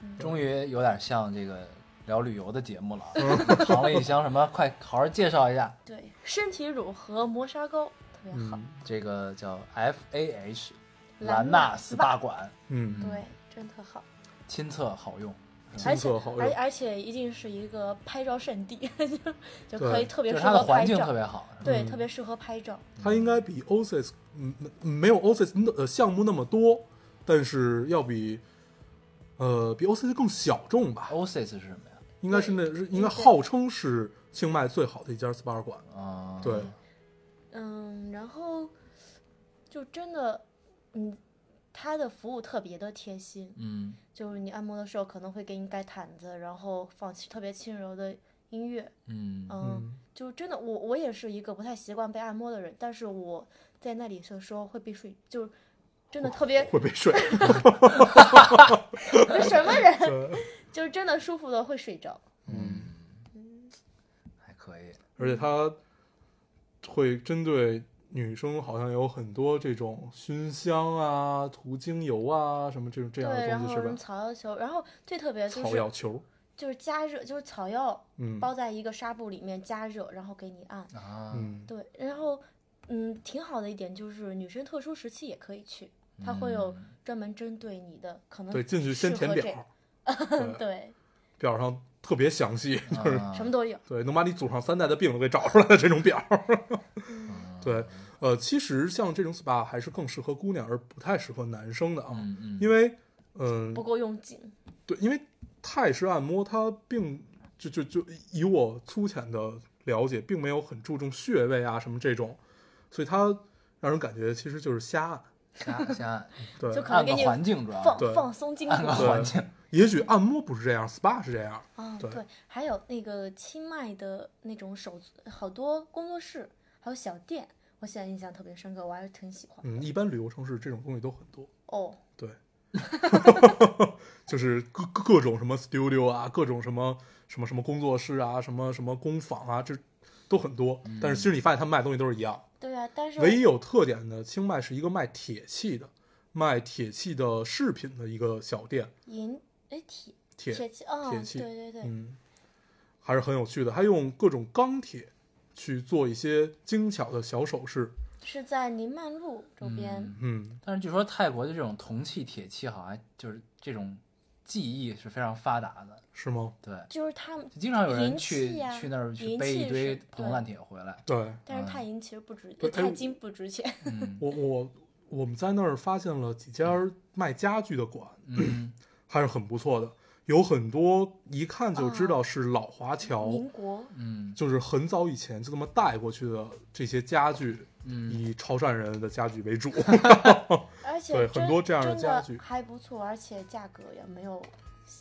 [SPEAKER 3] 嗯
[SPEAKER 1] 终于有点像这个聊旅游的节目了，啊
[SPEAKER 2] 嗯
[SPEAKER 1] 扛了一箱什么？快好好介绍一下，
[SPEAKER 3] 对，身体乳和磨砂膏特别好。
[SPEAKER 2] 嗯
[SPEAKER 1] 这个叫 F A H
[SPEAKER 3] 兰
[SPEAKER 1] 兰纳
[SPEAKER 3] 纳
[SPEAKER 1] SPA 馆，
[SPEAKER 2] 嗯，
[SPEAKER 3] 对，真特好，
[SPEAKER 1] 亲测好用，
[SPEAKER 3] 而
[SPEAKER 2] 亲
[SPEAKER 3] 且
[SPEAKER 2] 测好
[SPEAKER 3] 而
[SPEAKER 2] 用。
[SPEAKER 3] 哎而且一定是一个拍照圣地， 就
[SPEAKER 2] 对
[SPEAKER 3] 就可以特别
[SPEAKER 1] 就是
[SPEAKER 3] 适
[SPEAKER 1] 它的
[SPEAKER 3] 合
[SPEAKER 1] 环
[SPEAKER 3] 拍
[SPEAKER 1] 境
[SPEAKER 3] 照
[SPEAKER 1] 特，别好，是吧
[SPEAKER 3] 对，
[SPEAKER 2] 嗯
[SPEAKER 3] 特别适合拍照。
[SPEAKER 2] 它应该比 OSIS 嗯没没有 OSIS 那呃项目那么多，但是要比呃比 OSIS 更小众吧，
[SPEAKER 1] OSIS 是什么呀？
[SPEAKER 2] 应该是那
[SPEAKER 3] 哦对
[SPEAKER 2] 是应该
[SPEAKER 3] 对
[SPEAKER 2] 号称是清迈最好的一家 SPA 馆。
[SPEAKER 1] 啊，
[SPEAKER 2] 对，
[SPEAKER 3] 嗯，然后就真的，嗯，他的服务特别的贴心，
[SPEAKER 1] 嗯
[SPEAKER 3] 就是你按摩的时候可能会给你盖毯子，然后放起特别轻柔的音乐，
[SPEAKER 1] 嗯
[SPEAKER 3] 嗯，
[SPEAKER 2] 嗯，
[SPEAKER 3] 就真的我我也是一个不太习惯被按摩的人，但是我在那里的时候会被睡，就是真的特别
[SPEAKER 1] 哦
[SPEAKER 2] 会被睡。
[SPEAKER 3] 什么人，
[SPEAKER 2] 对
[SPEAKER 3] 就是真的舒服的会睡着。
[SPEAKER 2] 嗯。
[SPEAKER 1] 还可以，
[SPEAKER 2] 而且它
[SPEAKER 3] 嗯
[SPEAKER 2] 会针对女生，好像有很多这种熏香啊、涂精油啊什么这种这
[SPEAKER 3] 对，
[SPEAKER 2] 样的
[SPEAKER 3] 然
[SPEAKER 2] 东
[SPEAKER 3] 后
[SPEAKER 2] 西
[SPEAKER 3] 什
[SPEAKER 2] 是
[SPEAKER 3] 么
[SPEAKER 2] 吧？
[SPEAKER 3] 草药球，然后最特别就
[SPEAKER 2] 草药
[SPEAKER 3] 是
[SPEAKER 2] 球，
[SPEAKER 3] 就是加热，就是草药
[SPEAKER 2] 嗯
[SPEAKER 3] 包在一个纱布里面加热，然后给你按。
[SPEAKER 1] 啊，
[SPEAKER 2] 嗯，
[SPEAKER 3] 对，然后嗯，挺好的一点就是女生特殊时期也可以去，它会有
[SPEAKER 1] 嗯
[SPEAKER 3] 专门针对你的，可能
[SPEAKER 2] 对，进去先
[SPEAKER 3] 适
[SPEAKER 2] 填
[SPEAKER 3] 合
[SPEAKER 2] 表
[SPEAKER 3] 这，
[SPEAKER 2] 对
[SPEAKER 3] 对，
[SPEAKER 2] 表上特别详细， 就是
[SPEAKER 1] 啊
[SPEAKER 3] 什么都有。
[SPEAKER 2] 对，能把你祖上三代的病都给找出来的这种表。
[SPEAKER 1] 嗯
[SPEAKER 2] 对，呃，其实像这种 SPA 还是更适合姑娘，而不太适合男生的啊，
[SPEAKER 1] 嗯嗯，
[SPEAKER 2] 因为，嗯、
[SPEAKER 3] 不够用劲，
[SPEAKER 2] 对，因为泰式按摩它并就就就以我粗浅的了解，并没有很注重穴位啊什么这种，所以它让人感觉其实就是瞎按。
[SPEAKER 1] 瞎瞎按
[SPEAKER 2] 对，
[SPEAKER 3] 就可能
[SPEAKER 1] 按
[SPEAKER 3] 给
[SPEAKER 1] 个
[SPEAKER 3] 你
[SPEAKER 1] 环境主要
[SPEAKER 3] 放
[SPEAKER 1] 是
[SPEAKER 2] 对
[SPEAKER 3] 放松筋骨
[SPEAKER 1] 按个
[SPEAKER 2] 对
[SPEAKER 1] 环境，
[SPEAKER 2] 也许按摩不是这样，SPA 是这样。
[SPEAKER 3] 啊。
[SPEAKER 2] 对
[SPEAKER 3] 对，还有那个清迈的那种手，好多工作室，还有小店，我现在印象特别深刻，我还是挺喜欢。
[SPEAKER 2] 嗯，一般旅游城市这种东西都很多。
[SPEAKER 3] 哦，
[SPEAKER 2] 对，就是各各各种什么 studio 啊，各种什么什么什么工作室啊，什么什么工坊啊，这都很多。但是其实你发现他们卖的东西都是一样。
[SPEAKER 3] 对啊，但是
[SPEAKER 2] 唯一有特点的，清迈是一个卖铁器的，卖铁器的饰品的一个小店，
[SPEAKER 3] 银哎铁
[SPEAKER 2] 铁，
[SPEAKER 3] 器啊，
[SPEAKER 2] 铁
[SPEAKER 3] 对
[SPEAKER 2] 器
[SPEAKER 3] 对对，
[SPEAKER 2] 嗯，还是很有趣的。它用各种钢铁去做一些精巧的小首饰，
[SPEAKER 3] 是在宁曼路周边。
[SPEAKER 1] 嗯
[SPEAKER 2] 嗯，
[SPEAKER 1] 但是据说泰国的这种铜器、铁器好像就是这种技艺是非常发达的，
[SPEAKER 2] 是吗？
[SPEAKER 1] 对，
[SPEAKER 3] 就是他们，
[SPEAKER 2] 嗯
[SPEAKER 1] 就经常有人
[SPEAKER 3] 银
[SPEAKER 1] 去、
[SPEAKER 3] 器呀
[SPEAKER 1] 去那儿去
[SPEAKER 3] 银
[SPEAKER 1] 背一
[SPEAKER 3] 器
[SPEAKER 1] 堆
[SPEAKER 3] 是
[SPEAKER 1] 铜烂铁回来。
[SPEAKER 2] 对
[SPEAKER 1] 嗯
[SPEAKER 3] 但是钛银其实不值，
[SPEAKER 2] 不哎
[SPEAKER 3] 钛金不值钱。
[SPEAKER 1] 嗯
[SPEAKER 2] 我我我们在那儿发现了几家卖家具的馆，
[SPEAKER 1] 嗯，
[SPEAKER 2] 还是很不错的，有很多一看就
[SPEAKER 3] 哦
[SPEAKER 2] 知道是老华侨，
[SPEAKER 3] 民国
[SPEAKER 1] 嗯
[SPEAKER 2] 就是很早以前就这么带过去的这些家具，
[SPEAKER 1] 嗯
[SPEAKER 2] 以潮汕人的家具为 主。
[SPEAKER 3] 而且
[SPEAKER 2] 对
[SPEAKER 3] 真
[SPEAKER 2] 很多这样的
[SPEAKER 3] 真的
[SPEAKER 2] 家具
[SPEAKER 3] 还不错，而且价格也没有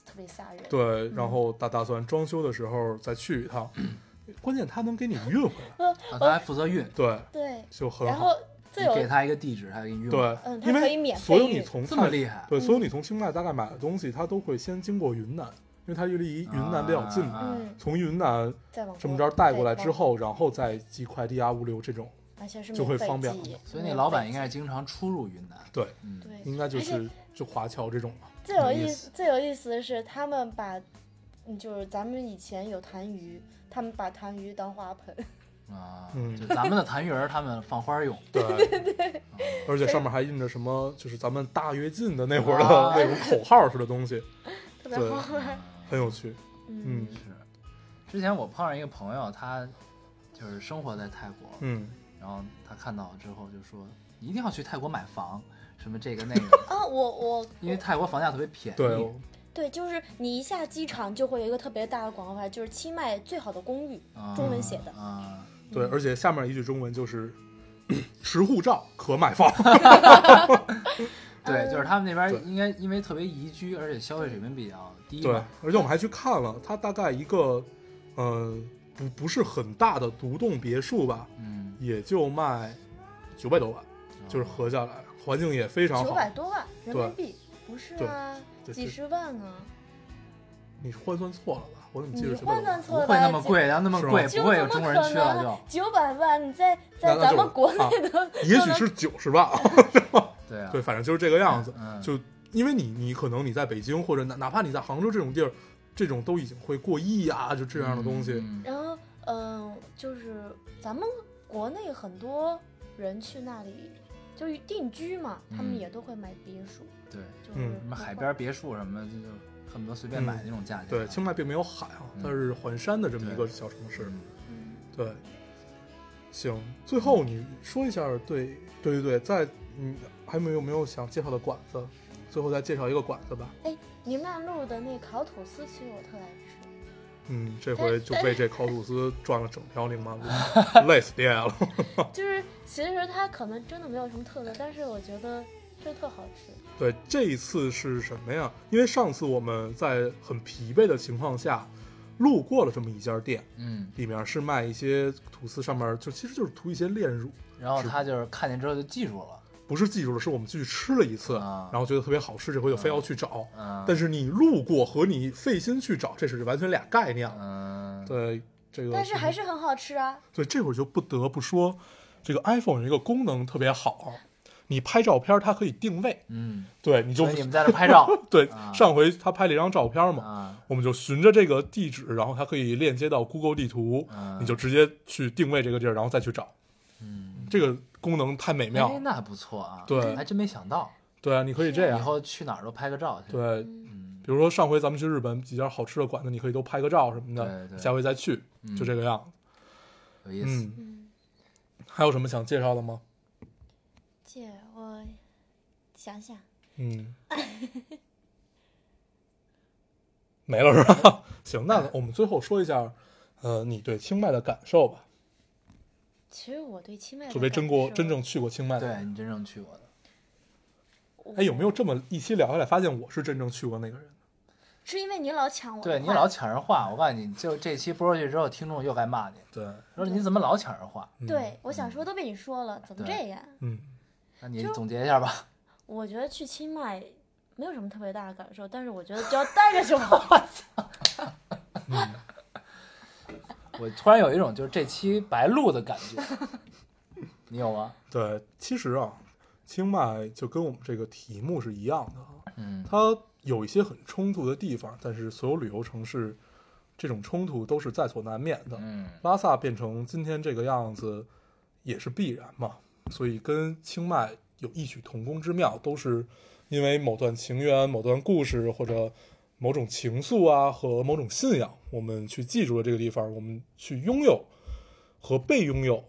[SPEAKER 3] 特别吓人。，
[SPEAKER 2] 对，然后打打算装修的时候再去一趟，
[SPEAKER 1] 嗯
[SPEAKER 2] 关键他能给你运回来，
[SPEAKER 1] 啊，他还负责运，
[SPEAKER 2] 对，
[SPEAKER 3] 对，
[SPEAKER 2] 就很
[SPEAKER 3] 哦然
[SPEAKER 2] 好。
[SPEAKER 3] 后最
[SPEAKER 1] 你
[SPEAKER 3] 有
[SPEAKER 1] 给他一个地址，他给你运。，
[SPEAKER 2] 对，
[SPEAKER 3] 嗯它
[SPEAKER 2] 因
[SPEAKER 3] 可以
[SPEAKER 2] 为
[SPEAKER 3] 免费
[SPEAKER 2] 所有你
[SPEAKER 3] 运嗯
[SPEAKER 2] 从
[SPEAKER 1] 这么
[SPEAKER 2] 泰
[SPEAKER 1] 厉害。
[SPEAKER 2] 对，所有你从清迈大概买的东西，它都会先经过云南，因为它离云南比较近嘛。
[SPEAKER 1] 啊
[SPEAKER 3] 嗯，
[SPEAKER 2] 从云南
[SPEAKER 3] 再往
[SPEAKER 2] 这么
[SPEAKER 3] 国
[SPEAKER 2] 着带过来
[SPEAKER 3] 再
[SPEAKER 2] 之
[SPEAKER 3] 往，
[SPEAKER 2] 后，然后再寄快递啊、物流这种，
[SPEAKER 3] 而且是
[SPEAKER 2] 就会
[SPEAKER 3] 免费
[SPEAKER 2] 方便
[SPEAKER 3] 寄
[SPEAKER 2] 了
[SPEAKER 1] 所以
[SPEAKER 3] 没
[SPEAKER 1] 那
[SPEAKER 3] 有
[SPEAKER 1] 老
[SPEAKER 3] 费
[SPEAKER 1] 板应
[SPEAKER 3] 寄
[SPEAKER 1] 该是经常出入云南。
[SPEAKER 2] 对，
[SPEAKER 1] 嗯，
[SPEAKER 3] 对，
[SPEAKER 2] 应该就
[SPEAKER 3] 而且
[SPEAKER 2] 是就华侨这种了。
[SPEAKER 3] 最有
[SPEAKER 2] 有意
[SPEAKER 3] 意
[SPEAKER 2] 思
[SPEAKER 3] 思，最有意思的是，他们把，嗯就是咱们以前有痰盂，他们把痰盂当花盆，
[SPEAKER 1] 啊，
[SPEAKER 2] 嗯
[SPEAKER 1] 就咱们的痰盂儿，他们放花儿用。
[SPEAKER 2] 对对对，而且上面还印着什么，就是咱们大跃进的那会儿的
[SPEAKER 1] 啊
[SPEAKER 2] 那种口号似的东西，
[SPEAKER 3] 特别
[SPEAKER 2] 对，
[SPEAKER 3] 好。
[SPEAKER 2] 很有趣。嗯
[SPEAKER 3] 嗯，
[SPEAKER 1] 是，之前我碰上一个朋友，他就是生活在泰国，
[SPEAKER 2] 嗯，
[SPEAKER 1] 然后他看到之后就说：“你一定要去泰国买房，什么这个那个
[SPEAKER 3] 啊，我我
[SPEAKER 1] 因为泰国房价特别便宜。”
[SPEAKER 2] 对，
[SPEAKER 3] 对，就是你一下机场就会有一个特别大的广告牌，就是清迈最好的公寓，中文写的
[SPEAKER 1] 啊，
[SPEAKER 3] 嗯
[SPEAKER 2] 对，而且下面一句中文就是 “持护照可买房
[SPEAKER 3] 嗯
[SPEAKER 1] 对，就是他们那边
[SPEAKER 2] 对
[SPEAKER 1] 应该因为特别宜居，而且消费水平比较”。低
[SPEAKER 2] 对
[SPEAKER 1] 嘛，，
[SPEAKER 2] 而且我们还去看了，它大概一个，呃，不不是很大的独栋别墅吧，
[SPEAKER 1] 嗯，
[SPEAKER 2] 也就卖九百多
[SPEAKER 1] 哦
[SPEAKER 2] 万，就是合下来，环境也非常
[SPEAKER 3] 九
[SPEAKER 2] 好。
[SPEAKER 3] 百多万人
[SPEAKER 2] 对
[SPEAKER 3] 民币，不是啊，
[SPEAKER 2] 对
[SPEAKER 3] 几
[SPEAKER 2] 对
[SPEAKER 3] 十万啊，
[SPEAKER 2] 你换算错了吧？我怎么记
[SPEAKER 3] 你
[SPEAKER 2] 得九百
[SPEAKER 3] 换
[SPEAKER 2] 多万
[SPEAKER 3] 算？
[SPEAKER 1] 不
[SPEAKER 3] 错了
[SPEAKER 1] 会
[SPEAKER 3] 吧，
[SPEAKER 1] 那么贵，然后那么
[SPEAKER 2] 是吗
[SPEAKER 1] 贵，
[SPEAKER 3] 就
[SPEAKER 1] 不会有中
[SPEAKER 3] 怎
[SPEAKER 1] 国
[SPEAKER 3] 么
[SPEAKER 1] 人
[SPEAKER 3] 可
[SPEAKER 1] 去啊了
[SPEAKER 3] 能
[SPEAKER 1] 就。
[SPEAKER 3] 九百万？你在在
[SPEAKER 2] 那那
[SPEAKER 3] 咱
[SPEAKER 2] 就
[SPEAKER 3] 们国
[SPEAKER 2] 啊
[SPEAKER 3] 内的
[SPEAKER 2] 也许是九十万啊，
[SPEAKER 1] 对啊，
[SPEAKER 2] 对，反正就是这个样子。
[SPEAKER 1] 嗯，
[SPEAKER 2] 就因为你，你可能你在北京或者哪哪怕你在杭州这种地儿，这种都已经会过亿啊，就这样的东西。
[SPEAKER 1] 嗯
[SPEAKER 3] 然后，嗯、就是咱们国内很多人去那里就是定居嘛，他们
[SPEAKER 1] 嗯
[SPEAKER 3] 也都会买别墅，
[SPEAKER 1] 对，
[SPEAKER 3] 就是
[SPEAKER 2] 嗯
[SPEAKER 1] 什么海边别墅什么的，就恨不得随便买那种价钱啊。
[SPEAKER 2] 对，清迈并没有海啊，
[SPEAKER 1] 嗯
[SPEAKER 2] 它是环山的这么一个
[SPEAKER 1] 对
[SPEAKER 2] 小城市。
[SPEAKER 1] 嗯
[SPEAKER 3] 嗯，
[SPEAKER 2] 对，行，最后你说一下对，对对对，在嗯，还有没有没有想介绍的馆子？最后再介绍一个馆子吧。
[SPEAKER 3] 哎，宁曼路的那烤吐司其实我特爱吃，
[SPEAKER 2] 嗯，这
[SPEAKER 3] 但
[SPEAKER 2] 回就被这烤吐司转了整条宁曼路，累死爹了。
[SPEAKER 3] 就是其实它可能真的没有什么特色，但是我觉得这特好吃。
[SPEAKER 2] 对，这一次是什么呀？因为上次我们在很疲惫的情况下，路过了这么一家店，
[SPEAKER 1] 嗯，
[SPEAKER 2] 里面是卖一些吐司，上面就其实就是涂一些炼乳，
[SPEAKER 1] 然后他就是看见之后就记住了，
[SPEAKER 2] 不是记住了，是我们去吃了一次，
[SPEAKER 1] 啊
[SPEAKER 2] 然后觉得特别好吃，这回就非要去找。
[SPEAKER 1] 嗯，
[SPEAKER 2] 但是你路过和你费心去找，这是完全俩概念了。
[SPEAKER 1] 嗯，
[SPEAKER 2] 对，这个
[SPEAKER 3] 但是还是很好吃啊！
[SPEAKER 2] 对，这会儿就不得不说，这个 iPhone 有一个功能特别好，你拍照片它可以定位，
[SPEAKER 1] 嗯，
[SPEAKER 2] 对，你就
[SPEAKER 1] 所以你们在这拍 照
[SPEAKER 2] 对、
[SPEAKER 1] 啊
[SPEAKER 2] 上回他拍了一张照片嘛，
[SPEAKER 1] 啊，
[SPEAKER 2] 我们就循着这个地址，然后它可以链接到 Google 地图，
[SPEAKER 1] 嗯
[SPEAKER 2] 你就直接去定位这个地儿，然后再去找。
[SPEAKER 1] 嗯，
[SPEAKER 2] 这个功能太美妙
[SPEAKER 1] 哎，
[SPEAKER 2] 了。
[SPEAKER 1] 那还不错啊，
[SPEAKER 2] 对
[SPEAKER 1] 还真没想到，
[SPEAKER 2] 对啊，你可以这
[SPEAKER 1] 以
[SPEAKER 2] 样。
[SPEAKER 1] 后去哪儿都拍个照去，，
[SPEAKER 2] 对，
[SPEAKER 1] 嗯，
[SPEAKER 2] 比如说上回咱们去日本几家好吃的馆子，你可以都拍个照什么的，
[SPEAKER 1] 对对
[SPEAKER 2] 下回再去，
[SPEAKER 1] 嗯
[SPEAKER 2] 就这个样子。
[SPEAKER 1] 有意思，
[SPEAKER 2] 嗯，
[SPEAKER 3] 嗯，
[SPEAKER 2] 还有什么想介绍的 吗？
[SPEAKER 3] 姐，我想想，
[SPEAKER 2] 嗯，没了是 吧？行，那我们最后说一下，呃，你对清迈的感受吧。
[SPEAKER 3] 其实我对清迈的
[SPEAKER 2] 作为真
[SPEAKER 3] 感
[SPEAKER 2] 国
[SPEAKER 3] 受
[SPEAKER 2] 真正去过清迈的
[SPEAKER 1] 对
[SPEAKER 2] 人，
[SPEAKER 1] 你真正去过的，
[SPEAKER 2] 哎，有没有这么一期聊下来，发现我是真正去过那个人？
[SPEAKER 3] 是因为你老抢我的
[SPEAKER 1] 对你
[SPEAKER 3] 话
[SPEAKER 1] 老抢人话，我告诉你，就这期播出去之后，听众又该骂你，
[SPEAKER 2] 对，
[SPEAKER 1] 说你怎么老抢人话，
[SPEAKER 2] 嗯，
[SPEAKER 3] 对，我想说都被你说了，怎么
[SPEAKER 1] 对
[SPEAKER 3] 这样？
[SPEAKER 2] 嗯，
[SPEAKER 1] 那你
[SPEAKER 3] 就
[SPEAKER 1] 总结一下吧，
[SPEAKER 3] 我觉得去清迈没有什么特别大的感受，但是我觉得只要待着就 好。
[SPEAKER 2] 嗯
[SPEAKER 1] 我突然有一种就是这期白录的感 觉，你有吗？
[SPEAKER 2] 对，其实啊，清迈就跟我们这个题目是一样的啊，
[SPEAKER 1] 嗯
[SPEAKER 2] 它有一些很冲突的地方，但是所有旅游城市这种冲突都是在所难免的。
[SPEAKER 1] 嗯
[SPEAKER 2] 拉萨变成今天这个样子也是必然嘛，所以跟清迈有异曲同工之妙，都是因为某段情缘、某段故事或者某种情愫啊和某种信仰，我们去记住了这个地方，我们去拥有和被拥有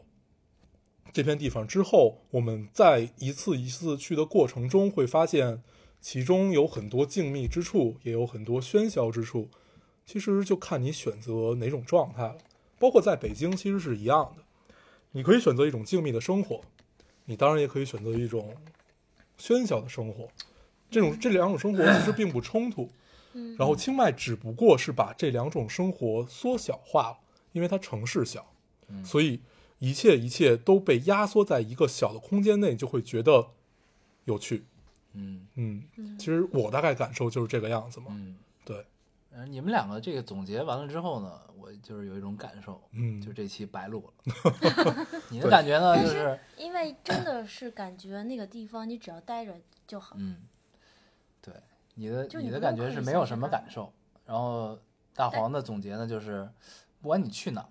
[SPEAKER 2] 这片地方之后，我们在一次一次去的过程中，会发现其中有很多静谧之处，也有很多喧嚣之处。其实就看你选择哪种状态了。包括在北京，其实是一样的。你可以选择一种静谧的生活，你当然也可以选择一种喧嚣的生活。这种这两种生活其实并不冲突。
[SPEAKER 3] 嗯
[SPEAKER 2] 然后清迈只不过是把这两种生活缩小化了，因为它城市小，
[SPEAKER 1] 嗯
[SPEAKER 2] 所以一切一切都被压缩在一个小的空间内，就会觉得有趣。
[SPEAKER 1] 嗯
[SPEAKER 2] 嗯，其实我大概感受就是这个样子嘛。
[SPEAKER 1] 嗯，
[SPEAKER 2] 对，
[SPEAKER 1] 呃你们两个这个总结完了之后呢，我就是有一种感受，
[SPEAKER 2] 嗯
[SPEAKER 1] 就这期白录了。你的感觉呢？就是
[SPEAKER 3] 因为真的是感觉那个地方你只要待着就好。
[SPEAKER 1] 嗯，对，你的
[SPEAKER 3] 就
[SPEAKER 1] 你
[SPEAKER 3] 你
[SPEAKER 1] 的
[SPEAKER 3] 不
[SPEAKER 1] 感
[SPEAKER 3] 用
[SPEAKER 1] 觉
[SPEAKER 3] 刻
[SPEAKER 1] 是
[SPEAKER 3] 意
[SPEAKER 1] 没
[SPEAKER 3] 想
[SPEAKER 1] 有
[SPEAKER 3] 去
[SPEAKER 1] 什么
[SPEAKER 3] 哪
[SPEAKER 1] 感
[SPEAKER 3] 儿
[SPEAKER 1] 受，然后大黄的总结呢，就是不管你去哪儿，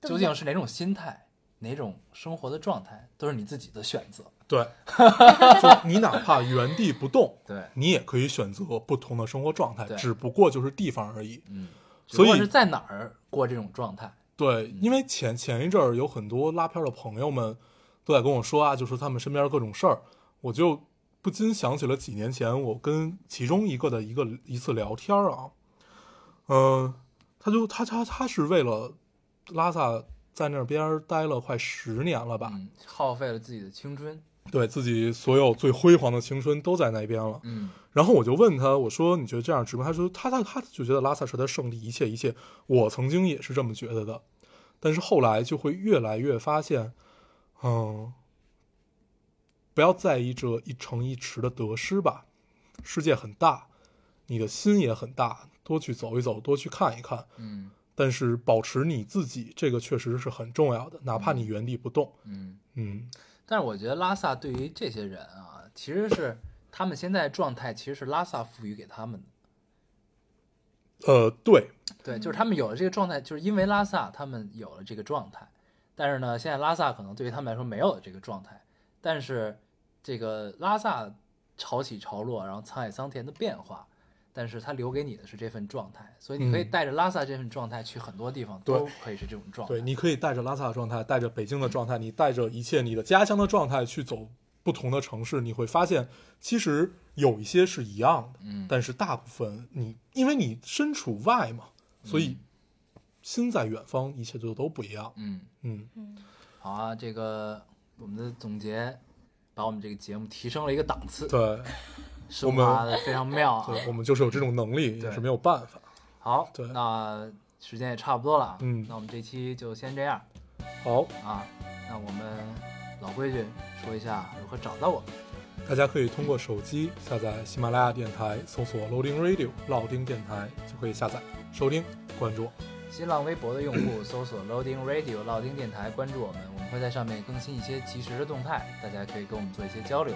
[SPEAKER 3] 对
[SPEAKER 1] 究
[SPEAKER 3] 不对
[SPEAKER 1] 竟是哪种心态、哪种生活的状态，都是你自己的选择。
[SPEAKER 2] 对，就你哪怕原地不动，
[SPEAKER 1] 对，
[SPEAKER 2] 你也可以选择不同的生活状态
[SPEAKER 1] 对，
[SPEAKER 2] 只不过就是地方而已。
[SPEAKER 1] 嗯，只
[SPEAKER 2] 所
[SPEAKER 1] 不过
[SPEAKER 2] 以
[SPEAKER 1] 是在哪儿过这种状态，
[SPEAKER 2] 对，因为前前一阵儿有很多拉片儿的朋友们都在跟我说啊，就说他们身边各种事儿，我就不禁想起了几年前我跟其中一个的一个一次聊天儿啊，嗯、他就他他他是为了拉萨在那边儿待了快十年了吧，
[SPEAKER 1] 嗯，耗费了自己的青春，
[SPEAKER 2] 对自己所有最辉煌的青春都在那边了，
[SPEAKER 1] 嗯
[SPEAKER 2] 然后我就问他，我说你觉得这样值吗？他说他他他就觉得拉萨是他胜利一切一切。我曾经也是这么觉得的，但是后来就会越来越发现，嗯，不要在意这一城一池的得失吧。世界很大，你的心也很大，多去走一走，多去看一看。
[SPEAKER 1] 嗯
[SPEAKER 2] 但是保持你自己，这个确实是很重要的，哪怕你原地不动。
[SPEAKER 1] 嗯。
[SPEAKER 2] 嗯，
[SPEAKER 1] 但是我觉得拉萨对于这些人啊，其实是他们现在状态，其实是拉萨赋予给他们的。
[SPEAKER 2] 呃，对，
[SPEAKER 1] 对，就是他们有了这个状态，就是因为拉萨，他们有了这个状态。但是呢，现在拉萨可能对于他们来说没有了这个状态，但是这个拉萨潮起潮落，然后沧海桑田的变化，但是它留给你的是这份状态，所以你可以
[SPEAKER 2] 嗯
[SPEAKER 1] 带着拉萨这份状态去很多地方，
[SPEAKER 2] 对
[SPEAKER 1] 都可以是这种状态。
[SPEAKER 2] 对，你可以带着拉萨的状态，带着北京的状态，你带着一切你的家乡的状态去走不同的城市，你会发现其实有一些是一样的，
[SPEAKER 1] 嗯，
[SPEAKER 2] 但是大部分你因为你身处外嘛，所以心在远方，一切就都不一样。
[SPEAKER 1] 嗯。
[SPEAKER 2] 嗯，
[SPEAKER 1] 好啊，这个我们的总结把我们这个节目提升了一个档次，
[SPEAKER 2] 对，
[SPEAKER 1] 升华的非常妙啊。
[SPEAKER 2] 对我们就是有这种能力，也
[SPEAKER 1] 对
[SPEAKER 2] 是没有办法。
[SPEAKER 1] 好，
[SPEAKER 2] 对
[SPEAKER 1] 那时间也差不多了啊，
[SPEAKER 2] 嗯
[SPEAKER 1] 那我们这期就先这样
[SPEAKER 2] 好，
[SPEAKER 1] 啊。那我们老规矩，说一下如何找到我们。
[SPEAKER 2] 大家可以通过手机下载喜马拉雅电台，搜索 Loading Radio 老丁电台就可以下载收听关注我。
[SPEAKER 1] 新浪微博的用户搜索 Loading Radio 老丁电台，关注我们，我们会在上面更新一些及时的动态，大家可以跟我们做一些交流。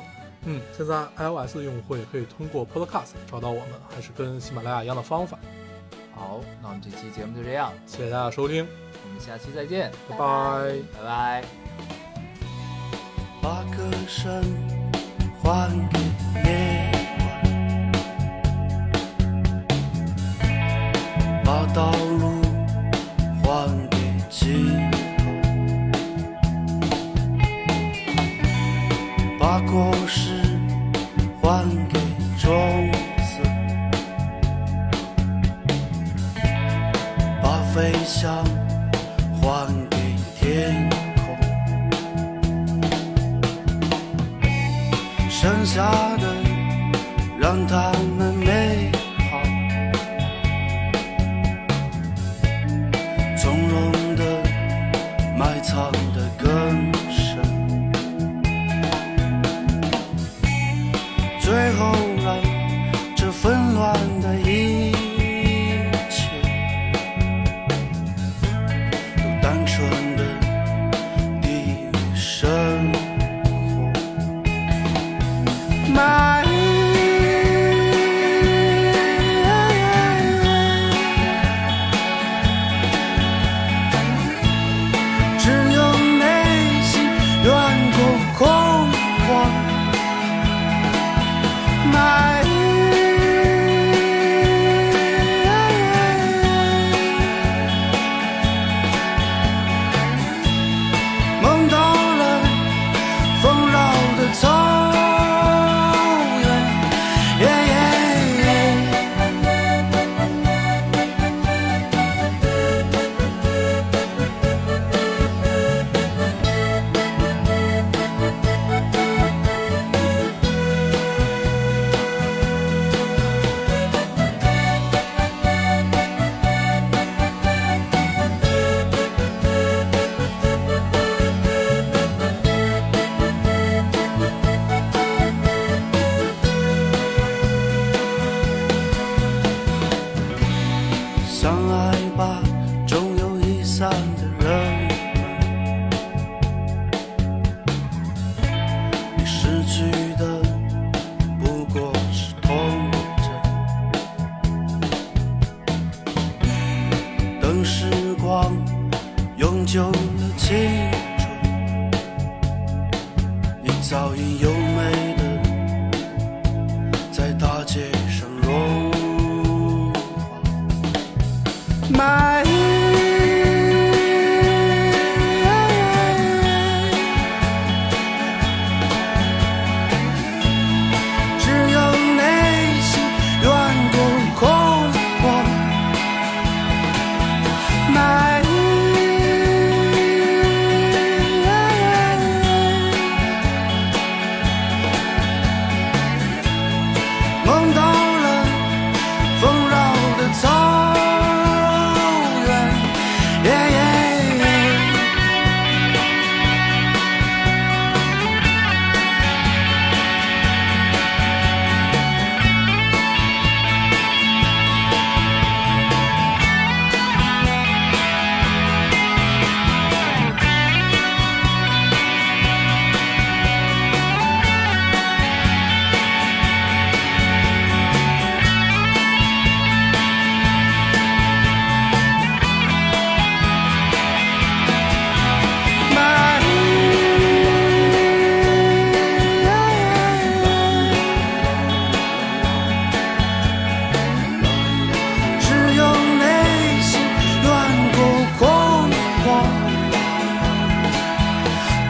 [SPEAKER 2] 嗯，现在 iOS 用户也可以通过 Podcast 找到我们，还是跟喜马拉雅一样的方法。
[SPEAKER 1] 好，那我们这期节目就这样，
[SPEAKER 2] 谢谢大家收听，
[SPEAKER 1] 我们下期再见，
[SPEAKER 2] 拜
[SPEAKER 3] 拜
[SPEAKER 2] 拜
[SPEAKER 3] 拜。
[SPEAKER 1] 拜拜。
[SPEAKER 4] 把歌声还给夜晚，把道路还给寂寞，把果实还给种子，把飞翔还给天空。剩下的让它们美好，从容的埋藏的更深，最后让这纷乱的一切都单纯的低于生活。My只有。人，失去的不过是童真，等时光永久的青春，你早已优美的。在大街上融化。My love，只有内心远够空旷。My love。梦到了丰饶的草原。耶耶耶，My love，只有内心远够空旷。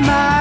[SPEAKER 4] My